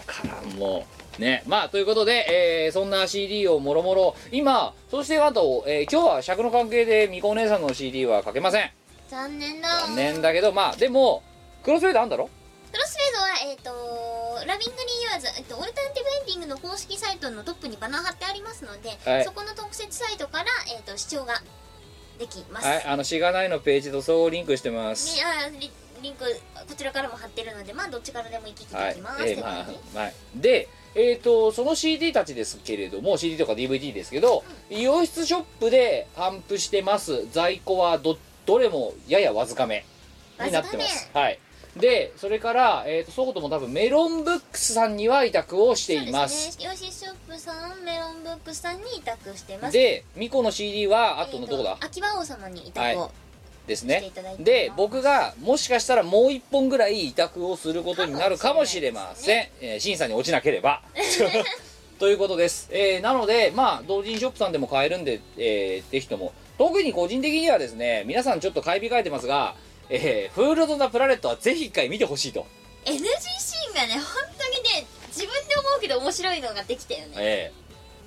Speaker 1: からもうねまあということで、えーそんな CD をもろもろ今そしてあと、えー今日は尺の関係でみこお姉さんの CD はかけません
Speaker 2: 残念だ
Speaker 1: 残念だけどまあでもクロスフェードあんだろ
Speaker 2: クロスフェードはえっ、とラビングリーユアーズ、えっとオルタナティブエンディングの公式サイトのトップにバナー貼ってありますので、
Speaker 1: はい
Speaker 2: そこの特設サイトから、えっと視聴ができます、
Speaker 1: はいあのしがないのページとそうリンクしてま
Speaker 2: ね
Speaker 1: す、
Speaker 2: あリリンクこちらからも貼ってるのでまあどっちからでも行き来
Speaker 1: は
Speaker 2: で
Speaker 1: い
Speaker 2: きます、
Speaker 1: えー
Speaker 2: って
Speaker 1: ま
Speaker 2: 感
Speaker 1: あ
Speaker 2: じ
Speaker 1: はい、でえー、とその CD たちですけれども CD とか DVD ですけど、洋室ショップで販布してます在庫はどどれもややわずかめになってます、はいでそれから、えー、とそういうことも多分メロンブックスさんには委託をしています
Speaker 2: そうですねヨシショップさんメロンブックさんに委託してます
Speaker 1: でミコの CD はあとのどこだ、
Speaker 2: えっ秋葉王様に委託を、
Speaker 1: はいです
Speaker 2: して
Speaker 1: ね
Speaker 2: いただいてます
Speaker 1: で僕がもしかしたらもう一本ぐらい委託をすることになるかもしれません、えー審査に落ちなけれ ばということです、えーなのでまあ同人ショップさんでも買えるんで、えー、ぜひとも特に個人的にはですね皆さんちょっと買い控えてますが「えーフールド・ザ・プラネット」はぜひ一回見てほしいと
Speaker 2: NG シーンがね本当にね地自分で思うけど面白いのができたよね
Speaker 1: ええ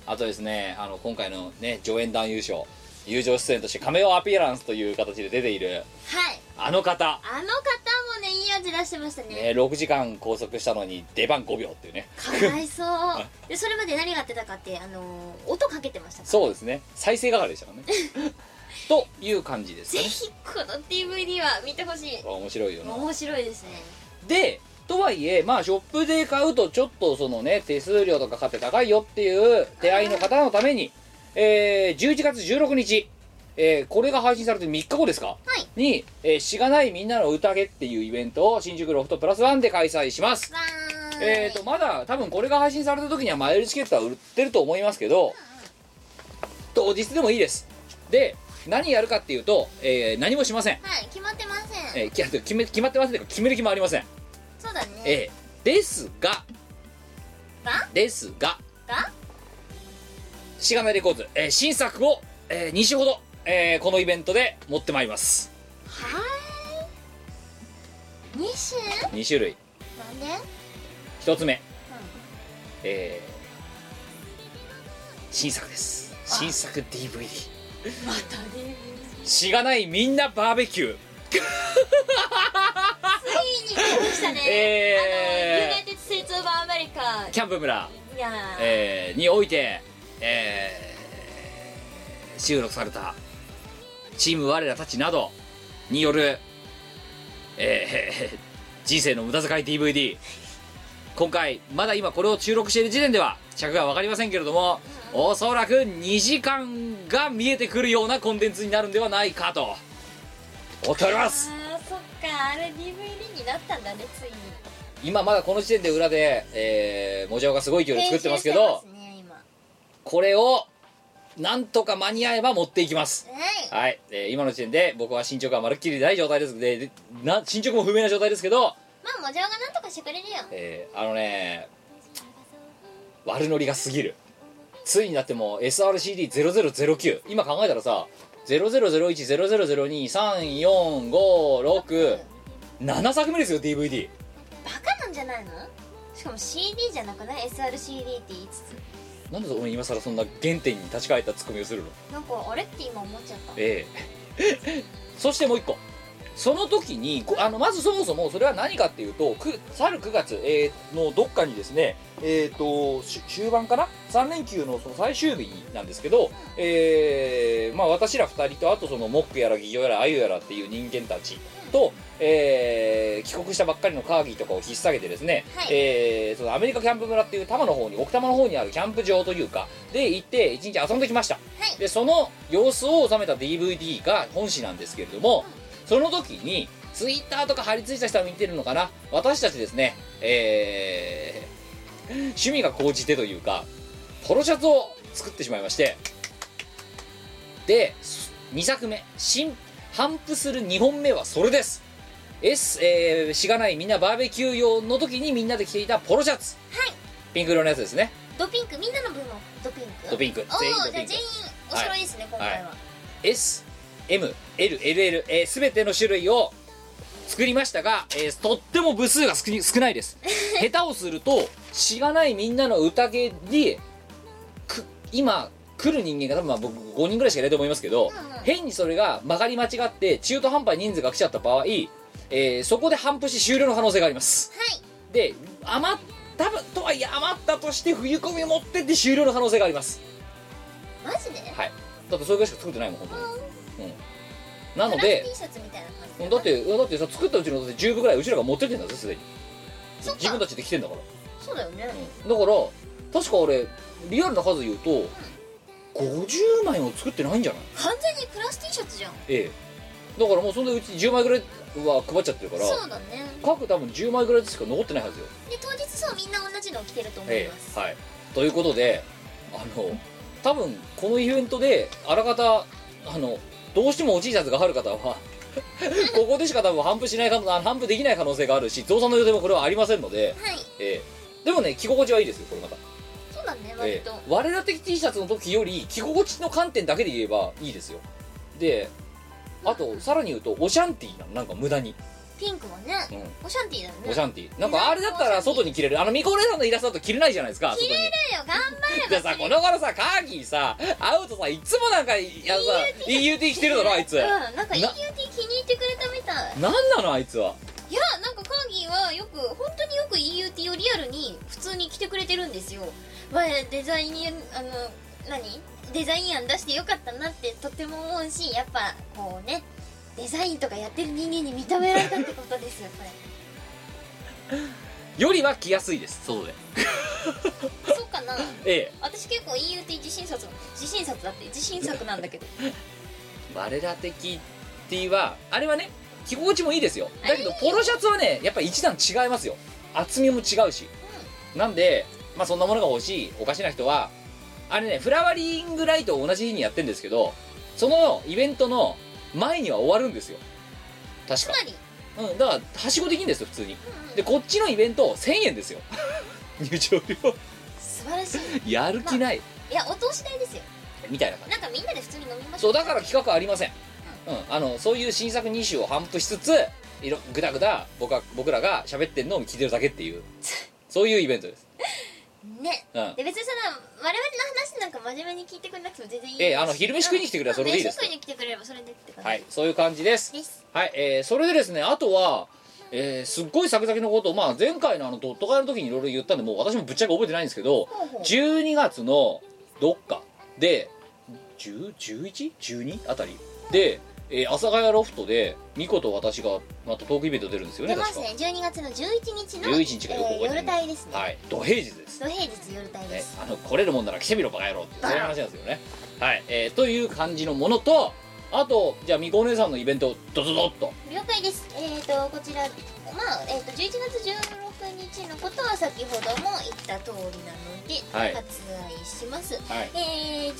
Speaker 1: あとですねあの今回のね助演団優勝友情出演としてカメオアピアランスという形で出ている
Speaker 2: はい
Speaker 1: あの方、
Speaker 2: あの方もねいい味出してましたね
Speaker 1: ね、6時間拘束したのに出番5秒っていうね
Speaker 2: かわ いそうでそれまで何がやってたかってあのー音かけてましたから
Speaker 1: そうですね再生係でしたからねという感じです
Speaker 2: ぜ
Speaker 1: かね
Speaker 2: ひこの DVD は見てほしい
Speaker 1: あ面白いよな
Speaker 2: 面白いですね
Speaker 1: でとはいえまあショップで買うとちょっとそのね手数料とかかって高いよっていう出会いの方のために、えー11月16日、えーこれが配信されて3日後ですか、
Speaker 2: い
Speaker 1: に、えーしがないみんなの宴っていうイベントを新宿ロフトプラスワンで開催します
Speaker 2: わーい
Speaker 1: えー、とまだ多分これが配信された時には前売りチケットは売ってると思いますけど当日でもいいですで何やるかっていうと、えー何もしません、
Speaker 2: はい決まってません
Speaker 1: えーきあと決め決まってませんというか決める気もありません、
Speaker 2: そうだね
Speaker 1: えーですが
Speaker 2: が
Speaker 1: ですが
Speaker 2: が
Speaker 1: しがないレコーズ、えー新作を、え2種ほど、えーこのイベントで持ってまいります
Speaker 2: はーい2種
Speaker 1: 2種類
Speaker 2: なんで
Speaker 1: 1つ目、えー新作です新作 DVD
Speaker 2: またね
Speaker 1: しがないみんなバーベキュー
Speaker 2: ついに出ましたね、
Speaker 1: えー
Speaker 2: あのユナイテッド・ステイツ・オブ・アメリカ
Speaker 1: キャンプ村、
Speaker 2: いやー、
Speaker 1: えーにおいて、えー収録されたチーム我らたちなどによる、えー 人生の無駄遣い DVD 今回まだ今これを収録している時点では尺が分かりませんけれどもおそらく2時間が見えてくるようなコンテンツになるんではないかと思っております
Speaker 2: あーそっかあれ DVD になったんだねついに
Speaker 1: 今まだこの時点で裏で、えー、もじゃおがすごい勢いで作ってますけど
Speaker 2: 編集してますね今
Speaker 1: これをなんとか間に合えば持っていきます
Speaker 2: はい
Speaker 1: はい、えー今の時点で僕は進捗がまるっきりない状態ですのででな進捗も不明な状態ですけど、
Speaker 2: まあもじゃおがなんとかしてくれるよ
Speaker 1: えーあのね悪ノリが過ぎるついになってもう SRCD0009 今考えたらさ0001000203456 7作目ですよ DVD
Speaker 2: バカなんじゃないのしかも CD じゃなくない SRCD って言いつつ
Speaker 1: なんで俺今更そんな原点に立ち返ったツッコミをするの
Speaker 2: なんかあれって今思っちゃった
Speaker 1: ええそしてもう一個その時にこあのまずそもそもそれは何かっていうとく去る9月、えーのどっかにですねえっ、とし終盤かな3連休のその最終日なんですけど、えーまあ、私ら2人とあとそのモックやらギギョやらあゆやらっていう人間たちと、えー帰国したばっかりのカーギーとかを引っ提げてですね、
Speaker 2: はい
Speaker 1: えーそのアメリカキャンプ村っていう多摩の方に奥多摩の方にあるキャンプ場というかで行って一日遊んできましたでその様子を収めた DVD が本誌なんですけれどもその時にツイッターとか貼り付いた人は見てるのかな私たちですねえー趣味が高じてというかポロシャツを作ってしまいましてで2作目新反布する2本目はそれです S、えーしがないみんなバーベキュー用の時にみんなで着ていたポロシャツ
Speaker 2: はい
Speaker 1: ピンク色のやつですね
Speaker 2: ドピンクみんなの分もドピンク
Speaker 1: ドピンク
Speaker 2: おお
Speaker 1: 全員ド
Speaker 2: じゃ
Speaker 1: ピ
Speaker 2: あ
Speaker 1: ンク
Speaker 2: 全員お揃いですね、今回は、
Speaker 1: SMLLL、えー、全ての種類を作りましたが、えーとっても部数が少に少ないです 下手をするとしがないみんなの宴でく今来る人間が多分まあ僕5人ぐらいしかいないと思いますけど、
Speaker 2: うんうん
Speaker 1: 変にそれが曲がり間違って中途半端に人数が来ちゃった場合、えーそこで反復し終了の可能性があります
Speaker 2: はい
Speaker 1: で余ったとはいえ余ったとして冬コミを持ってって終了の可能性があります
Speaker 2: マジで
Speaker 1: はいだってそれぐらいしか作ってないもん本当にうんなの
Speaker 2: ブラ
Speaker 1: で
Speaker 2: ウス T シャツみたいな感じ
Speaker 1: だってだってさ作ったうちのだって10部ぐらいうちらが持ってってんだぜすでに
Speaker 2: そっか
Speaker 1: 自分たちで来てんだから、
Speaker 2: そうだよね、
Speaker 1: うんだから確か俺リアルな数言うと50枚も作ってないんじゃない
Speaker 2: 完全にクラス T シャツじゃん
Speaker 1: ええだからもうそんでうち10枚ぐらいは配っちゃってるから
Speaker 2: そうだね
Speaker 1: 各多分10枚ぐらいしか残ってないはずよ
Speaker 2: で当日そうみんな同じのを着てると思い
Speaker 1: え
Speaker 2: ます、
Speaker 1: えはいということであの多分このイベントであらかたあのどうしてもおじいちゃんがある方は ここでしか多分反布しない可能あ反布できない可能性があるし増産の予定もこれはありませんので、
Speaker 2: はい
Speaker 1: ええでもね着心地はいいですよこれまた、
Speaker 2: そうだね割
Speaker 1: え
Speaker 2: と、
Speaker 1: え我ら的 T シャツの時より着心地の観点だけで言えばいいですよであとさらに言うとオシャンティーなのなんか無駄に
Speaker 2: ピンクはね、
Speaker 1: う
Speaker 2: オシャンティーだよね
Speaker 1: オシャンティなんかあれだったら外に着れるあのミコレさんのイラストだと着れないじゃないですか
Speaker 2: 着れるよ頑張
Speaker 1: 外に
Speaker 2: れ
Speaker 1: で
Speaker 2: ば
Speaker 1: さこの頃さカーギーさ会うとさいつもなんかいやさ EUT 着てるだろあいつ、
Speaker 2: うん
Speaker 1: な
Speaker 2: なんか EUT 気に入ってくれたみたい
Speaker 1: んなのあいつはい
Speaker 2: やなんかカーギーはよく本当によく EUT をリアルに普通に着てくれてるんですよ前デザインあの何デザイン案出してよかったなってとても思うしやっぱこうねデザインとかやってる人間に認められたってことですよこ れ
Speaker 1: よりは着やすいです外で
Speaker 2: そうかな
Speaker 1: え
Speaker 2: 私結構 EUT 自信作自信作だって自信作なん だけど
Speaker 1: え我ら的 T はあれはね着心地もいいですよだけどポロシャツはねやっぱ一段違いますよ厚みも違うし、なんでまあそんなものが欲しいおかしな人はあれねフラワリングライトを同じ日にやってるんですけどそのイベントの前には終わるんですよ確
Speaker 2: つ
Speaker 1: か
Speaker 2: まり
Speaker 1: うん、だからはしごできるんですよ普通に
Speaker 2: うんうん
Speaker 1: でこっちのイベント1000円ですよ 入場料
Speaker 2: 素晴らしい
Speaker 1: やる気ない、
Speaker 2: いやお通し代ですよ
Speaker 1: みたいな感じ
Speaker 2: なんかみんなで普通に飲みましょ
Speaker 1: そううだから企画ありません、うんあのそういう新作2種を反布しつついろぐだぐだ僕は僕らが喋ってんのを聞いてるだけっていうそういうイベントです、
Speaker 2: ね
Speaker 1: うん、
Speaker 2: で別にその我々の話なんか真面目に聞いてくれなくても全然いい
Speaker 1: ええあの昼飯食いに来てくればそれでいいです
Speaker 2: うん昼飯食いに来てくれればそれでって感じ
Speaker 1: はいそういう感じです
Speaker 2: です
Speaker 1: はい、えーそれでですねあとはえーすっごい先々のことを、まあ、前回のあのドット会の時にいろいろ言ったんでもう私もぶっちゃけ覚えてないんですけど
Speaker 2: ほうほう
Speaker 1: 12月のどっかで 10?11?12? あたりで、えー、阿佐ヶ谷ロフトでミコと私がまたトークイベント出るんですよね
Speaker 2: 出ま
Speaker 1: 確
Speaker 2: す
Speaker 1: か
Speaker 2: ね12月の11日の
Speaker 1: 11日かよく覚えて
Speaker 2: え
Speaker 1: な
Speaker 2: ー
Speaker 1: い
Speaker 2: 夜帯ですね、
Speaker 1: はい土平日です
Speaker 2: 土平日夜帯で
Speaker 1: ね
Speaker 2: す、、
Speaker 1: あの来れるもんなら来てみろバカ野郎っていうそういう話なんですよねはい、えーという感じのものとあとじゃあみこお姉さんのイベントドドドッと
Speaker 2: 了解ですえっ、ー、とこちらまあ、えー、と11月16日のことは先ほども言った通りなので、
Speaker 1: はい
Speaker 2: 割愛します、
Speaker 1: はい
Speaker 2: えー、12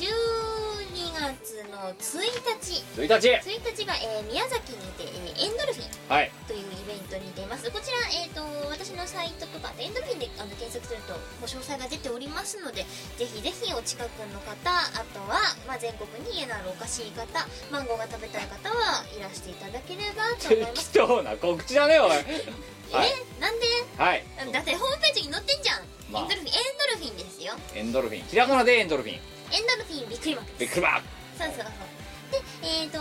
Speaker 2: 月の1日
Speaker 1: 1日
Speaker 2: 1日が、えー宮崎にて、えーエンドルフィン
Speaker 1: はい
Speaker 2: というイベントに出ますこちら、えー、と私のサイトとかでエンドルフィンであの検索するとご詳細が出ておりますのでぜひぜひお近くの方あとは、まあ、全国に家のあるおかしい方マンゴーが食べたい方はいらしていただければと思いま
Speaker 1: 適
Speaker 2: す
Speaker 1: 当な告知だねおいはい
Speaker 2: えなんで
Speaker 1: はい
Speaker 2: だってホームページに載ってんじゃん、
Speaker 1: まあ
Speaker 2: エンドルフィンエンドルフィンですよ
Speaker 1: エンドルフィンひらがなでエンドルフィン
Speaker 2: エンドルフィンびっくりマーク
Speaker 1: ビ
Speaker 2: で
Speaker 1: ッ
Speaker 2: す
Speaker 1: グバ
Speaker 2: そうそうそうでえー、と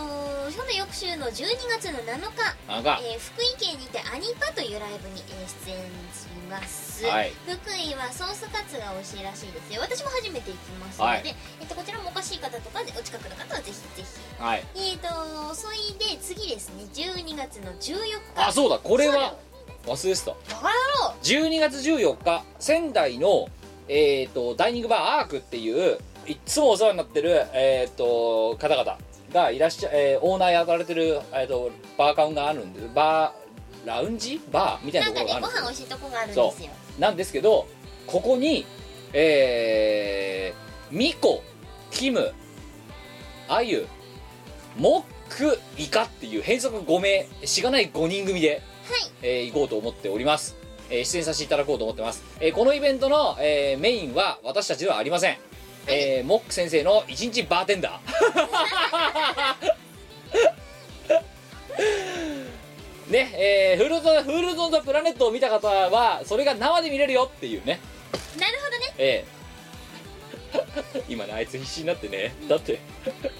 Speaker 2: その翌週の12月の7日
Speaker 1: ーなんか
Speaker 2: えー福井県にてアニパというライブに、えー出演します、
Speaker 1: はい
Speaker 2: 福井はソースカツが美味しいらしいですよ私も初めて行きますので、
Speaker 1: はい
Speaker 2: えっとこちらもおかしい方とかお近くの方はぜひぜひ
Speaker 1: はい
Speaker 2: えっ、とそれで次ですね12月の14日
Speaker 1: あそうだこれは忘れてた
Speaker 2: バカ野郎
Speaker 1: 12月14日仙台のえっ、とダイニングバーアークっていういっつもお世話になってるえっ、と方々がいらっしゃ、えーオーナーやられてる、えー、とバーカウンがあるんでバーラウンジバーみたいな
Speaker 2: な
Speaker 1: と
Speaker 2: ん
Speaker 1: こ
Speaker 2: か
Speaker 1: ろがある
Speaker 2: ね
Speaker 1: ん
Speaker 2: ご
Speaker 1: ですよ
Speaker 2: 飯美味しいとこがあるんですよ
Speaker 1: なんですけどここにえー、ミコキムアユモックイカっていう変則5名しがない5人組で、えー行こうと思っております、えー出演させていただこうと思ってます、えーこのイベントの、えーメインは私たちではありません、えーモック先生の一日バーテンダー ねえーフールド・フールド・ザ・プラネットを見た方はそれが生で見れるよっていうね
Speaker 2: なるほどね
Speaker 1: ええ 今ねあいつ必死になってねだって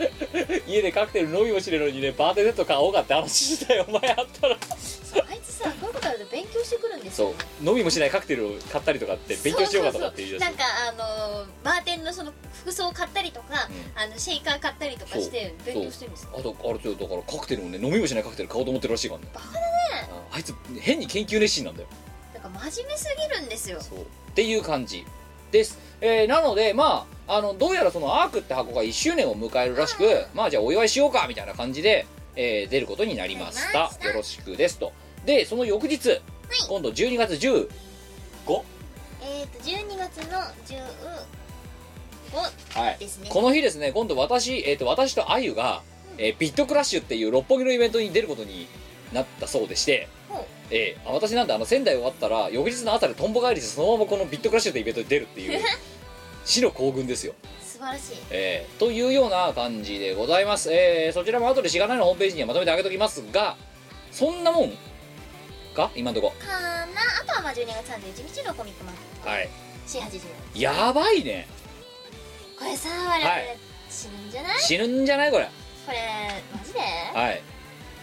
Speaker 1: 家でカクテル飲みもしてるのにねバーテンセット買おうかって話したよお前あったら
Speaker 2: そうあいつさこういうことあると勉強してくるんですよ
Speaker 1: そう飲みもしないカクテルを買ったりとかって勉強しようかとかって言い出し
Speaker 2: そ
Speaker 1: て
Speaker 2: うそうそうなんかあのーバーテンのその服装を買ったりとか、
Speaker 1: う
Speaker 2: あのシェイカー買ったりとかして
Speaker 1: そう
Speaker 2: 勉強してるんですよ
Speaker 1: あとあれちょっとだからカクテルもね飲みもしないカクテル買おうと思ってるらしいからね
Speaker 2: バカ
Speaker 1: だねああいつ変に研究熱心なんだよ
Speaker 2: なんか真面目すぎるんですよ
Speaker 1: そうっていう感じです、えーなのでまああのどうやらそのアークって箱が1周年を迎えるらしくまあじゃあお祝いしようかみたいな感じで、えー出ることになりました
Speaker 2: なりました
Speaker 1: よろしくですとでその翌日、今度12月 15?
Speaker 2: えっ、と12月の15
Speaker 1: はい
Speaker 2: ですね
Speaker 1: この日ですね今度私、えー、と私とあゆが、えービットクラッシュっていう六本木のイベントに出ることになったそうでして
Speaker 2: ほう、
Speaker 1: えーあ私なんてあの仙台終わったら翌日の朝でトンボ帰りでそのままこのビットクラッシュってイベントに出るって いう死の行軍ですよ
Speaker 2: 素晴らしい
Speaker 1: えーというような感じでございます、えーそちらも後でしがないのホームページにはまとめてあげときますがそんなもんか今んとこ
Speaker 2: かなあとはまあ12月31日のコミックマーケ
Speaker 1: はい
Speaker 2: ット C80
Speaker 1: やばいね
Speaker 2: これさ我々、
Speaker 1: はい
Speaker 2: 死ぬんじゃない
Speaker 1: 死ぬんじゃないこれ
Speaker 2: これマジで
Speaker 1: はい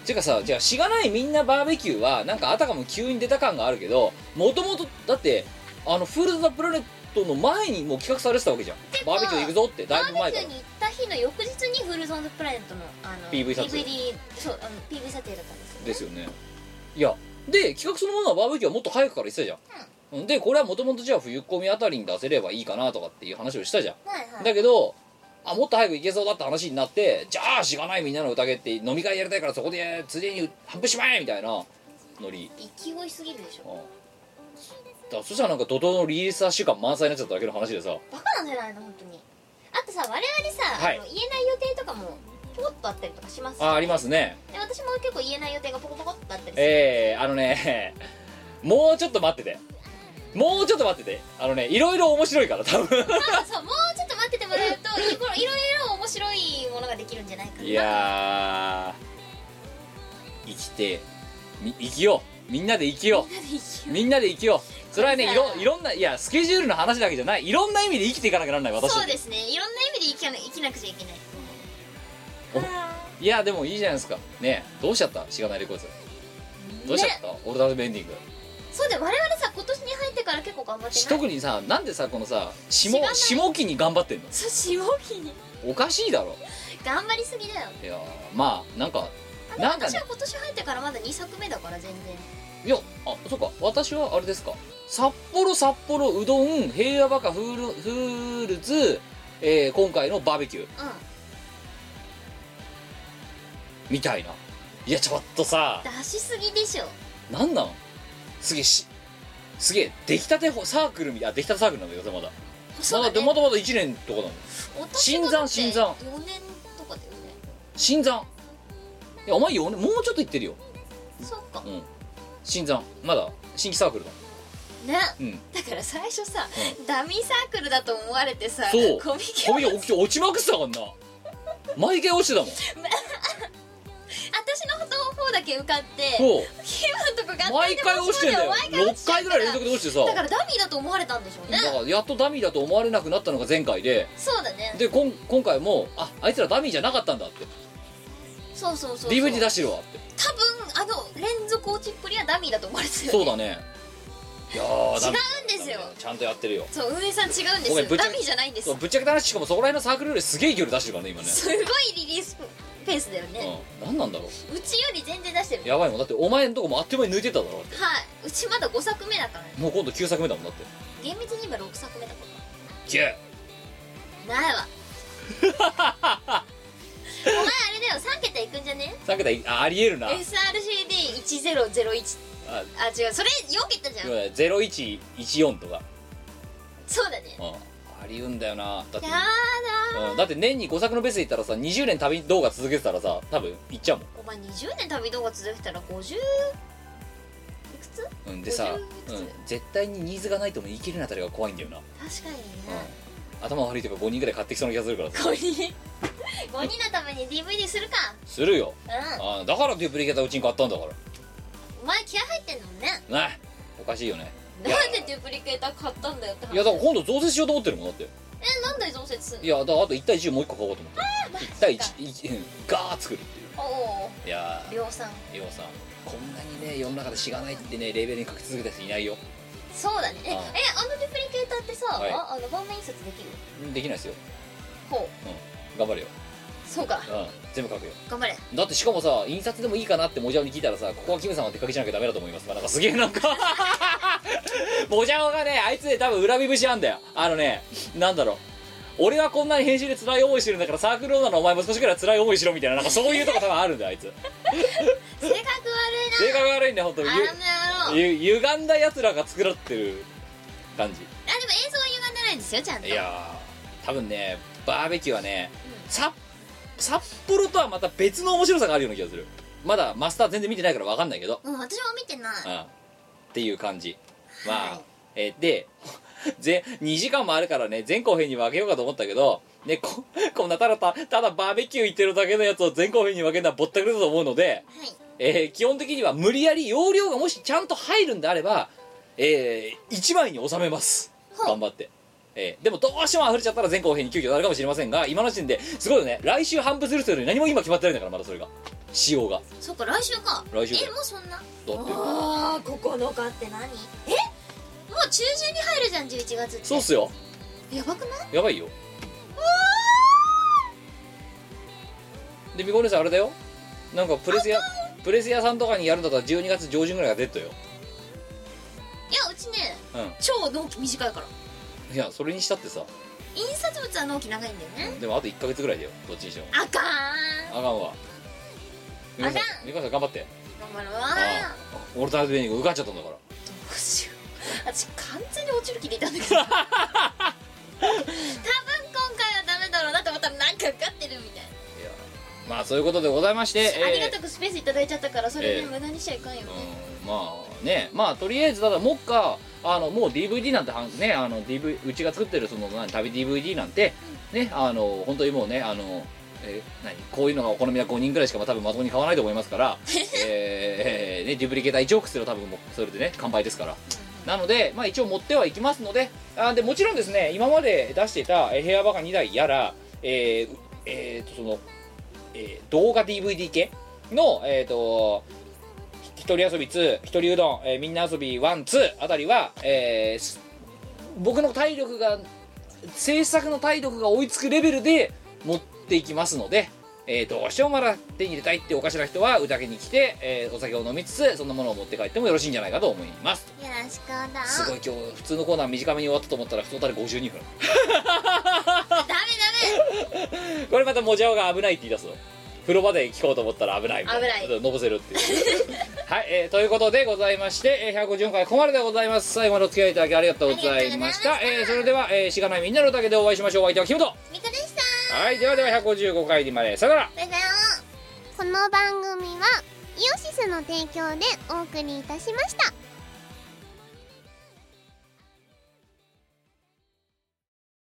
Speaker 1: てかさじゃあしがないみんなバーベキューはなんかあたかも急に出た感があるけどもともとだってあのフール・ド・ザ・プラネットの前にもう企画されてたわけじゃん
Speaker 2: てか
Speaker 1: バーベキュー行くぞってだ
Speaker 2: バ
Speaker 1: いぶ前
Speaker 2: ーベ
Speaker 1: か
Speaker 2: キ
Speaker 1: ら
Speaker 2: ューに行った日の翌日にフルゾーンズプラネットのあの
Speaker 1: PV 撮影
Speaker 2: DVD そうあの PV 撮影だったんですよ
Speaker 1: ですよねいやで企画そのものはバーベキューはもっと早くから言ってたじゃん、でこれはもともとじゃあ冬込みあたりに出せればいいかなとかっていう話をしたじゃん、
Speaker 2: はいはい
Speaker 1: だけどあもっと早く行けそうだって話になってじゃあしがないみんなの宴って飲み会やりたいからそこでついでに半分しまえみたいなノリ
Speaker 2: 勢いすぎるでしょ
Speaker 1: うんだからそしたらなんか怒涛のリリースは週間満載になっちゃっただけの話でさ
Speaker 2: バカなんじゃないの本当にあとさ我々さ、
Speaker 1: はい
Speaker 2: あの言えない予定とかもポコッとあったりとかします
Speaker 1: あありますすね
Speaker 2: で私も結構言えない予定がポコポコっとあったりする、
Speaker 1: えー、あのね もうちょっと待っててもうちょっと待っててあのねいろいろ面白いから多分
Speaker 2: そうそうもうちょっと待っててもらう といろいろいろ面白いものができるんじゃないかない
Speaker 1: やー生きてみ生きようみんなで生きようみんなで生きようそれはねいろいろんないやスケジュールの話だけじゃないいろんな意味で生きていかなきゃならない私たち
Speaker 2: そうですねいろんな意味で生きな生きなくちゃいけない
Speaker 1: いやでもいいじゃないですかねえどうしちゃったしがないレコーズどうしちゃった、オルタナティブエンディング
Speaker 2: そうで我々さ今年に入ってから結構頑張ってない
Speaker 1: し特にさなんでさこのさ下
Speaker 2: 知らない
Speaker 1: 下期に頑張ってんの
Speaker 2: そう下期に
Speaker 1: おかしいだろ
Speaker 2: 頑張りすぎだよ
Speaker 1: いやーまあなんか
Speaker 2: あでも
Speaker 1: なんか
Speaker 2: 私
Speaker 1: ね
Speaker 2: は今年入ってからまだ2作目だから全然
Speaker 1: いやあそうか私はあれですか札幌札幌うどん平和バカフールフールズ、えー今回のバーベキュー
Speaker 2: うん
Speaker 1: みたいないやちょっとさ
Speaker 2: 出しすぎでしょ
Speaker 1: なんなんすげえしすげえ出来たてほサークルみたいな出来たてサークルなんだけどさまだ
Speaker 2: そう
Speaker 1: ま
Speaker 2: だ
Speaker 1: だ
Speaker 2: ね
Speaker 1: まだまだ1年とかなの新参新参
Speaker 2: 4年とかだよね
Speaker 1: 新参いやお前よねもうちょっと言ってるよ
Speaker 2: そっか
Speaker 1: うん新参まだ新規サークルだ
Speaker 2: ね
Speaker 1: うん
Speaker 2: だから最初さ、ダミーサークルだと思われてさ
Speaker 1: そう
Speaker 2: コミケ
Speaker 1: 小宮落ち落ちまくってたからな毎回落ちてたもん
Speaker 2: 私の方だけ受かって
Speaker 1: そう
Speaker 2: キムのとこ合体
Speaker 1: 毎
Speaker 2: で
Speaker 1: 回落ちてんだよ
Speaker 2: 毎回落
Speaker 1: 6
Speaker 2: ちちゃ
Speaker 1: 回
Speaker 2: う
Speaker 1: ぐ
Speaker 2: から
Speaker 1: い連続で落ちてさ
Speaker 2: だからダミーだと思われたんでしょうね
Speaker 1: だからやっとダミーだと思われなくなったのが前回で
Speaker 2: そうだね
Speaker 1: でこん今回もああいつらダミーじゃなかったんだって
Speaker 2: そうそうそうそう
Speaker 1: DVD 出してるわって
Speaker 2: 多分あの連続落ちっぷりはダミーだと思われてたよ
Speaker 1: そうだねいやーダミー
Speaker 2: 違うんですよ
Speaker 1: ダミーちゃんとやってるよ
Speaker 2: そう運営さん違うんで
Speaker 1: ごめん
Speaker 2: す
Speaker 1: ぶっち
Speaker 2: よ
Speaker 1: ゃ
Speaker 2: ダ
Speaker 1: け
Speaker 2: ミーじゃないんです
Speaker 1: そう
Speaker 2: よ
Speaker 1: ぶっちゃけた話しかもそこら辺のサークルよりすげえ距離出してるからね今ね
Speaker 2: すごいリリースペースだよね、
Speaker 1: うん何なんだろう
Speaker 2: うちより全然出してる
Speaker 1: やばいもんだってお前のとこもあっという間に抜いてただろ
Speaker 2: はいうちまだ5作目だからね
Speaker 1: もう今度9作目だもんだって
Speaker 2: 厳密に今6作目だも
Speaker 1: キュー
Speaker 2: んない わお前あれだよ3桁いくんじゃね
Speaker 1: 3桁いあありえるな
Speaker 2: SRCD1001
Speaker 1: あ
Speaker 2: あ違うそれ4桁じゃん
Speaker 1: 0114とか、
Speaker 2: そうだね
Speaker 1: うん、ありうんだよなだって
Speaker 2: やだ
Speaker 1: うん、だって年に5作のベースで言ったらさ20年旅動画続けてたらさ多分行っちゃうも
Speaker 2: お前20年旅動画続けたら50いくつ確
Speaker 1: ん、うん、でさ、う
Speaker 2: 50
Speaker 1: ん、絶対にニーズがないともいけるようなあたりが怖いんだよな、
Speaker 2: かにね
Speaker 1: うん、頭悪いとか5人ぐらい買ってきそうな気がするからさ
Speaker 2: 5人5人のために DVD するか
Speaker 1: するよ
Speaker 2: うん
Speaker 1: あだからデュプリケーターうちに買ったんだか
Speaker 2: お前気合入ってんのね
Speaker 1: らねおかしいよねいや
Speaker 2: なんでデュプリケーター買ったんだよって話
Speaker 1: いやだから今度増設しようと思ってるもんだって
Speaker 2: えなんで増設すん
Speaker 1: い
Speaker 2: の
Speaker 1: やだからあと1対10もう1個買おうと思って1対1うんガーッ作るってい
Speaker 2: おお
Speaker 1: ういやー
Speaker 2: 量産
Speaker 1: ようさんこんなにね世の中でしがないってねレーベルに書き続けた人いないよ
Speaker 2: そうだねええ
Speaker 1: ああ
Speaker 2: あのデュプリケーターってさ、
Speaker 1: はい
Speaker 2: あの盤面印刷できる
Speaker 1: うんできないですよ
Speaker 2: ほ
Speaker 1: 頑張れよ、
Speaker 2: うそうか
Speaker 1: うん、全部書くよ
Speaker 2: 頑張れ
Speaker 1: だってしかもさ印刷でもいいかなってもじゃおに聞いたらさここはキムさんは出かけじゃなきゃダメだと思いますまあなんかすげえなんか もじゃおがねあいつね多分恨み節あんだよあのねなんだろう俺はこんなに編集で辛い思いしてるんだからサークルオーナーのお前も少しくらい辛い思いしろみたいななんかそういうとこ多分あるんだよあいつ
Speaker 2: 性格悪
Speaker 1: 性格悪いんだよ本当
Speaker 2: い
Speaker 1: に
Speaker 2: なあの野郎あでも
Speaker 1: ゆゆ歪んだやつらが作らってる感じ
Speaker 2: 映像は歪んでないんですよちゃんと
Speaker 1: いやー多分ねバーベキューはねさ札幌とはまた別の面白さがあるような気がするまだマスター全然見てないから分かんないけど
Speaker 2: うん私も見てない
Speaker 1: うんっていう感じま
Speaker 2: は
Speaker 1: あ
Speaker 2: い
Speaker 1: えーで ぜ2時間もあるからね前後編に分けようかと思ったけどねここんなただたただバーベキュー行ってるだけのやつを前後編に分けるのはぼったくりだと思うので
Speaker 2: はい
Speaker 1: えー基本的には無理やり容量がもしちゃんと入るんであれば、え1枚に収めます
Speaker 2: ほう
Speaker 1: 頑張って、えーでもどうしても溢れちゃったら前後編に急遽なるかもしれませんが今の時点ですごいよね来週頒布するというのに何も今決まってないんだからまだそれが仕様が
Speaker 2: そっか来週か
Speaker 1: 来週だ
Speaker 2: えもうそんな
Speaker 1: だって
Speaker 2: ああ9日って何えもう中旬に入るじゃん11月って
Speaker 1: そうっすよ
Speaker 2: やばくない
Speaker 1: やばいよでビゴネさんあれだよなんかプレス屋プレス屋さんとかにやるんだったら12月上旬ぐらいがデッドよ
Speaker 2: いやうちね
Speaker 1: うん
Speaker 2: 超納期短いから
Speaker 1: いやそれにしたってさ
Speaker 2: 印刷物は納期長いんだよね
Speaker 1: でもあと1ヶ月ぐらいだよどっちにしても
Speaker 2: あかー
Speaker 1: あ
Speaker 2: ん
Speaker 1: かんわみかさん
Speaker 2: あか
Speaker 1: みかさん頑張って
Speaker 2: 頑張る
Speaker 1: あ
Speaker 2: わ
Speaker 1: あオルタナティブベニング受かっちゃったんだから
Speaker 2: どうしよう私完全に落ちる気でいたんだけど多分今回はダメだろうなと思ったらなんか受かってるみた
Speaker 1: い
Speaker 2: いな、
Speaker 1: やまあそういうことでございましてえー
Speaker 2: ありがたくスペースいただいちゃったからそれ
Speaker 1: え
Speaker 2: ね
Speaker 1: ー
Speaker 2: 無駄にしちゃいかんよね、
Speaker 1: うんまあねまあとりあえずただもっかあのもう DVD なんてはんねあの、DV、うちが作ってるその何旅 DVD なんてねあの本当にもうねあのえ何こういうのがお好みな5人ぐらいしかまあ多分まともに買わないと思いますからえーね、デュプリケーター1億すれば多分もうそれでね完売ですからなので、まあ、一応持ってはいきますのであでもちろんですね今まで出していたえーヘアバカ2台やらえーえーとその、えー動画 DVD 系のえっ、と一人遊び2一人うどん、えーみんな遊び12あたりは、えーす僕の体力が制作の体力が追いつくレベルで持っていきますので、えーどうしてもまだ手に入れたいっておかしな人は宴に来て、えーお酒を飲みつつそんなものを持って帰ってもよろしいんじゃないかと思います
Speaker 2: よろしくだ
Speaker 1: すごい今日普通のコーナー短めに終わったと思ったらトータル52分
Speaker 2: ダメダ
Speaker 1: これまたもじゃおが危ないって言い出すの風呂場で聞こうと思ったら危ないみた
Speaker 2: 危な
Speaker 1: のぼせるっていう はい、えーということでございましてえー154回ここまででござざいます最後までお付き合いいただきありがとうございました
Speaker 2: ありがとう
Speaker 1: え
Speaker 2: ございました
Speaker 1: ーそれでは、えーしがないみんなのだけでお会いしましょうお相手はキムト
Speaker 2: メミカでした
Speaker 1: はいではでは155回までさよなら
Speaker 2: バイバイ
Speaker 3: この番組はイオシスの提供でお送りいたしました